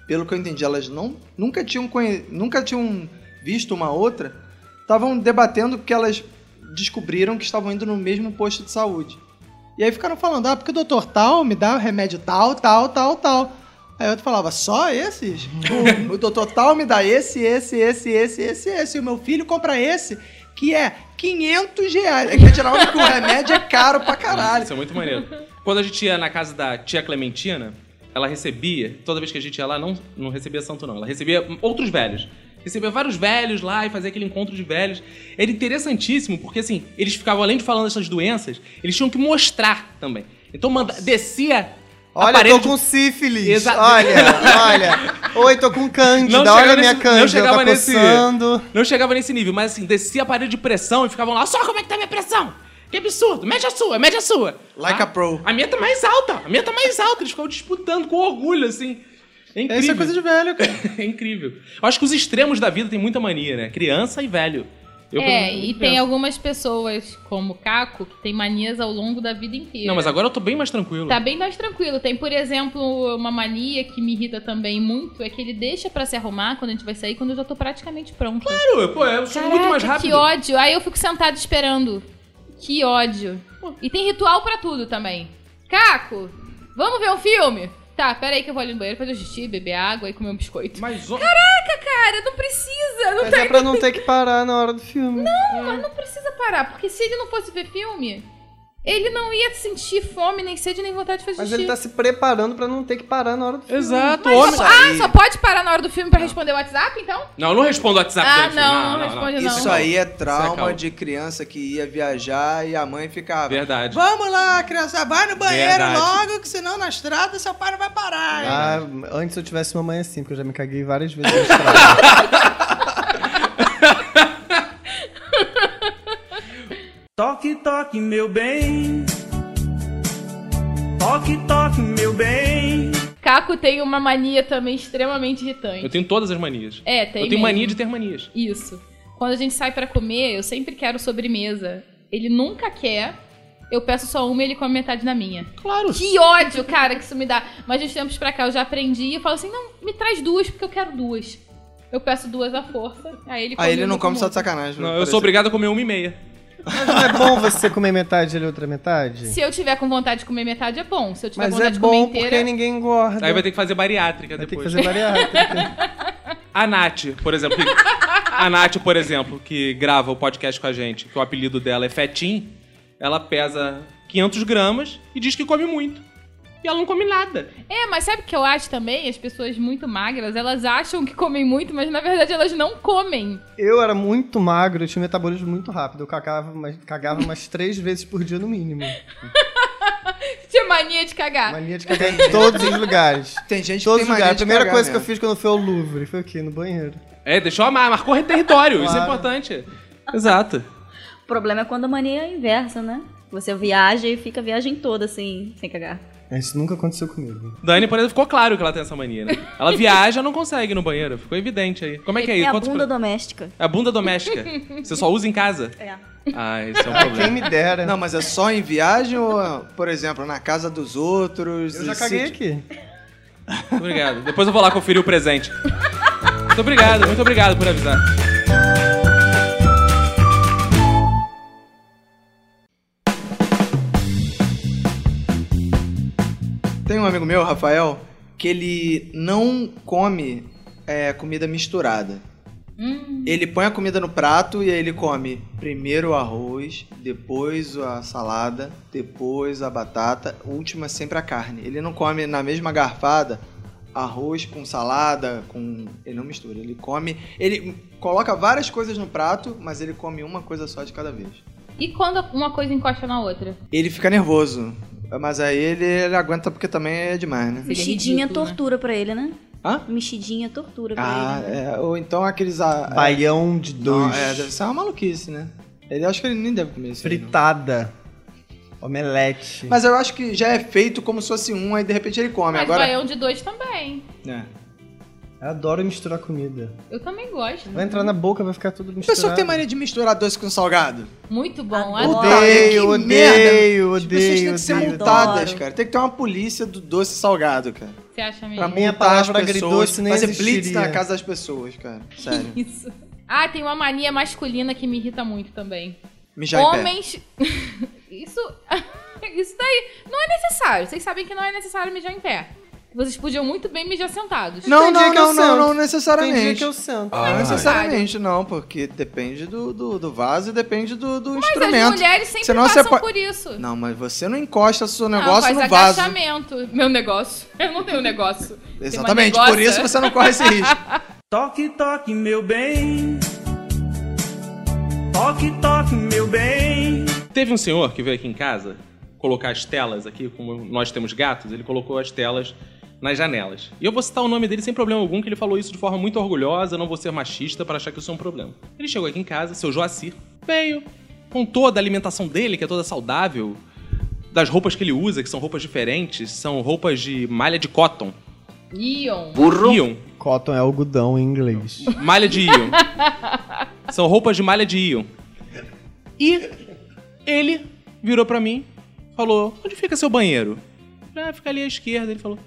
Speaker 2: pelo que eu entendi, elas não, nunca, tinham conhe... nunca tinham visto uma outra, estavam debatendo porque elas descobriram que estavam indo no mesmo posto de saúde. E aí ficaram falando, ah, porque o doutor tal me dá o remédio tal, tal, tal, tal. Aí outro falava, só esses? O, o doutor tal me dá esse, esse, esse, esse, esse, esse. E o meu filho compra esse, que é 500 reais. É que tirava que o remédio é caro pra caralho.
Speaker 1: Isso é muito maneiro. Quando a gente ia na casa da tia Clementina, ela recebia, toda vez que a gente ia lá, não, não recebia santo não, ela recebia outros velhos. Recebia vários velhos lá e fazia aquele encontro de velhos. Era interessantíssimo, porque assim, eles ficavam, além de falando essas doenças, eles tinham que mostrar também. Então manda, descia.
Speaker 5: Olha,
Speaker 1: aparelho
Speaker 5: eu tô
Speaker 1: de-
Speaker 5: com sífilis.
Speaker 1: Exa-
Speaker 5: Olha, olha. Oi, tô com cândida.
Speaker 1: Não
Speaker 5: olha
Speaker 1: chegava
Speaker 5: a minha
Speaker 1: nesse-
Speaker 5: cândida.
Speaker 1: Não chegava,
Speaker 5: tá
Speaker 1: nesse,
Speaker 5: coçando.
Speaker 1: não chegava nesse nível, mas assim, descia a parede de pressão e ficavam lá, só como é que tá a minha pressão? Que absurdo, mede a sua, mede a sua.
Speaker 2: Like
Speaker 1: Ah,
Speaker 2: a pro.
Speaker 1: A minha tá mais alta, a minha tá mais alta. Eles ficavam disputando com orgulho, assim. É incrível.
Speaker 2: Isso é coisa de velho, cara.
Speaker 1: é incrível. <laughs> Eu acho que os extremos da vida têm muita mania, né? Criança e velho. Eu, pelo
Speaker 4: é,
Speaker 1: menos,
Speaker 4: e
Speaker 1: penso.
Speaker 4: tem algumas pessoas, como o Caco, que tem manias ao longo da vida inteira.
Speaker 1: Não, mas agora eu tô bem mais tranquilo.
Speaker 4: Tá bem mais tranquilo. Tem, por exemplo, uma mania que me irrita também muito, é que ele deixa pra se arrumar quando a gente vai sair, quando eu já tô praticamente pronto.
Speaker 1: Claro, eu- pô, eu sou é muito mais rápido.
Speaker 4: que ódio. Aí eu fico sentado esperando. Que ódio. E tem ritual pra tudo também. Caco, vamos ver um filme? Tá, peraí que eu vou ali no banheiro fazer xixi, beber água e comer um biscoito.
Speaker 1: Mas
Speaker 4: Caraca, cara, não precisa. Não
Speaker 5: Mas
Speaker 4: tem-
Speaker 5: é pra não ter que parar na hora do filme.
Speaker 4: Não, mas não precisa parar, porque se ele não fosse ver filme, ele não ia sentir fome, nem sede, nem vontade de fazer
Speaker 5: Mas
Speaker 4: xixi.
Speaker 5: ele tá se preparando pra não ter que parar na hora do filme.
Speaker 1: Exato,
Speaker 4: Mas só- ah, só pode parar na hora do filme pra responder o WhatsApp, então?
Speaker 1: Não, eu não respondo o WhatsApp.
Speaker 4: Ah,
Speaker 1: dele,
Speaker 4: não,
Speaker 1: filho.
Speaker 4: não responde não.
Speaker 2: Isso aí
Speaker 1: Isso
Speaker 2: é
Speaker 1: é
Speaker 2: trauma
Speaker 1: calma.
Speaker 2: de criança que ia viajar e a mãe ficava.
Speaker 1: Verdade.
Speaker 2: Vamos lá, criança, vai no banheiro
Speaker 5: Verdade.
Speaker 2: logo, que senão na estrada seu pai não vai parar. hein?
Speaker 5: Ah, antes eu tivesse uma mãe assim, porque eu já me caguei várias vezes na estrada.
Speaker 10: Toque, toque, meu bem. Toque, toque, meu bem.
Speaker 4: Caco tem uma mania também extremamente irritante.
Speaker 1: Eu tenho todas as manias.
Speaker 4: É, tem
Speaker 1: Eu tenho mania
Speaker 4: mesmo.
Speaker 1: de ter manias.
Speaker 4: Isso. Quando a gente sai pra comer, eu sempre quero sobremesa. Ele nunca quer. Eu peço só uma e ele come metade da minha.
Speaker 1: Claro.
Speaker 4: Que ódio, cara, que isso me dá. Mas de uns tempos pra cá eu já aprendi e eu falo assim: não, me traz duas, porque eu quero duas. Eu peço duas à força. Aí ele come
Speaker 2: Aí ele
Speaker 4: uma
Speaker 2: não
Speaker 4: com
Speaker 2: come só
Speaker 4: outra.
Speaker 2: de sacanagem.
Speaker 1: Não,
Speaker 2: né?
Speaker 1: eu sou obrigado a comer uma e meia.
Speaker 5: Mas não é bom você comer metade e ele outra metade?
Speaker 4: Se eu tiver com vontade de comer metade, é bom. Se eu tiver
Speaker 5: Mas
Speaker 4: vontade
Speaker 5: é
Speaker 4: de comer
Speaker 5: bom
Speaker 4: inteira.
Speaker 5: porque ninguém engorda.
Speaker 1: Aí Tá vai ter que fazer bariátrica depois.
Speaker 5: fazer bariátrica.
Speaker 1: A Nath, por exemplo. que- a Nath, por exemplo, que grava o podcast com a gente, que o apelido dela é Fetim, ela pesa 500 gramas e diz que come muito. E ela não come nada.
Speaker 4: É, mas sabe o que eu acho também? As pessoas muito magras, elas acham que comem muito, mas na verdade elas não comem.
Speaker 5: Eu era muito magro, eu tinha um metabolismo muito rápido. Eu cagava, mais- cagava umas três vezes por dia no mínimo.
Speaker 4: Tinha mania de cagar.
Speaker 5: Mania de cagar em todos os
Speaker 2: <laughs>
Speaker 5: lugares.
Speaker 2: Tem Ah. gente
Speaker 5: todos os
Speaker 2: mania
Speaker 5: lugares. A
Speaker 2: de
Speaker 5: primeira
Speaker 2: cagar né?
Speaker 5: coisa que eu
Speaker 2: mesmo.
Speaker 5: fiz quando eu fui ao Louvre foi o quê? No banheiro.
Speaker 1: É, deixou a mar- marcou território. Isso é
Speaker 5: Claro.
Speaker 1: importante. Exato.
Speaker 3: O problema é quando a mania é inversa, né? Você viaja e fica a viagem toda, assim, sem cagar.
Speaker 5: É, Isso nunca aconteceu comigo.
Speaker 1: Dani, por exemplo, ficou claro que ela tem essa mania, né? Ela viaja, não consegue ir no banheiro. Ficou evidente aí. Como é que é
Speaker 3: É
Speaker 1: isso?
Speaker 3: a
Speaker 1: Quantos
Speaker 3: bunda
Speaker 1: pro-
Speaker 3: doméstica.
Speaker 1: É a bunda doméstica. Você só usa em casa?
Speaker 3: É.
Speaker 1: Ah, isso é um
Speaker 3: <laughs>
Speaker 1: problema.
Speaker 5: Quem me dera.
Speaker 2: Não, mas é só em viagem ou, por exemplo, na casa dos outros?
Speaker 5: Eu já
Speaker 2: se-
Speaker 5: caguei aqui.
Speaker 1: Muito Obrigado. Depois eu vou lá conferir o presente. Muito obrigado, muito obrigado por avisar.
Speaker 2: Tem um amigo meu, Rafael, que ele não come é, comida misturada.
Speaker 4: Hum.
Speaker 2: Ele põe a comida no prato e aí ele come primeiro o arroz, depois a salada, depois a batata, última sempre a carne. Ele não come na mesma garfada arroz com salada, com ele não mistura. Ele come, ele coloca várias coisas no prato, mas ele come uma coisa só de cada vez.
Speaker 4: E quando uma coisa encosta na outra?
Speaker 2: Ele fica nervoso, mas aí ele, ele aguenta porque também é demais, né?
Speaker 3: Mexidinha é tortura pra ele, né?
Speaker 2: Hã?
Speaker 3: Mexidinha é tortura pra
Speaker 2: Ah,
Speaker 3: ele. né?
Speaker 2: é, ou então aqueles. A,
Speaker 5: Baião de dois.
Speaker 2: Não, é, deve ser uma maluquice, né? Ele acho que ele nem deve comer isso. aí, não.
Speaker 5: Fritada. Omelete.
Speaker 2: Mas eu acho que já é feito como se fosse um, aí de repente ele come.
Speaker 4: Mas
Speaker 2: Agora.
Speaker 4: baião de dois também.
Speaker 2: É.
Speaker 5: Eu adoro misturar comida.
Speaker 4: Eu também gosto.
Speaker 2: Né?
Speaker 5: Vai entrar na boca, vai ficar tudo misturado.
Speaker 2: Pessoa que tem mania de misturar doce com salgado.
Speaker 4: Muito bom,
Speaker 2: Ah,
Speaker 5: Odeio,
Speaker 4: adoro.
Speaker 2: que
Speaker 5: odeio,
Speaker 2: merda. As
Speaker 5: odeio,
Speaker 2: pessoas têm que ser
Speaker 5: odeio.
Speaker 2: multadas,
Speaker 5: Adoro.
Speaker 2: cara. Tem que ter uma polícia do doce salgado, cara.
Speaker 4: Você acha mesmo?
Speaker 2: Pra
Speaker 5: Minha
Speaker 2: multar as
Speaker 5: palavra
Speaker 2: pessoas,
Speaker 5: agridoce nem
Speaker 2: Fazer blitz
Speaker 5: existiria.
Speaker 2: na casa das pessoas, cara. <laughs> Sério.
Speaker 4: Isso. Ah, tem uma mania masculina que me irrita muito também.
Speaker 2: Mijar em pé.
Speaker 4: Homens. <laughs> Isso. <laughs> Isso daí não é necessário. Vocês sabem que não é necessário mijar em pé. Vocês podiam muito bem mijar sentados.
Speaker 2: Não,
Speaker 5: Tem
Speaker 2: não,
Speaker 5: dia que eu
Speaker 2: não, não,
Speaker 5: sento.
Speaker 2: não necessariamente.
Speaker 5: Tem dia que eu sento.
Speaker 2: Não
Speaker 5: Ai.
Speaker 2: necessariamente, não, porque depende do, do, do vaso e depende do, do
Speaker 4: Mas
Speaker 2: instrumento.
Speaker 4: as mulheres sempre
Speaker 2: Senão
Speaker 4: passam
Speaker 2: você po-
Speaker 4: por isso.
Speaker 2: Não, mas você não encosta o seu
Speaker 4: Não,
Speaker 2: negócio
Speaker 4: faz
Speaker 2: no vaso.
Speaker 4: agachamento. Meu negócio. <laughs> Eu não tenho negócio. Tem uma
Speaker 2: Exatamente, por
Speaker 4: negócia.
Speaker 2: isso você não corre esse risco.
Speaker 10: Toque, toque, meu bem. Toque, toque, meu bem.
Speaker 1: Teve um senhor que veio aqui em casa colocar as telas aqui, como nós temos gatos, ele colocou as telas nas janelas. E eu vou citar o nome dele sem problema algum, que ele falou isso de forma muito orgulhosa, não vou ser machista para achar que isso é um problema. Ele chegou aqui em casa, seu Joacir, veio, contou da alimentação dele, que é toda saudável, das roupas que ele usa, que são roupas diferentes, são roupas de malha de cotton.
Speaker 4: Ion.
Speaker 1: Ion.
Speaker 5: Cotton é algodão em inglês.
Speaker 1: Malha de Ion. São roupas de malha de Ion. E ele virou pra mim, falou: Onde fica seu banheiro? Eu falei, Ah, fica ali à esquerda. Ele falou: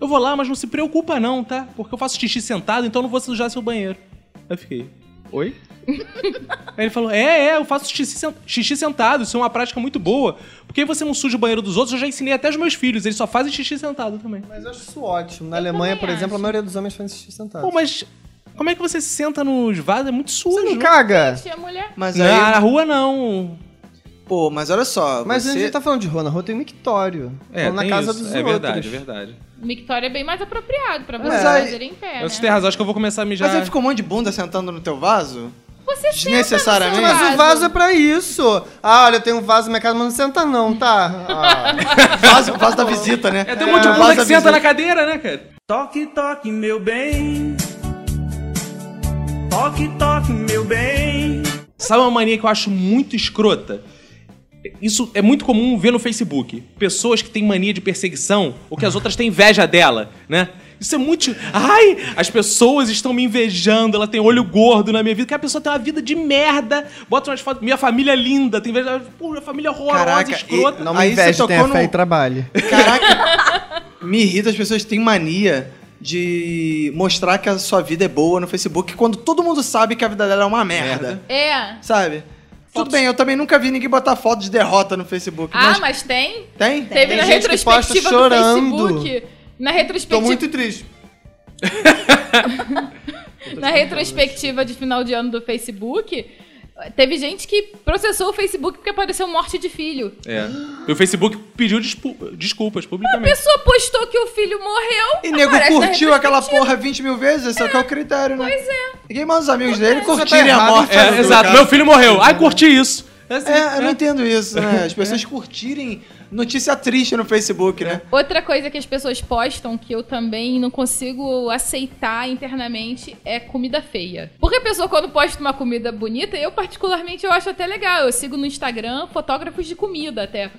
Speaker 1: Eu vou lá, mas não se preocupa não, tá? Porque eu faço xixi sentado, então eu não vou sujar seu banheiro. Aí eu fiquei: Oi? Aí ele falou: É, é, eu faço xixi, sen- xixi sentado, isso é uma prática muito boa. Porque aí você não suja o banheiro dos outros, eu já ensinei até os meus filhos, eles só fazem xixi sentado também.
Speaker 5: Mas eu acho isso ótimo. Na Alemanha, por exemplo, a maioria dos homens fazem xixi sentado.
Speaker 1: Pô, mas como é que você se senta nos vasos? É muito sujo. Você não
Speaker 5: caga?
Speaker 4: Tinha mulher.
Speaker 2: <laughs> Mas
Speaker 1: Não,
Speaker 2: aí...
Speaker 1: na rua não.
Speaker 2: Pô, mas olha só.
Speaker 5: Mas a
Speaker 2: você...
Speaker 5: gente tá falando de rua, na rua tem mictório.
Speaker 1: É,
Speaker 5: Falando na
Speaker 1: tem
Speaker 5: casa
Speaker 1: isso.
Speaker 5: dos
Speaker 1: é
Speaker 5: outros.
Speaker 1: verdade, é verdade.
Speaker 4: Mictório é bem mais apropriado pra vocês
Speaker 2: Mas aí-
Speaker 4: fazerem em pé, né?
Speaker 2: é
Speaker 1: Você tem razão, acho que eu vou começar a mijar.
Speaker 2: Mas aí ficou um monte de bunda sentando no teu vaso?
Speaker 4: Você
Speaker 2: Desnecessariamente?
Speaker 4: senta no seu
Speaker 5: Mas o vaso é pra isso. Ah, olha, eu tenho um vaso na minha casa, mas não senta não, tá? <laughs> Ah.
Speaker 2: <laughs> Vaso, vaso da visita, né?
Speaker 1: É, tem um monte de
Speaker 2: Vaso
Speaker 1: bunda
Speaker 2: da
Speaker 1: que senta na
Speaker 2: visita.
Speaker 1: cadeira, né, cara?
Speaker 10: Toque, toque, meu bem. Toque, toque, meu bem.
Speaker 1: Sabe uma mania que eu acho muito escrota? Isso é muito comum ver no Facebook. Pessoas que têm mania de perseguição ou que as outras têm inveja dela, né? Isso é muito. Ai, as pessoas estão me invejando, ela tem olho gordo na minha vida, que a pessoa tem uma vida de merda, bota umas fotos. Minha família é linda, tem inveja. Pô, minha família é horrorosa,
Speaker 2: Caraca, e-
Speaker 1: escrota.
Speaker 5: Não me
Speaker 2: Aí você
Speaker 5: inveja,
Speaker 2: tocou
Speaker 5: tenha
Speaker 2: no-
Speaker 5: fé e trabalhe.
Speaker 2: Me irrita, as pessoas têm mania de mostrar que a sua vida é boa no Facebook quando todo mundo sabe que a vida dela é uma merda.
Speaker 4: É.
Speaker 2: Sabe? Tudo bem, eu também nunca vi ninguém botar foto de derrota no Facebook.
Speaker 4: Ah,
Speaker 2: mas
Speaker 4: mas tem?
Speaker 2: tem?
Speaker 4: Teve
Speaker 5: Tem
Speaker 4: na
Speaker 5: gente que posta
Speaker 4: retrospectiva
Speaker 5: chorando.
Speaker 4: do Facebook. Na
Speaker 5: Tô
Speaker 4: retrospectiva,
Speaker 5: muito triste.
Speaker 4: na retrospectiva de final de ano do Facebook, teve gente que processou o Facebook porque apareceu morte de filho.
Speaker 1: É. E o Facebook pediu despu- desculpas
Speaker 4: A
Speaker 1: publicamente.
Speaker 4: pessoa postou que o filho morreu.
Speaker 2: E nego
Speaker 4: aparece na
Speaker 2: curtiu aquela
Speaker 4: retrospectiva.
Speaker 2: porra 20 mil vezes, esse é, que é o critério, né?
Speaker 4: Pois é.
Speaker 2: Ninguém manda os amigos dele
Speaker 5: Isso tá
Speaker 2: curtirem a
Speaker 5: errado,
Speaker 2: morte.
Speaker 1: É,
Speaker 2: do
Speaker 1: exato.
Speaker 2: cara.
Speaker 1: Meu filho morreu. Ai, curti isso. assim,
Speaker 2: É, eu não
Speaker 1: é.
Speaker 2: entendo isso, né? As pessoas curtirem notícia triste no Facebook, né?
Speaker 4: Outra coisa que as pessoas postam que eu também não consigo aceitar internamente é comida feia. Porque a pessoa quando posta uma comida bonita, eu particularmente eu acho até legal. Eu sigo no Instagram fotógrafos de comida até.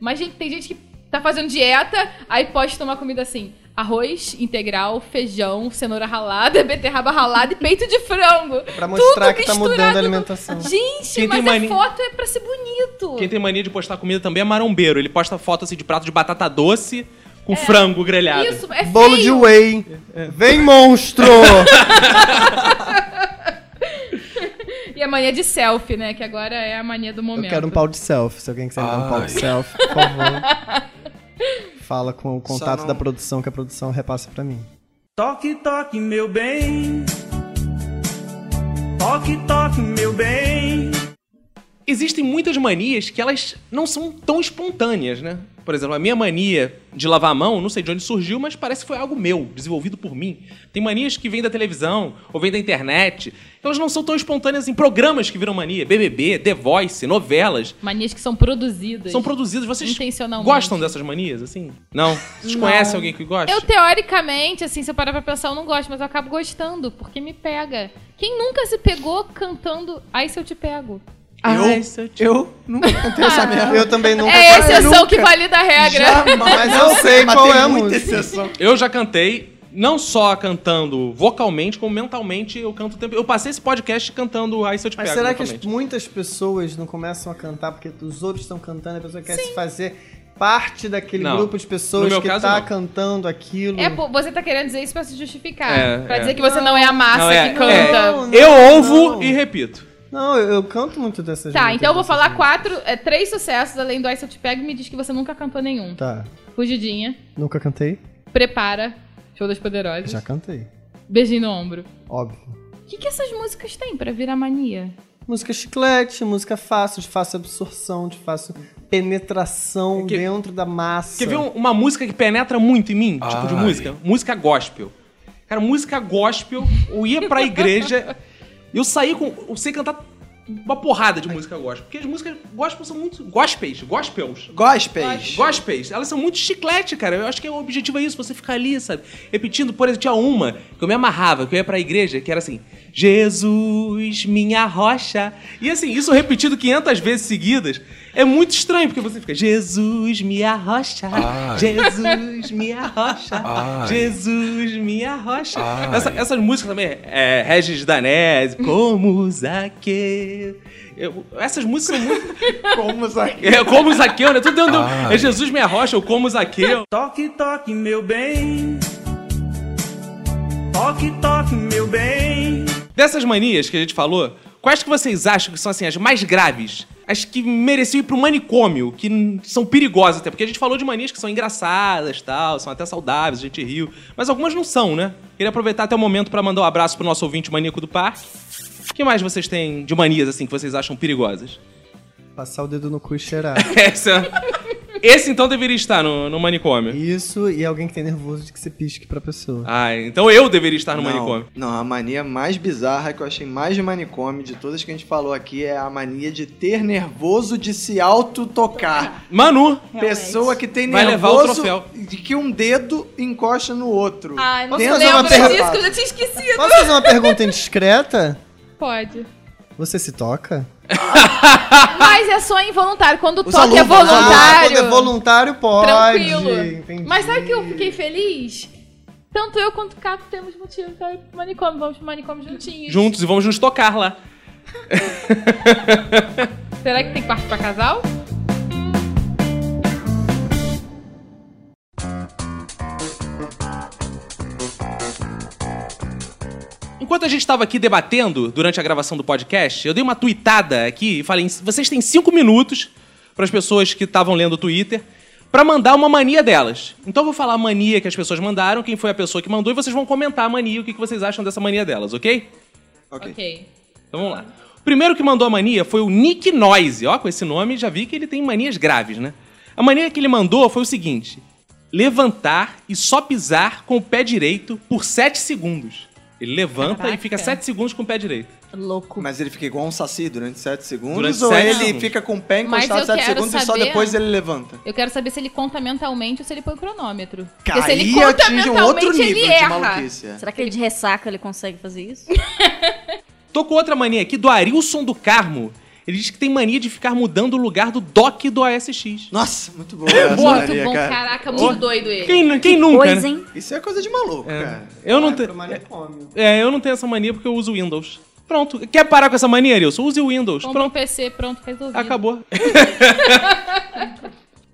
Speaker 4: Mas gente, tem gente que tá fazendo dieta, aí posta uma comida assim: arroz integral, feijão, cenoura ralada, <laughs> beterraba ralada e peito de frango.
Speaker 5: Pra mostrar que tá
Speaker 4: misturado
Speaker 5: mudando a
Speaker 4: no- <laughs>
Speaker 5: alimentação.
Speaker 4: Gente,
Speaker 1: Quem tem
Speaker 4: mas
Speaker 1: mania-
Speaker 4: a foto é pra ser bonito.
Speaker 1: Quem tem mania de postar comida também é marombeiro. Ele posta foto assim de prato de batata doce com frango grelhado.
Speaker 4: Isso, é
Speaker 5: Bolo
Speaker 4: feio.
Speaker 5: de whey. Vem, monstro!
Speaker 4: E a mania de selfie, né? Que agora é a mania do
Speaker 5: eu
Speaker 4: momento.
Speaker 5: quero um pau de selfie. Se alguém quiser me dar um pau de
Speaker 6: Ai.
Speaker 5: selfie, por favor. <laughs> Fala com o contato
Speaker 2: não-
Speaker 5: da produção, que a produção repassa pra mim.
Speaker 10: Toque, toque, meu bem. Toque, toque, meu bem.
Speaker 1: Existem muitas manias que elas não são tão espontâneas, né? Por exemplo, a minha mania de lavar a mão, não sei de onde surgiu, mas parece que foi algo meu, desenvolvido por mim. Tem manias que vêm da televisão ou vêm da internet. Então, Elas não são tão espontâneas em programas que viram mania. BBB, The Voice, novelas.
Speaker 4: Manias que são produzidas.
Speaker 1: São produzidas. Vocês
Speaker 4: intencionalmente.
Speaker 1: gostam dessas manias, assim? Não? Vocês conhecem alguém que gosta?
Speaker 4: Eu, teoricamente, assim, se eu parar pra pensar, eu não gosto, mas eu acabo gostando, porque me pega. Quem nunca se pegou cantando Ai Se Eu Te Pego?
Speaker 1: Ai, se eu te-
Speaker 2: Eu nunca cantei essa merda.
Speaker 5: Ah. Eu também nunca...
Speaker 4: é a exceção
Speaker 2: nunca.
Speaker 4: que valida É a regra.
Speaker 5: Mas eu sei
Speaker 2: mas
Speaker 5: qual
Speaker 2: tem
Speaker 5: é a
Speaker 2: muita
Speaker 5: música.
Speaker 2: exceção.
Speaker 1: Eu já cantei, não só cantando vocalmente, como mentalmente eu canto o tempo. Eu passei esse podcast cantando Aí Se Eu Te Pego.
Speaker 5: Mas será que as-
Speaker 1: mentalmente.
Speaker 5: muitas pessoas não começam a cantar porque os outros estão cantando e a pessoa quer se fazer parte daquele
Speaker 1: Não.
Speaker 5: grupo de
Speaker 1: No
Speaker 5: pessoas
Speaker 1: meu
Speaker 5: que
Speaker 1: caso,
Speaker 5: tá
Speaker 1: não.
Speaker 5: cantando aquilo?
Speaker 4: É, pô, você tá querendo dizer isso pra se justificar.
Speaker 1: É,
Speaker 4: pra
Speaker 1: é.
Speaker 4: dizer que você não, é a massa
Speaker 1: Não, é-
Speaker 4: que canta.
Speaker 5: Não, não,
Speaker 1: Eu ouvo
Speaker 5: não.
Speaker 1: e repito.
Speaker 5: Não, eu, eu canto muito dessas
Speaker 4: Tá,
Speaker 5: músicas, assim.
Speaker 4: então eu vou
Speaker 5: dessas
Speaker 4: falar
Speaker 5: músicas.
Speaker 4: quatro, é, três sucessos além do Ai Se Eu Te Pego e me diz que você nunca cantou nenhum.
Speaker 5: Tá,
Speaker 4: Fugidinha,
Speaker 5: nunca cantei?
Speaker 4: Prepara, Show das Poderosas,
Speaker 5: Já cantei,
Speaker 4: Beijinho no Ombro.
Speaker 5: óbvio.
Speaker 4: O que, que essas músicas têm pra virar mania?
Speaker 5: Música chiclete, música fácil, de fácil absorção, de fácil penetração
Speaker 1: É que- um-
Speaker 5: dentro da massa.
Speaker 1: Quer ver um- uma música que penetra muito em mim? Tipo de
Speaker 6: Ai.
Speaker 1: música? Música gospel. Cara, música gospel, eu ia pra igreja, eu saí com. Eu sei cantar uma porrada de música gospel. Porque as músicas gospel são muito. Gospels, gospels.
Speaker 2: Gospels.
Speaker 1: Gospels. Elas são muito chiclete, cara. Eu acho que o objetivo é isso, você ficar ali, sabe? Repetindo, por exemplo, tinha uma que eu me amarrava, que eu ia pra igreja, que era assim: Jesus, minha rocha. E assim, isso repetido 500 vezes seguidas é muito estranho, porque você fica: Jesus, minha rocha.
Speaker 9: Ai.
Speaker 1: Jesus, minha rocha.
Speaker 9: Ai.
Speaker 1: Jesus, minha rocha.
Speaker 9: Ai.
Speaker 1: Essa- essas músicas também, é, Regis Danese, como Zaqueu. Eu- Essas músicas são muito.
Speaker 2: Como Zaqueu.
Speaker 1: É, como Zaqueu, né? Tudo dentro do-
Speaker 10: Ai.
Speaker 1: É Jesus minha rocha, ou como Zaqueu.
Speaker 10: Toque, toque, meu bem. Toque, toque, meu bem.
Speaker 1: Dessas manias que a gente falou, quais que vocês acham que são assim as mais graves? As que mereciam ir pro manicômio, que n- são perigosas até, porque a gente falou de manias que são engraçadas, tal, são até saudáveis, a gente riu, mas algumas não são, né? Queria aproveitar até o momento pra mandar um abraço pro nosso ouvinte maníaco do parque. O que mais vocês têm de manias assim que vocês acham perigosas?
Speaker 5: Passar o dedo no cu e
Speaker 1: <laughs>
Speaker 5: cheirar.
Speaker 1: Essa- Esse então deveria estar no, no manicômio.
Speaker 5: Isso e alguém que tem nervoso de que você pisque pra pessoa.
Speaker 1: Ah, então eu deveria estar no manicômio.
Speaker 2: Não, a mania mais bizarra que eu achei mais de manicômio de todas que a gente falou aqui é a mania de ter nervoso de se auto-tocar.
Speaker 1: Manu!
Speaker 2: Pessoa que tem
Speaker 1: Vai
Speaker 2: nervoso
Speaker 1: levar o troféu.
Speaker 2: de que um dedo encosta no outro.
Speaker 4: Ai, não
Speaker 2: Dentro
Speaker 4: lembro
Speaker 2: da
Speaker 4: disso,
Speaker 2: barba.
Speaker 4: que eu já tinha esquecido.
Speaker 5: Posso fazer uma pergunta indiscreta?
Speaker 4: Pode.
Speaker 5: Você se toca?
Speaker 4: <laughs> Mas é só involuntário. Quando o toque
Speaker 5: alunos-
Speaker 4: é
Speaker 5: Ah,
Speaker 4: voluntário.
Speaker 5: Quando é voluntário, pode.
Speaker 4: Tranquilo.
Speaker 5: Entendi.
Speaker 4: Mas sabe que eu fiquei feliz? Tanto eu quanto o Caco temos motivo pra ir pro manicômio. Vamos pro manicômio juntinhos.
Speaker 1: Juntos e vamos nos tocar lá.
Speaker 4: Será que tem quarto pra casal?
Speaker 1: Enquanto a gente estava aqui debatendo durante a gravação do podcast, eu dei uma tweetada aqui e falei: vocês têm cinco minutos para as pessoas que estavam lendo o Twitter para mandar uma mania delas. Então eu vou falar a mania que as pessoas mandaram, quem foi a pessoa que mandou, e vocês vão comentar a mania, o que que vocês acham dessa mania delas, ok?
Speaker 4: Ok.
Speaker 1: Então vamos lá. O primeiro que mandou a mania foi o Nick Noise. Ó, com esse nome já vi que ele tem manias graves, né? A mania que ele mandou foi o seguinte: levantar e só pisar com o pé direito por 7 segundos. Ele levanta e fica 7 segundos com o pé direito.
Speaker 3: Louco.
Speaker 2: Mas ele fica igual um saci durante 7 segundos
Speaker 1: Durante
Speaker 2: ou
Speaker 1: sete
Speaker 2: ele
Speaker 1: segundos.
Speaker 2: fica com o pé encostado
Speaker 4: eu
Speaker 2: 7
Speaker 4: quero
Speaker 2: segundos e só
Speaker 4: saber-
Speaker 2: depois ele levanta?
Speaker 4: Eu quero saber se ele conta mentalmente ou se ele põe o cronômetro.
Speaker 2: Cara,
Speaker 4: Porque se ele
Speaker 2: aí
Speaker 4: conta
Speaker 2: atinge um
Speaker 4: mentalmente,
Speaker 2: outro nível
Speaker 4: ele
Speaker 2: de
Speaker 4: erra.
Speaker 2: maluquice, é.
Speaker 3: Será que ele de ressaca ele consegue fazer isso?
Speaker 1: Tô com outra mania aqui do Arilson do Carmo. Ele diz que tem mania de ficar mudando o lugar do dock do ASX.
Speaker 2: Nossa, muito bom.
Speaker 1: Boa,
Speaker 4: Muito bom, caraca, muito doido ele.
Speaker 1: Quem, quem nunca? né?
Speaker 2: Isso é coisa de maluco,
Speaker 1: É.
Speaker 2: cara.
Speaker 1: Eu não tenho. É, eu não tenho essa mania porque eu uso Windows. Pronto. Quer parar com essa mania, Arilson? Use o Windows.
Speaker 4: Compra um
Speaker 1: Pronto.
Speaker 4: PC, pronto, resolvido.
Speaker 1: Acabou. <laughs>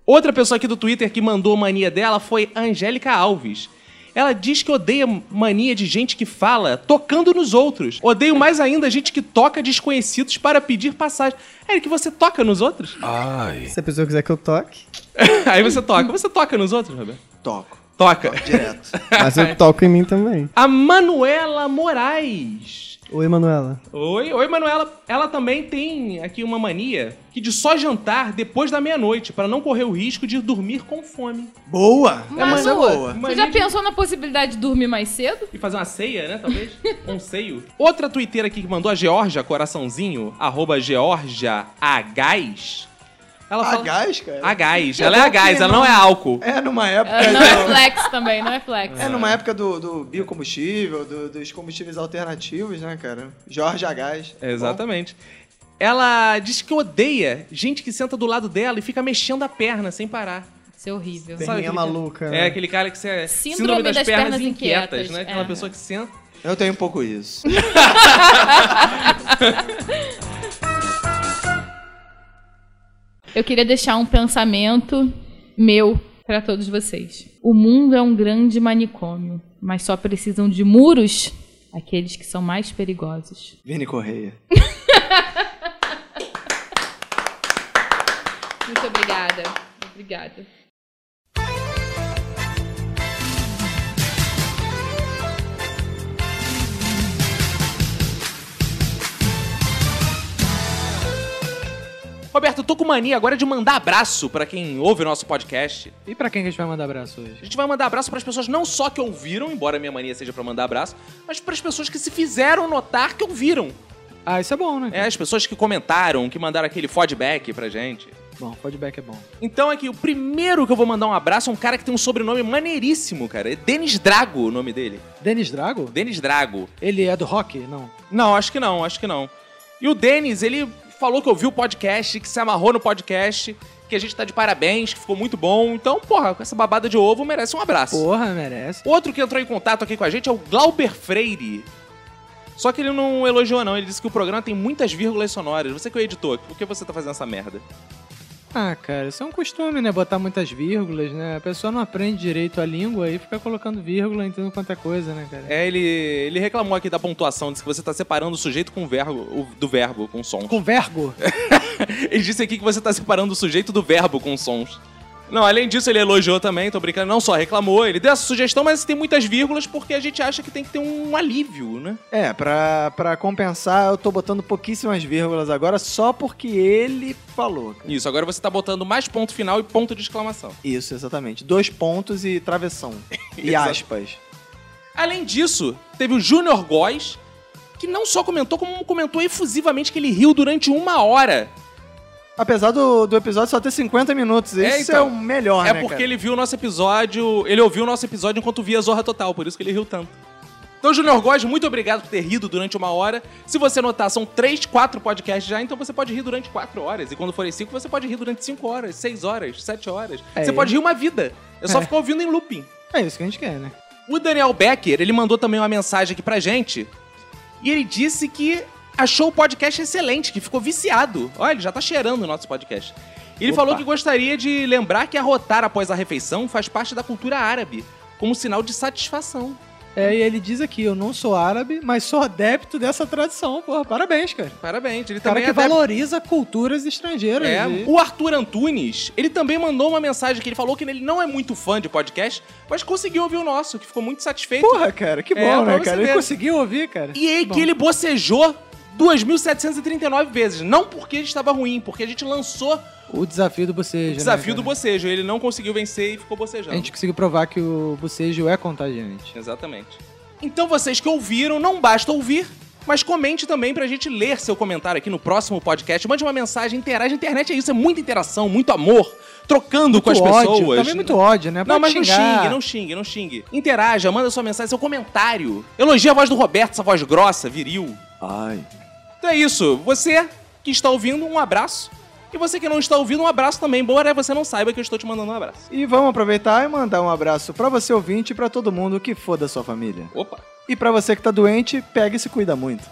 Speaker 1: Outra pessoa aqui do Twitter que mandou mania dela foi a Angélica Alves. Ela diz que odeia mania de gente que fala tocando nos outros. Odeio mais ainda gente que toca desconhecidos para pedir passagem. É que você toca nos outros?
Speaker 6: Ai.
Speaker 5: Se a pessoa quiser que eu toque,
Speaker 1: <laughs> Aí você toca. Você toca nos outros, Roberto?
Speaker 2: Toco.
Speaker 1: Toca.
Speaker 2: direto.
Speaker 5: mas eu toco em mim também.
Speaker 1: A Manuela Moraes.
Speaker 5: Oi, Manuela.
Speaker 1: Oi, oi, Manuela. Ela também tem aqui uma mania que de só jantar depois da meia-noite, pra não correr o risco de dormir com fome.
Speaker 4: <laughs>
Speaker 2: Boa!
Speaker 4: Mas,
Speaker 1: Essa é
Speaker 4: ô,
Speaker 1: boa.
Speaker 4: Você já pensou na possibilidade de dormir mais cedo?
Speaker 1: E fazer uma ceia, né, talvez? um seio. Outra twitteira aqui que mandou a Georgia Coraçãozinho, arroba Georgia Agás. Ela fala...
Speaker 2: Agás, cara?
Speaker 1: Agás.
Speaker 2: Eu
Speaker 1: Ela é
Speaker 2: tô
Speaker 1: agás,
Speaker 2: aqui,
Speaker 1: ela não é
Speaker 2: né?
Speaker 1: álcool.
Speaker 2: É numa época.
Speaker 4: Ah, Não é
Speaker 2: do-
Speaker 4: flex também, não é flex.
Speaker 2: É numa época do, do biocombustível, do- dos combustíveis alternativos, né, cara? Jorge Agás.
Speaker 1: Exatamente. Ela diz que odeia gente que senta do lado dela e fica mexendo a perna sem parar.
Speaker 4: Isso é horrível.
Speaker 5: Perninha maluca,
Speaker 1: cara-
Speaker 5: né?
Speaker 1: É, aquele cara que você é
Speaker 4: Síndrome
Speaker 1: síndrome, das,
Speaker 4: das
Speaker 1: pernas,
Speaker 4: pernas
Speaker 1: inquietas,
Speaker 4: inquietas,
Speaker 1: né?
Speaker 4: é.
Speaker 1: Aquela pessoa que senta
Speaker 2: Eu tenho um pouco isso.
Speaker 4: Eu queria deixar um pensamento meu pra todos vocês. O mundo é um grande manicômio, mas só precisam de muros aqueles que são mais perigosos.
Speaker 2: Vini Correia.
Speaker 4: Muito obrigada. Obrigada.
Speaker 1: Roberto, eu tô com mania agora de mandar abraço pra quem ouve o nosso podcast.
Speaker 7: E pra quem que a gente vai mandar abraço hoje?
Speaker 1: A gente vai mandar abraço pras pessoas não só que ouviram, embora a minha mania seja pra mandar abraço, mas pras pessoas que se fizeram notar que ouviram.
Speaker 7: Ah, isso é bom, né?
Speaker 1: É, as pessoas que comentaram, que mandaram aquele feedback pra gente.
Speaker 7: Bom, feedback é bom.
Speaker 1: Então aqui, o primeiro que eu vou mandar um abraço é um cara que tem um sobrenome maneiríssimo, cara. É Denis Drago o nome dele.
Speaker 7: Denis Drago?
Speaker 1: Denis Drago.
Speaker 7: Ele é do rock? Não.
Speaker 1: Não, acho que não, acho que não. E o Denis, ele falou que ouviu o podcast, que se amarrou no podcast, que a gente tá de parabéns, que ficou muito bom. Então, porra, com essa babada de ovo merece um abraço.
Speaker 7: Porra, merece.
Speaker 1: Outro que entrou em contato aqui com a gente é o Glauber Freire. Só que ele não elogiou, não. Ele disse que o programa tem muitas vírgulas sonoras. Você que é o editor, por que você tá fazendo essa merda?
Speaker 7: Ah, cara, isso é um costume, né? Botar muitas vírgulas, né? A pessoa não aprende direito a língua e fica colocando vírgula, entendendo quanta coisa, né, cara?
Speaker 1: É, ele, ele reclamou aqui da pontuação, disse que você tá separando o sujeito com o verbo, o- do verbo, com sons.
Speaker 7: Com vergo?
Speaker 1: <laughs> ele disse aqui que você tá separando o sujeito do verbo com sons. Não, além disso, ele elogiou também, tô brincando, não só reclamou, ele deu essa sugestão, mas tem muitas vírgulas porque a gente acha que tem que ter um alívio, né?
Speaker 5: É, pra, pra compensar, eu tô botando pouquíssimas vírgulas agora só porque ele falou.
Speaker 1: Isso, agora você tá botando mais ponto final e ponto de exclamação.
Speaker 5: Isso, exatamente. Dois pontos
Speaker 1: <laughs>
Speaker 5: e travessão. e
Speaker 1: Exato.
Speaker 5: aspas.
Speaker 1: Além disso, teve o Júnior Góes, que não só comentou, como comentou efusivamente que ele riu durante uma hora.
Speaker 5: Apesar do, do episódio só ter 50 minutos,
Speaker 1: É,
Speaker 5: isso é,
Speaker 1: então.
Speaker 5: o melhor,
Speaker 1: é
Speaker 5: né,
Speaker 1: porque
Speaker 5: cara?
Speaker 1: ele viu o nosso episódio, ele ouviu o nosso episódio enquanto via Zorra Total, por isso que ele riu tanto. Então, Júnior Góes, muito obrigado por ter rido durante uma hora. Se você notar, são três, quatro podcasts já, então você pode rir durante quatro horas. E quando forem cinco, você pode rir durante cinco horas, seis horas, sete horas.
Speaker 7: É.
Speaker 1: Você pode rir uma vida. É só
Speaker 7: É.
Speaker 1: ficar ouvindo em looping.
Speaker 7: É isso que a gente quer, né?
Speaker 1: O Daniel Becker, ele mandou também uma mensagem aqui pra gente. E ele disse que achou o podcast excelente, que ficou viciado. Olha, ele já tá cheirando o nosso podcast. Ele
Speaker 7: Opa.
Speaker 1: falou que gostaria de lembrar que arrotar após a refeição faz parte da cultura árabe, como sinal de satisfação.
Speaker 7: É, e ele diz aqui, eu não sou árabe, mas sou adepto dessa tradição, porra. Parabéns, cara.
Speaker 1: Parabéns, ele
Speaker 7: cara
Speaker 1: também
Speaker 7: que
Speaker 1: é adepto-
Speaker 7: valoriza culturas estrangeiras.
Speaker 1: É,
Speaker 7: e-
Speaker 1: o Arthur Antunes, ele também mandou uma mensagem que ele falou que ele não é muito fã de podcast, mas conseguiu ouvir o nosso, que ficou muito satisfeito.
Speaker 5: Porra, cara, que bom,
Speaker 1: É, pra
Speaker 5: né,
Speaker 1: você
Speaker 5: cara?
Speaker 1: ver.
Speaker 5: Ele conseguiu ouvir, cara.
Speaker 1: E aí que ele bocejou 2.739 vezes. Não porque ele estava ruim, porque a gente lançou
Speaker 7: O desafio do bocejo. né,
Speaker 1: o desafio do bocejo. Ele não conseguiu vencer e ficou bocejando.
Speaker 7: A gente conseguiu provar que o bocejo é contagiante.
Speaker 1: Exatamente. Então vocês que ouviram, não basta ouvir, mas comente também pra gente ler seu comentário aqui no próximo podcast. Mande uma mensagem, interage. A internet é isso, é muita interação, muito amor, trocando com as
Speaker 7: Muito ódio,
Speaker 1: pessoas.
Speaker 7: Também muito ódio, né? Pode
Speaker 1: Não, mas não
Speaker 7: xingar.
Speaker 1: xingue, não xingue, não xingue. Interaja, manda sua mensagem, seu comentário. Elogia a voz do Roberto, essa voz grossa, viril.
Speaker 6: Ai.
Speaker 1: Então é isso. Você que está ouvindo, um abraço. E você que não está ouvindo, um abraço também, embora você não saiba que eu estou te mandando um abraço.
Speaker 5: E vamos aproveitar e mandar um abraço pra você ouvinte e pra todo mundo que for da sua família.
Speaker 1: Opa!
Speaker 5: E pra você que tá doente, pega e se cuida muito.